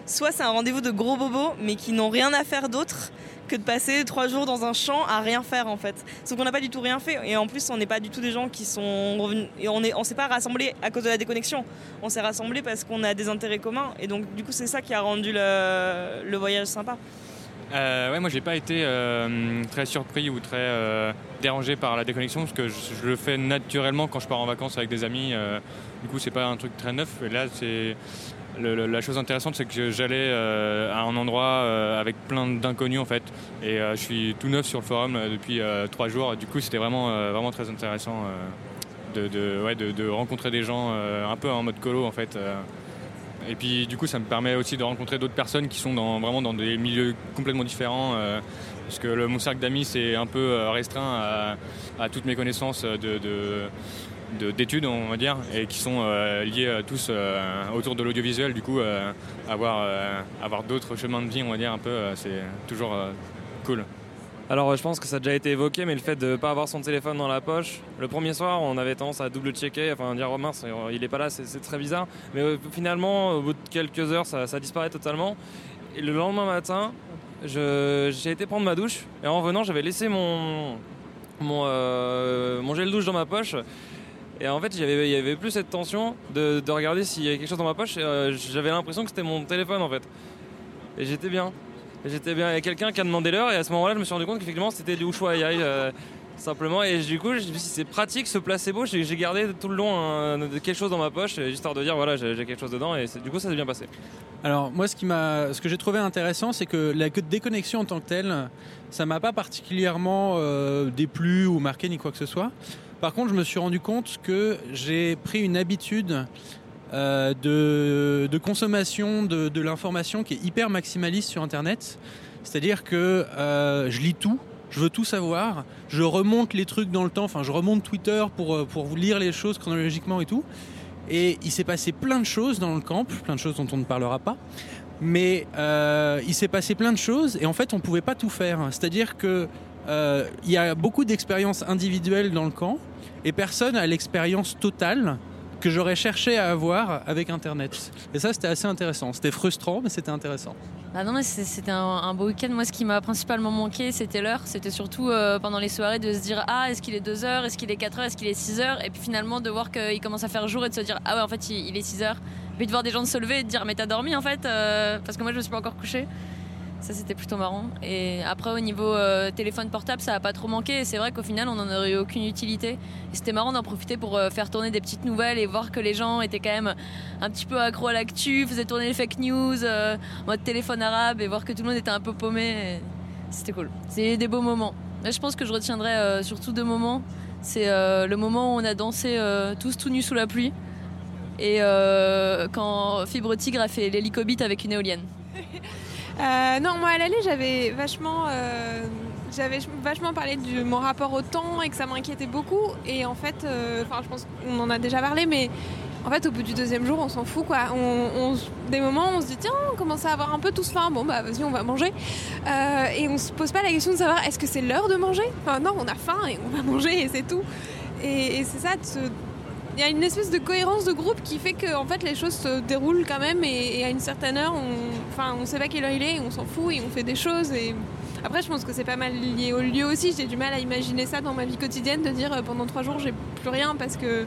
S13: soit c'est un rendez-vous de gros bobos, mais qui n'ont rien à faire d'autre que de passer trois jours dans un champ à rien faire en fait. Sauf qu'on n'a pas du tout rien fait et en plus on n'est pas du tout des gens qui sont revenus et on est on s'est pas rassemblés à cause de la déconnexion. On s'est rassemblés parce qu'on a des intérêts communs et donc du coup c'est ça qui a rendu le, le voyage sympa.
S23: Euh, ouais, moi j'ai pas été euh, très surpris ou très euh, dérangé par la déconnexion parce que je, je le fais naturellement quand je pars en vacances avec des amis. euh, du coup, c'est pas un truc très neuf. Et là, c'est le- le- la chose intéressante, c'est que je- j'allais euh, à un endroit euh, avec plein d'inconnus en fait. Et euh, je suis tout neuf sur le forum euh, depuis euh, trois jours. Du coup, c'était vraiment euh, vraiment très intéressant euh, de, de- ouais, de- de rencontrer des gens euh, un peu en mode colo en fait. euh, et puis du coup, ça me permet aussi de rencontrer d'autres personnes qui sont dans, vraiment dans des milieux complètement différents. euh, parce que le, mon cercle d'amis, c'est un peu euh, restreint à, à toutes mes connaissances de- de- de- d'études, on va dire, et qui sont euh, liées euh, tous euh, autour de l'audiovisuel. Du coup, euh, avoir, euh, avoir d'autres chemins de vie, on va dire, un peu, euh, c'est toujours euh, cool.
S12: Alors euh, je pense que ça a déjà été évoqué, mais le fait de ne pas avoir son téléphone dans la poche, le premier soir on avait tendance à double-checker, enfin dire oh mince euh, il est pas là, c'est c'est très bizarre, mais euh, finalement au bout de quelques heures ça, ça disparaît totalement. Et le lendemain matin, je- j'ai été prendre ma douche et en revenant j'avais laissé mon, mon, euh, mon gel douche dans ma poche. Et en fait, il y avait- il y avait plus cette tension de, de regarder s'il y avait quelque chose dans ma poche. et, euh, J'avais l'impression que c'était mon téléphone en fait. Et j'étais bien. Et J'étais bien. Il y a quelqu'un qui a demandé l'heure et à ce moment-là, je me suis rendu compte qu'effectivement c'était du Ushuaïa. euh, simplement. Et du coup, je me suis dit, c'est pratique ce placebo. J'ai j'ai gardé tout le long un- quelque chose dans ma poche, euh, histoire de dire voilà, j'ai j'ai quelque chose dedans. Et c'est- du coup, ça s'est bien passé.
S11: Alors moi, ce, qui m'a, ce que j'ai trouvé intéressant, c'est que la déconnexion en tant que telle, ça m'a pas particulièrement euh, déplu ou marqué ni quoi que ce soit. Par contre, je me suis rendu compte que j'ai pris une habitude euh, de, de consommation de, de l'information qui est hyper maximaliste sur Internet. C'est-à-dire que euh, je lis tout, je veux tout savoir, je remonte les trucs dans le temps, enfin je remonte Twitter pour, euh, pour vous lire les choses chronologiquement et tout. Et il s'est passé plein de choses dans le camp, plein de choses dont on ne parlera pas. Mais euh, il s'est passé plein de choses et en fait on ne pouvait pas tout faire. C'est-à-dire que euh, il y a beaucoup d'expériences individuelles dans le camp et personne a l'expérience totale que j'aurais cherché à avoir avec Internet. Et ça c'était assez intéressant. C'était frustrant mais c'était intéressant.
S33: Bah non, mais c'est- c'était un, un beau week-end. Moi, ce qui m'a principalement manqué, c'était l'heure. C'était surtout euh, pendant les soirées de se dire Ah, est-ce qu'il est 2h Est-ce qu'il est 4h Est-ce qu'il est 6h Et puis finalement, de voir qu'il commence à faire jour et de se dire Ah ouais, en fait, il, il est 6h. Puis de voir des gens se lever et de dire Mais t'as dormi en fait euh, Parce que moi, je me suis pas encore couché. Ça, c'était plutôt marrant. Et après, au niveau euh, téléphone portable, ça a pas trop manqué. Et c'est vrai qu'au final, on n'en aurait eu aucune utilité. Et c'était marrant d'en profiter pour euh, faire tourner des petites nouvelles et voir que les gens étaient quand même un petit peu accro à l'actu, faisaient tourner les fake news, euh, en mode téléphone arabe, et voir que tout le monde était un peu paumé. et C'était cool. C'est des beaux moments. Là, je pense que je retiendrai euh, surtout deux moments. C'est euh, le moment où on a dansé euh, tous tout nus sous la pluie. Et euh, quand Fibre Tigre a fait l'hélicobite avec une éolienne.
S34: Euh, non, moi à l'aller, j'avais vachement, euh, j'avais vachement parlé de mon rapport au temps et que ça m'inquiétait beaucoup. Et en fait, euh, enfin, je pense qu'on en a déjà parlé, mais en fait, au bout du deuxième jour, on s'en fout quoi. On, on s- des moments, on se dit tiens, on commence à avoir un peu tous faim. Bon bah vas-y, on va manger. Euh, et on se pose pas la question de savoir est-ce que c'est l'heure de manger. Enfin non, on a faim et on va manger et c'est tout. Et, et c'est ça, de se- y a une espèce de cohérence de groupe qui fait que en fait les choses se déroulent quand même et, et à une certaine heure on enfin on sait pas quelle heure il est et on s'en fout et on fait des choses et après je pense que c'est pas mal lié au lieu aussi j'ai du mal à imaginer ça dans ma vie quotidienne de dire euh, pendant trois jours j'ai plus rien parce que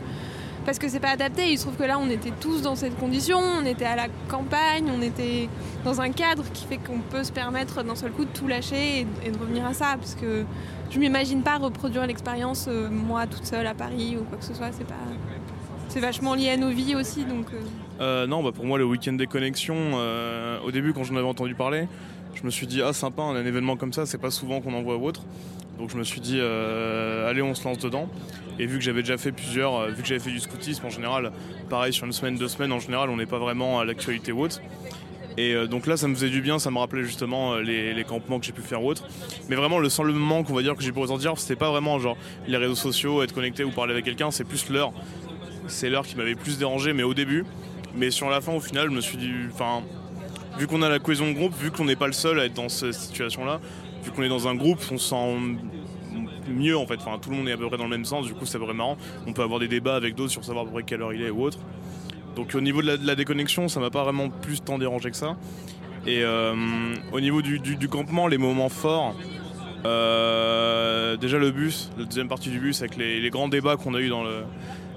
S34: parce que c'est pas adapté il se trouve que là on était tous dans cette condition on était à la campagne on était dans un cadre qui fait qu'on peut se permettre d'un seul coup de tout lâcher et, et de revenir à ça parce que je m'imagine pas reproduire l'expérience euh, moi toute seule à Paris ou quoi que ce soit c'est pas c'est vachement lié à nos vies aussi donc euh,
S9: Euh, non, bah, pour moi, le week-end des connexions, euh, au début, quand j'en avais entendu parler, je me suis dit, ah, sympa, un événement comme ça, c'est pas souvent qu'on en voit autre. Donc je me suis dit, euh, allez, on se lance dedans. Et vu que j'avais déjà fait plusieurs, euh, vu que j'avais fait du scoutisme en général, pareil, sur une semaine, deux semaines, en général, on n'est pas vraiment à l'actualité ou autre. Et euh, donc là, ça me faisait du bien, ça me rappelait justement euh, les, les campements que j'ai pu faire ou autre. Mais vraiment, le seul moment qu'on va dire que j'ai pu ressentir, c'était pas vraiment genre les réseaux sociaux, être connecté ou parler avec quelqu'un, c'est plus l'heure. C'est l'heure qui m'avait plus dérangé, mais au début. Mais sur la fin, au final, je me suis dit, enfin, vu qu'on a la cohésion de groupe, vu qu'on n'est pas le seul à être dans cette situation-là, vu qu'on est dans un groupe, on se sent mieux en fait. Enfin, tout le monde est à peu près dans le même sens, du coup, c'est vraiment marrant. On peut avoir des débats avec d'autres sur savoir à peu près quelle heure il est ou autre. Donc au niveau de la, de la déconnexion, ça m'a pas vraiment plus tant dérangé que ça. Et euh, au niveau du, du- du campement, les moments forts, euh, déjà le bus, la deuxième partie du bus avec les, les grands débats qu'on a eu dans le,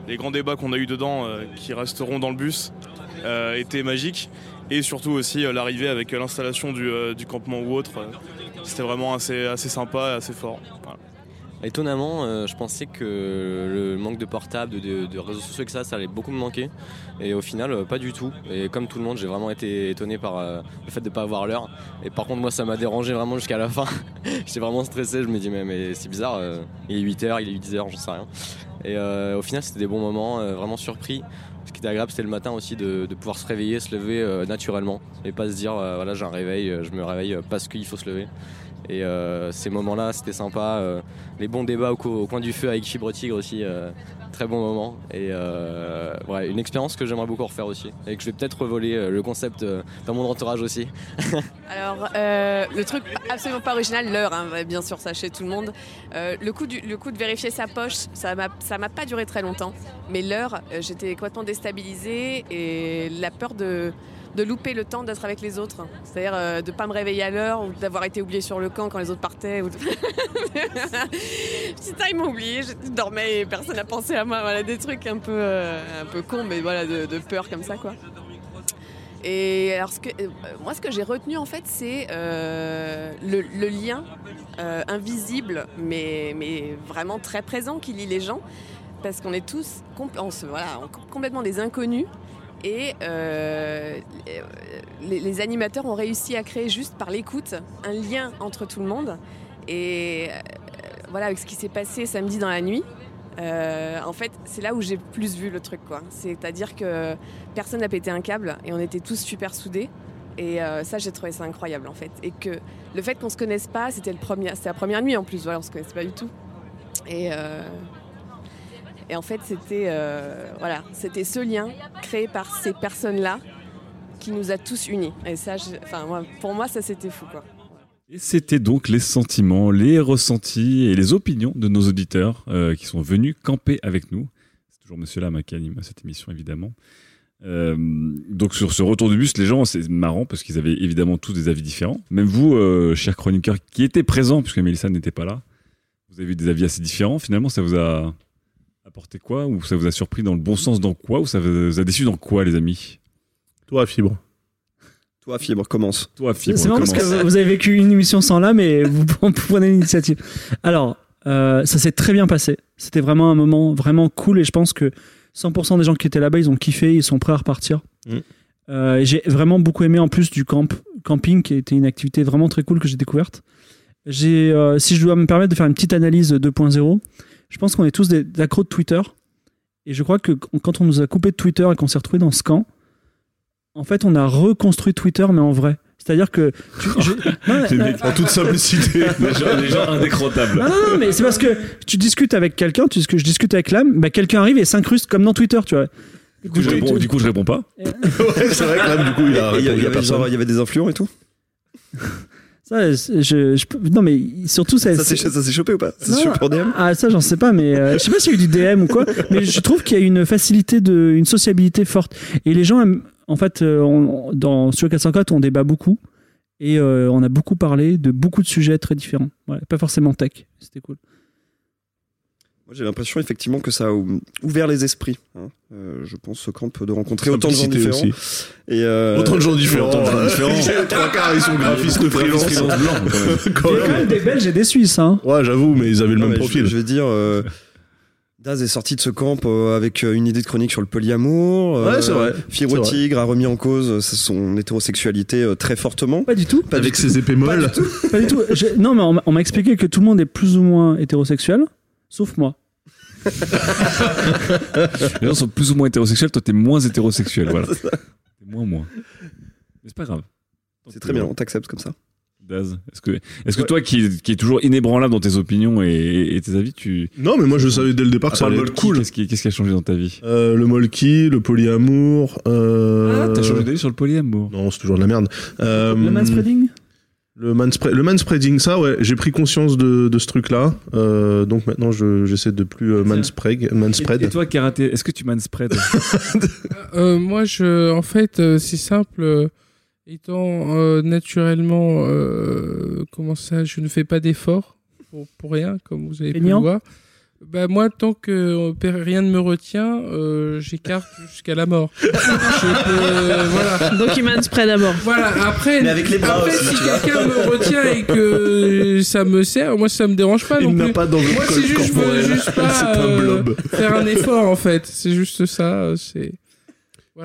S9: les grands débats qu'on a eu dedans, euh, qui resteront dans le bus, euh, étaient magiques. Et surtout aussi euh, l'arrivée avec euh, l'installation du, euh, du campement ou autre, euh, c'était vraiment assez, assez sympa, assez fort. Voilà.
S10: Étonnamment, euh, je pensais que le manque de portable, de, de réseaux sociaux, que ça, ça allait beaucoup me manquer. Et au final, euh, pas du tout. Et comme tout le monde, j'ai vraiment été étonné par euh, le fait de ne pas avoir l'heure. Et par contre, moi, ça m'a dérangé vraiment jusqu'à la fin. [laughs] J'étais vraiment stressé. Je me dis, mais, mais c'est bizarre. euh, il est 8h, il est 10h, j'en sais rien. Et euh, au final, c'était des bons moments, euh, vraiment surpris. Ce qui était agréable, c'était le matin aussi de, de pouvoir se réveiller, se lever euh, naturellement. Et pas se dire, euh, voilà, j'ai un réveil, euh, je me réveille euh, parce qu'il faut se lever. Et euh, ces moments-là, c'était sympa. euh, les bons débats au, co- au coin du feu avec Fibre Tigre aussi, euh, très bon moment. Et euh, ouais, une expérience que j'aimerais beaucoup refaire aussi. Et que je vais peut-être revoler euh, le concept euh, dans mon entourage aussi.
S28: Alors, euh, le truc absolument pas original, l'heure, hein, bien sûr, ça chez tout le monde. Euh, le, coup du- le coup de vérifier sa poche, ça m'a ça m'a pas duré très longtemps. Mais l'heure, euh, j'étais complètement déstabilisée et la peur de, de louper le temps d'être avec les autres. C'est-à-dire euh, de pas me réveiller à l'heure ou d'avoir été oubliée sur le camp quand les autres partaient. Ou... Petit ils m'ont oublié, je dormais et personne n'a pensé à moi. Voilà, des trucs un peu, euh, un peu cons, mais voilà, de- de peur comme ça, quoi. Et alors, ce que, euh, moi, ce que j'ai retenu, en fait, c'est euh, le, le lien euh, invisible, mais, mais vraiment très présent, qui lie les gens. Parce qu'on est tous compl- on se- voilà, on- complètement des inconnus. Et euh, les, les animateurs ont réussi à créer, juste par l'écoute, un lien entre tout le monde. Et euh, voilà, avec ce qui s'est passé samedi dans la nuit, euh, en fait, c'est là où j'ai plus vu le truc, quoi. C'est-à-dire que personne n'a pété un câble et on était tous super soudés. Et euh, ça, j'ai trouvé ça incroyable, en fait. Et que le fait qu'on se connaisse pas, c'était le premier, c'était la première nuit en plus. Voilà, on se connaissait pas du tout. Et euh, et en fait, c'était euh, voilà, c'était ce lien créé par ces personnes-là qui nous a tous unis. Et ça, je- enfin, moi- pour moi, ça c'était fou, quoi.
S30: Et c'était donc les sentiments, les ressentis et les opinions de nos auditeurs euh, qui sont venus camper avec nous. C'est toujours Monsieur Lama qui anime cette émission, évidemment. Euh, donc sur ce retour du bus, les gens, c'est marrant parce qu'ils avaient évidemment tous des avis différents. Même vous, euh, cher chroniqueur, qui était présent, puisque Mélissa n'était pas là, vous avez eu des avis assez différents. Finalement, ça vous a apporté quoi Ou ça vous a surpris dans le bon sens dans quoi Ou ça vous a déçu dans quoi, les amis
S2: Toi, Fibre.
S30: Toi, Fibre, commence. Toi, [laughs] Fibre,
S6: C'est marrant parce
S30: commence.
S6: que vous avez vécu une émission sans là,
S30: [laughs]
S6: mais vous prenez l'initiative. Alors, euh, ça s'est très bien passé. C'était vraiment un moment vraiment cool et je pense que 100% des gens qui étaient là-bas, ils ont kiffé, ils sont prêts à repartir.
S30: Mm.
S6: Euh, et j'ai vraiment beaucoup aimé en plus du camp, camping qui était une activité vraiment très cool que j'ai découverte. J'ai, euh, si je dois me permettre de faire une petite analyse 2.0, je pense qu'on est tous des, des accros de Twitter. Et je crois que quand on nous a coupé de Twitter et qu'on s'est retrouvés dans ce camp, en fait, on a reconstruit Twitter, mais en vrai. C'est-à-dire que. tu- je- non, mais-
S30: Les mecs, en toute simplicité, [laughs] les gens, les gens indécrottables.
S6: Non, non, non, mais c'est parce que tu discutes avec quelqu'un, tu dis que je discute avec l'âme, bah, quelqu'un arrive et s'incruste comme dans Twitter, tu vois.
S30: Du coup, je réponds, du coup, je réponds
S2: [laughs]
S30: pas.
S2: ouais, c'est vrai que là, du coup, il a.
S30: Et il y a- il y
S2: répondu à
S30: avait
S2: personne.
S30: genre- il y avait des
S2: influents et tout
S6: Ça, je, je peux- non mais surtout ça.
S2: Ça s'est- ça s'est chopé ou pas C'est
S6: Non,
S2: sur pour DM
S6: Ah ça j'en sais pas, mais euh, je sais pas s'il y a eu du DM ou quoi. Mais je trouve qu'il y a une facilité de, une sociabilité forte. Et les gens, aiment- en fait, euh, on- dans sur 404, on débat beaucoup et euh, on a beaucoup parlé de beaucoup de sujets très différents. Ouais, pas forcément tech, c'était cool.
S2: Moi, J'ai l'impression effectivement que ça a ou- ouvert les esprits. hein. Euh, je pense ce camp de rencontrer autant de gens
S30: Simplicité
S2: différents.
S30: aussi.
S2: Et euh,
S30: Autant de gens différents, autant de gens
S2: euh, [laughs]
S30: différents.
S2: les trois quarts, ils sont graphistes
S30: Beaucoup de graphistes
S2: freelance.
S30: freelance blancs, quand même.
S2: [laughs] Quand même.
S6: Des Belges et des Suisses, hein.
S2: Ouais, j'avoue, mais ils avaient
S30: le même profil.
S2: Je, veux dire, euh, Daz est sorti de ce camp euh, avec euh, une idée de chronique sur le polyamour. euh,
S30: Ouais, c'est vrai.
S2: Firo
S30: C'est vrai.
S2: Tigre a remis en cause euh, son hétérosexualité euh, très fortement.
S6: Pas du tout.
S2: avec ses épées [laughs] molles.
S6: Pas du tout. Je- non, mais on m'a- on m'a expliqué que tout le monde est plus ou moins hétérosexuel, sauf moi.
S30: Les gens sont plus ou moins hétérosexuels, toi t'es moins hétérosexuel, voilà. T'es moins moins. Mais c'est pas grave.
S2: C'est très bien, on t'accepte comme ça.
S30: Daz, est-ce que, est que toi qui, qui est toujours inébranlable dans tes opinions et, et tes avis, tu.
S5: Non, mais moi, je savais dès le départ que
S30: À
S5: ça
S30: part
S5: allait
S30: le
S5: être
S30: Molki,
S5: cool.
S30: Qu'est-ce qui, qu'est-ce qui a changé dans ta vie
S5: Euh, le molki, le polyamour. Euh...
S30: Ah, t'as changé d'avis sur le polyamour
S5: Non, c'est toujours de la merde. Euh,
S6: Le manspreading
S5: le, manspre- le manspreading, ça, ouais, j'ai pris conscience de, de ce truc-là. Euh, donc maintenant, je- j'essaie de plus euh, manspread. manspread.
S30: Et, et toi, karaté, est-ce que tu
S2: [laughs]
S30: manspread
S4: Euh, moi, je, en fait, euh, c'est simple. euh, étant euh, naturellement, euh, comment ça, je ne fais pas d'efforts pour, pour rien, comme vous avez pu le
S6: Feignant
S4: voir. Bah moi, tant que euh, per- rien ne me retient, euh, j'écarte [laughs] jusqu'à la mort. Je peux- voilà.
S7: Donc, il manspread d'abord.
S4: Voilà. Après,
S7: Mais avec les bras
S4: après,
S7: aussi,
S4: si
S7: Bah, tu vois.
S4: quelqu'un
S7: [laughs]
S4: me retient et que ça me sert, moi ça me dérange pas non plus. moi, c'est juste, je veux juste pas, euh, faire un effort en fait. C'est juste ça. euh, C'est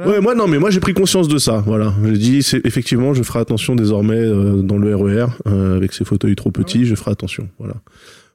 S5: Ouais, moi non, mais moi j'ai pris conscience de ça. Voilà, j'ai dit c'est- effectivement, je ferai attention désormais euh, dans le RER euh, avec ces fauteuils
S4: Ah
S5: trop petits, je ferai attention. Voilà.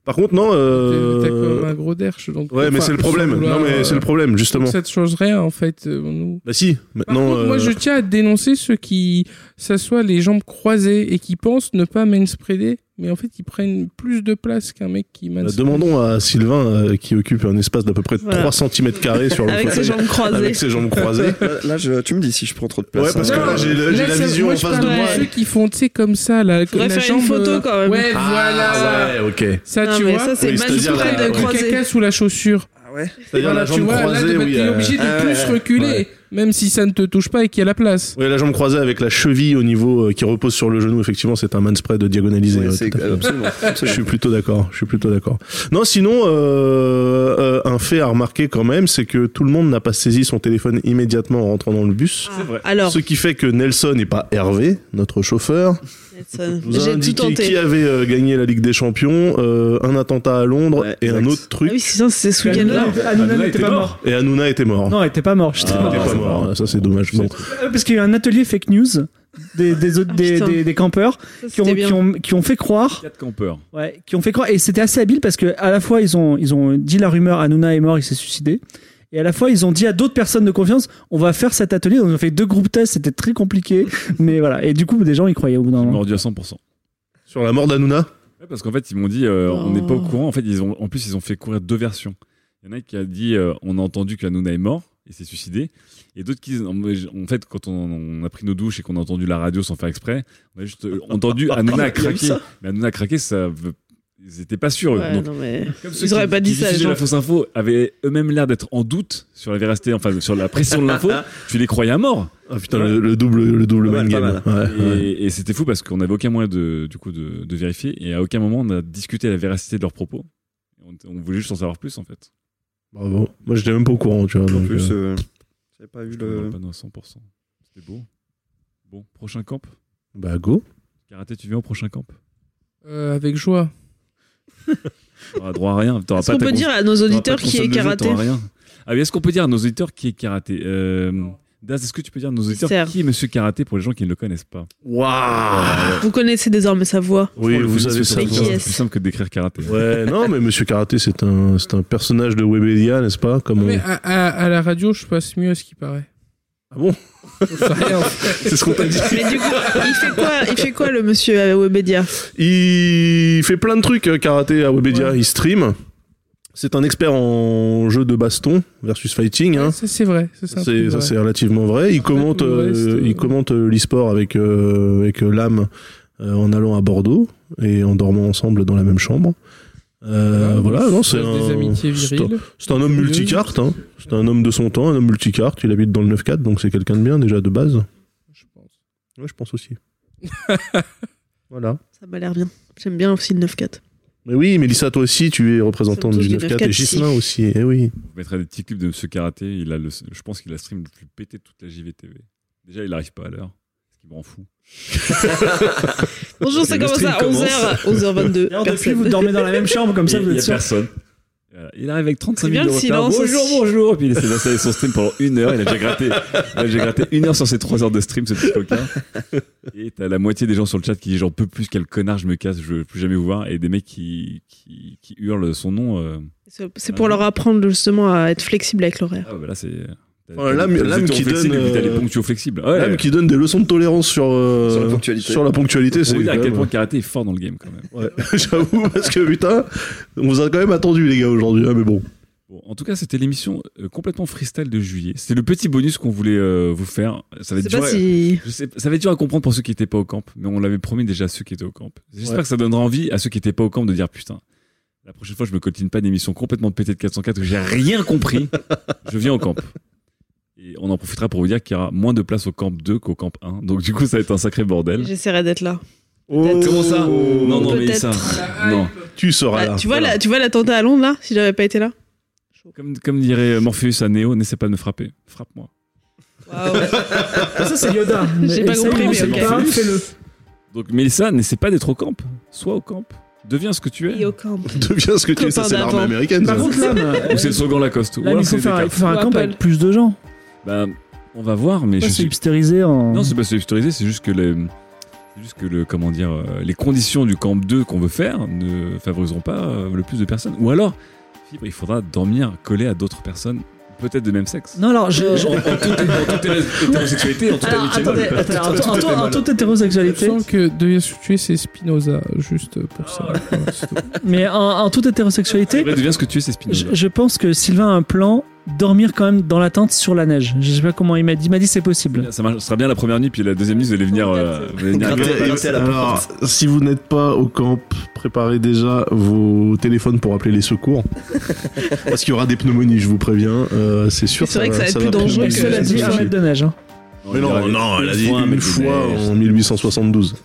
S5: Par contre, non. euh,
S4: T'as quand même un gros derche. Donc,
S5: Ouais, mais
S4: enfin,
S5: c'est le
S4: sans
S5: problème.
S4: vouloir,
S5: Non, mais
S4: euh,
S5: c'est le problème justement.
S4: donc ça te change rien en fait. euh, nous.
S5: Bah si, maintenant.
S4: Par contre, Moi,
S5: euh,
S4: je tiens à dénoncer ceux qui s'assoient les jambes croisées et qui pensent ne pas manspreader, mais en fait, ils prennent plus de place qu'un mec qui
S5: bah,
S4: manspread.
S5: demandons à Sylvain euh, qui occupe un espace d'à peu près
S4: Voilà.
S5: 3 cm carrés sur le
S4: Avec ses
S5: fauteuil,
S4: jambes croisées.
S5: Avec ses jambes croisées.
S2: Là, là, je- tu me dis si je prends trop de place. hein.
S5: Ouais, parce que là, j'ai le- j'ai la
S4: Là, ça-
S5: vision
S4: moi,
S5: en
S4: je
S5: face
S4: parle
S5: de moi.
S4: Ceux qui font, tu sais, comme ça, là. que
S7: Faudrait
S4: la
S7: faire une
S4: jambe,
S7: photo,
S4: euh,
S7: quand même.
S4: Ouais,
S5: Ah,
S4: voilà.
S5: ouais, ok.
S4: Ça,
S7: Non,
S4: tu
S7: mais
S4: vois,
S7: ça, c'est Oui, c'est-à-dire
S4: manspread
S5: la-
S4: de
S5: ouais.
S4: caca sous la chaussure. Ah
S2: ouais
S5: C'est-à-dire la
S4: tu
S5: jambe
S4: vois, là,
S5: croisée,
S4: de-
S5: oui,
S4: t'es
S5: euh,
S4: obligé de
S5: ouais,
S4: plus
S5: ouais.
S4: reculer,
S5: Ouais.
S4: même si ça ne te touche pas et qu'il y a la place.
S5: Oui, la jambe croisée avec la cheville au niveau euh, qui repose sur le genou, effectivement, c'est un manspread diagonalisé.
S2: Ouais,
S5: ouais,
S2: c'est-
S5: tout à fait.
S2: absolument, absolument.
S5: Je suis plutôt d'accord. Je suis plutôt d'accord. Non, sinon, euh, euh, un fait à remarquer quand même, c'est que tout le monde n'a pas saisi son téléphone immédiatement en rentrant dans le bus.
S7: Ah, C'est vrai. Alors.
S5: Ce qui fait que Nelson et pas Hervé, notre chauffeur, nous a
S7: [laughs] euh, J'ai tout
S5: indiqué
S7: tenté.
S5: qui avait euh, gagné la Ligue des Champions, euh, un attentat à Londres et un autre truc.
S7: Ah Oui, c'est ça, c'est ce week-end-là.
S6: Hanouna- Hanouna n'était pas mort.
S5: Et Hanouna était mort.
S6: Non, elle était pas mort. j'étais
S5: Ah,
S6: pas
S5: il était
S6: mort.
S5: pas mort. Ça, c'est dommage. Bon.
S6: Euh, Parce qu'il y a eu un atelier fake news des, des, autres- des,
S30: Ah, putain.
S6: des- des campeurs
S30: Ça,
S6: qui ont,
S30: c'était bien.
S6: qui, ont, qui ont fait croire.
S30: Quatre campeurs.
S6: Ouais, qui ont fait croire. Et c'était assez habile parce que à la fois ils ont, ils ont dit la rumeur Hanouna est mort, il s'est suicidé. Et à la fois ils ont dit à d'autres personnes de confiance on va faire cet atelier. Donc on a fait deux groupes tests, c'était
S30: [laughs]
S6: très compliqué. mais voilà. Et du coup, des gens y croyaient au bout d'un moment.
S30: Mordu à 100%.
S5: Sur la mort d'Anouna
S30: Ouais, parce qu'en fait, ils m'ont dit, euh, on n'est pas au
S6: Oh.
S30: courant. En fait, ils ont, en plus, ils ont fait courir deux versions. Il y en a qui a dit, euh, on a entendu que Hanouna est mort et s'est suicidé. Et d'autres qui disent, non, mais j- en fait, quand on, on a pris nos douches et qu'on a entendu la radio sans faire exprès, on a juste euh,
S5: [laughs]
S30: entendu Hanouna a
S7: Il y a eu
S30: craqué.
S7: ça.
S30: Mais Hanouna a craqué, ça veut- Ils n'étaient pas sûrs. eux.
S7: Ouais,
S30: Donc,
S7: non, mais
S30: comme
S7: ils
S30: ceux
S7: auraient
S30: qui-
S7: pas dit
S30: qui
S7: ça, les
S30: diffusaient
S7: gens.
S30: la fausse info avaient eux-mêmes l'air d'être en doute sur la véracité, enfin sur la pression de
S5: [laughs]
S30: l'info. tu les croyais à mort.
S5: Ah putain, le, le double, le double man game. Ouais,
S30: et
S5: ouais.
S30: et c'était fou parce qu'on n'avait aucun moyen de, du coup, de, de vérifier et à aucun moment on a discuté la véracité de leurs propos. On, on voulait juste en savoir plus en fait.
S5: Bravo. Moi, j'étais même pas au courant, tu vois.
S2: En
S5: donc,
S2: plus,
S5: euh,
S2: euh, j'avais pas vu
S30: Dans le
S2: le.
S30: panneau à 100%. C'était beau. Bon, prochain camp
S5: Bah, go.
S30: Karaté, tu viens au prochain camp
S4: Euh, avec joie.
S30: T'auras droit à rien. T'auras
S7: Est-ce
S30: pas
S7: qu'on
S30: ta
S7: peut
S30: cons-
S7: dire à nos
S30: t'auras pas
S7: auditeurs
S30: de
S7: qui est
S30: console de jeu,
S7: karaté
S30: t'auras rien. Ah oui, est-ce qu'on peut dire à nos auditeurs qui est karaté Euh, Daz, est-ce que tu peux dire à nos auditeurs
S7: sert.
S30: qui est Monsieur Karaté pour les gens qui ne le connaissent pas
S5: Waouh
S7: Vous connaissez désormais sa voix.
S5: Oui, vous savez ça.
S30: C'est
S5: vous.
S30: plus simple que de décrire karaté.
S5: Ouais, non, mais Monsieur Karaté, c'est un, c'est un personnage de Webedia, n'est-ce pas Comme
S4: Mais
S5: on-
S4: à, à- à la radio, je passe mieux à ce qui paraît.
S5: Ah bon [laughs]
S4: C'est
S5: ce qu'on t'a dit.
S7: Mais du coup, il fait quoi, il fait quoi le monsieur à Webedia
S5: Il fait plein de trucs, euh, Karaté, à Webedia. Il stream. C'est un expert en jeu de baston versus fighting. hein.
S4: Ça, c'est vrai. Ça, c'est un
S5: C'est-
S4: truc
S5: ça
S4: vrai.
S5: c'est relativement vrai. Il commente, euh, il commente euh, l'e-sport avec euh, avec euh, l'âme euh, en allant à Bordeaux et en dormant ensemble dans la même chambre.
S4: Ah,
S5: Euh, voilà, non, c'est
S4: Des amitiés
S5: un, c'est un-
S4: viriles.
S5: c'est un homme multicarte. Hein. C'est un homme de son temps, un homme multicarte. Il habite dans le 9-4, donc c'est quelqu'un de bien déjà de base. Ouais, je pense aussi. voilà.
S7: Ça m'a l'air bien. J'aime bien aussi le 9-4.
S5: Mais oui, Mélissa, toi aussi, tu es représentante
S7: Sommes
S5: du
S7: tous du
S5: 9-4 et
S7: 9-4,
S5: Gislin
S7: si.
S5: aussi. Eh oui.
S30: Vous mettrez des petits clips de Monsieur Karaté. Il a le, je pense qu'il a le stream le plus pété de toute la JVTV. Déjà, il n'arrive pas à l'heure. Ce qui me rend [laughs] fou.
S7: Bonjour, ça
S30: Le
S7: commence
S30: stream
S7: à 11h, 11h22.
S6: Alors, depuis,
S7: Personne.
S6: vous dormez dans la même chambre, comme ça,
S30: Il-
S6: vous
S30: il y
S6: êtes
S30: a
S6: sûr.
S30: personne. Voilà. Il arrive avec 35
S6: C'est bien
S30: minutes de
S6: le
S30: retard.
S6: silence
S30: Bonjour,
S6: aussi.
S30: bonjour. Et puis il essaie d'installer son stream pendant une heure. Il a déjà gratté, il a déjà gratté une heure sur ses trois heures de stream, ce petit coquin. Et t'as la moitié des gens sur le chat qui disent j'en peux plus, quel connard, je me casse, je veux plus jamais vous voir. Et des mecs qui, qui, qui hurlent son nom. euh.
S7: C'est- C'est pour leur apprendre justement à être flexible avec l'horaire.
S30: Ah bah là, c'est.
S5: Voilà, l'âme-
S30: Vous êtes
S5: l'âme qui
S30: flexible,
S5: donne,
S30: et puis t'as les
S5: euh,
S30: ponctuos flexibles. Ouais.
S5: L'âme qui donne des leçons de tolérance sur, euh,
S30: Sur la ponctualité.
S5: sur la ponctualité,
S30: Pour
S5: c'est
S30: vous dire à
S5: quand
S30: quel
S5: même-
S30: point le karaté est fort dans le game quand même.
S5: Ouais, [laughs] J'avoue, parce que putain, on vous a quand même attendu, les gars, aujourd'hui. Ah, mais bon.
S30: Bon, en tout cas, c'était l'émission euh, complètement freestyle de juillet. C'était le petit bonus qu'on voulait euh, vous faire. Ça va, être
S7: Je sais
S30: dur
S7: pas
S30: à,
S7: si-
S30: je sais- ça va être dur à comprendre pour ceux qui n'étaient pas au camp, mais on l'avait promis déjà à ceux qui étaient au camp. J'espère
S5: Ouais.
S30: que ça donnera envie à ceux qui n'étaient pas au camp de dire putain. La prochaine fois, je me coltine pas d'émission complètement pétée de 404 que j'ai rien
S5: [laughs]
S30: compris. je viens au camp. Et on en profitera pour vous dire qu'il y aura moins de place au camp 2 qu'au camp 1. Donc du coup, ça va être un sacré bordel.
S7: J'essaierai d'être là.
S30: Comment ça Non, non, mais
S7: Peut-être. Ah,
S30: ça. Non.
S5: Tu seras
S7: Bah, tu vois la- tu vois l'attentat à Londres là Si j'avais pas été là
S30: Comme, comme dirait Morpheus à Neo, n'essaie pas de me frapper. Frappe-moi.
S6: Ça, c'est [laughs] Yoda.
S7: J'ai pas
S6: Essaye,
S7: compris,
S6: mais
S7: mais
S6: c'est
S7: ok.
S6: Ah pas grave, fais-le.
S30: Donc Mélissa, n'essaie pas d'être au camp. Sois au camp. Deviens ce que tu es.
S7: Et au camp.
S5: [laughs] Deviens ce que tu es, ça, c'est l'armée américaine.
S6: Par
S5: ça.
S6: contre, là, bah,
S30: Ou c'est le slogan Lacoste. Ou
S6: Là,
S30: alors
S6: il faut
S30: c'est
S6: faire,
S30: des
S6: il faut faire un
S30: cartes.
S6: camp avec plus de gens.
S30: Bah, on va voir, mais
S6: Pas
S30: je
S6: se
S30: suis.
S6: hipstériser en.
S30: Non, c'est pas se hipsteriser, c'est juste que les. c'est Juste que le, comment dire, euh, les conditions du camp 2 qu'on veut faire ne favoriseront pas euh, le plus de personnes. Ou alors, Fibre, il faudra dormir collé à d'autres personnes, peut-être de même sexe.
S6: Non, alors, je- je-
S30: En, en toute, en toute
S6: [laughs]
S30: hétérosexualité, en toute
S6: Alors,
S30: amitié
S6: attendez,
S30: molle.
S6: attendez,
S30: Tout à fait molle.
S6: hétérosexualité.
S4: Je sens que Delia Sutué, c'est Spinoza, juste pour
S7: Ah
S4: ça. Voilà, c'est tout.
S6: Mais en, en toute hétérosexualité,
S30: Ouais, deviens ce que tu es, c'est Spinoza.
S6: je, je pense que Sylvain a un plan dormir quand même dans la tente sur la neige. Je sais pas comment il m'a dit. Il m'a dit c'est possible.
S30: Ça marche- ça sera bien la première nuit, puis la deuxième nuit, vous allez venir. euh, vous allez venir gratter.
S5: Alors, si vous n'êtes pas au camp, préparez déjà vos téléphones pour appeler les [laughs] secours. Parce qu'il y aura des pneumonies, je vous préviens. Euh, c'est sûr.
S6: Mais c'est vrai que ça va être plus
S5: plus
S6: dangereux que
S5: vite.
S6: la dix mètres de neige, hein.
S5: Mais non, non, elle a dit une fois en 1872.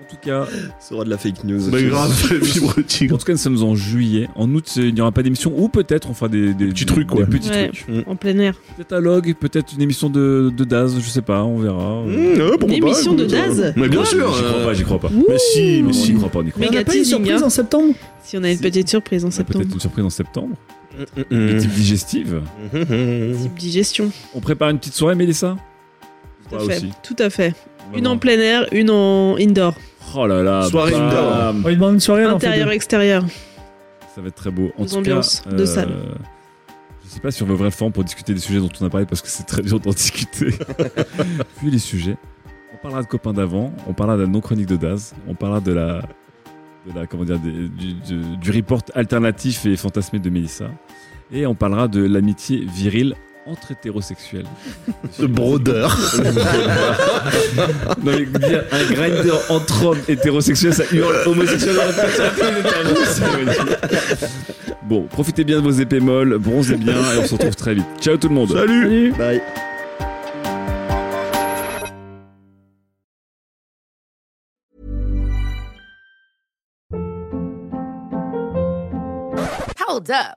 S30: En tout cas,
S2: ça aura de la fake news.
S30: bah,
S5: Mais
S2: [laughs]
S5: grave, fibre tigre.
S30: En tout cas, nous sommes en juillet. En août, c'est- il n'y aura pas d'émission, ou peut-être on fera des, des- des- des petits trucs,
S7: Ouais, En plein air.
S30: Peut-être un log, peut-être une émission de, de Daz, je sais pas, on verra.
S7: pourquoi Une pas, émission écoute, de euh, Daz
S5: mais bien sûr,
S30: J'y crois
S5: euh,
S30: pas, j'y crois pas.
S5: Ouh. Mais si, mais
S30: On
S5: si.
S30: y croit pas, [laughs] on y croit
S6: Mais on
S30: pas.
S6: a pas une surprise en septembre
S7: hein. Si on a une petite surprise en septembre.
S30: Peut-être une surprise en septembre. Une type digestive.
S7: Type digestion.
S30: On prépare une petite soirée, Mélissa
S7: Tout
S30: Toi
S7: à fait.
S30: aussi.
S7: Tout à fait. Une en plein air, une en indoor.
S30: Oh là là.
S5: Soirée
S30: bam.
S7: Oh,
S5: indoor.
S6: On lui demande une soirée. elle en fait
S7: Intérieur,
S6: deux.
S7: extérieur.
S30: Ça va être très beau. En
S7: Des
S30: tout
S7: ambiances
S30: cas, euh,
S7: de salle.
S30: Je sais pas si on veut vraiment forme pour discuter des sujets dont on a parlé parce que c'est très dur d'en [laughs]
S7: [laughs]
S30: discuter. Puis les sujets. On parlera de copains d'avant, on parlera de la non-chronique de Daz, on parlera de la. De la comment dire, des- du, du- du report alternatif et fantasmé de Mélissa. Et on parlera de l'amitié virile entre hétérosexuels.
S5: De brodeur.
S30: [laughs] Non, mais dire un grinder entre hommes hétérosexuels, ça hurle homosexuel dans la tête. C'est magnifique. Bon, profitez bien de vos épées molles, bronzez bien et on se retrouve très vite. Ciao tout le monde.
S5: Salut.
S2: Bye.
S35: Hold up.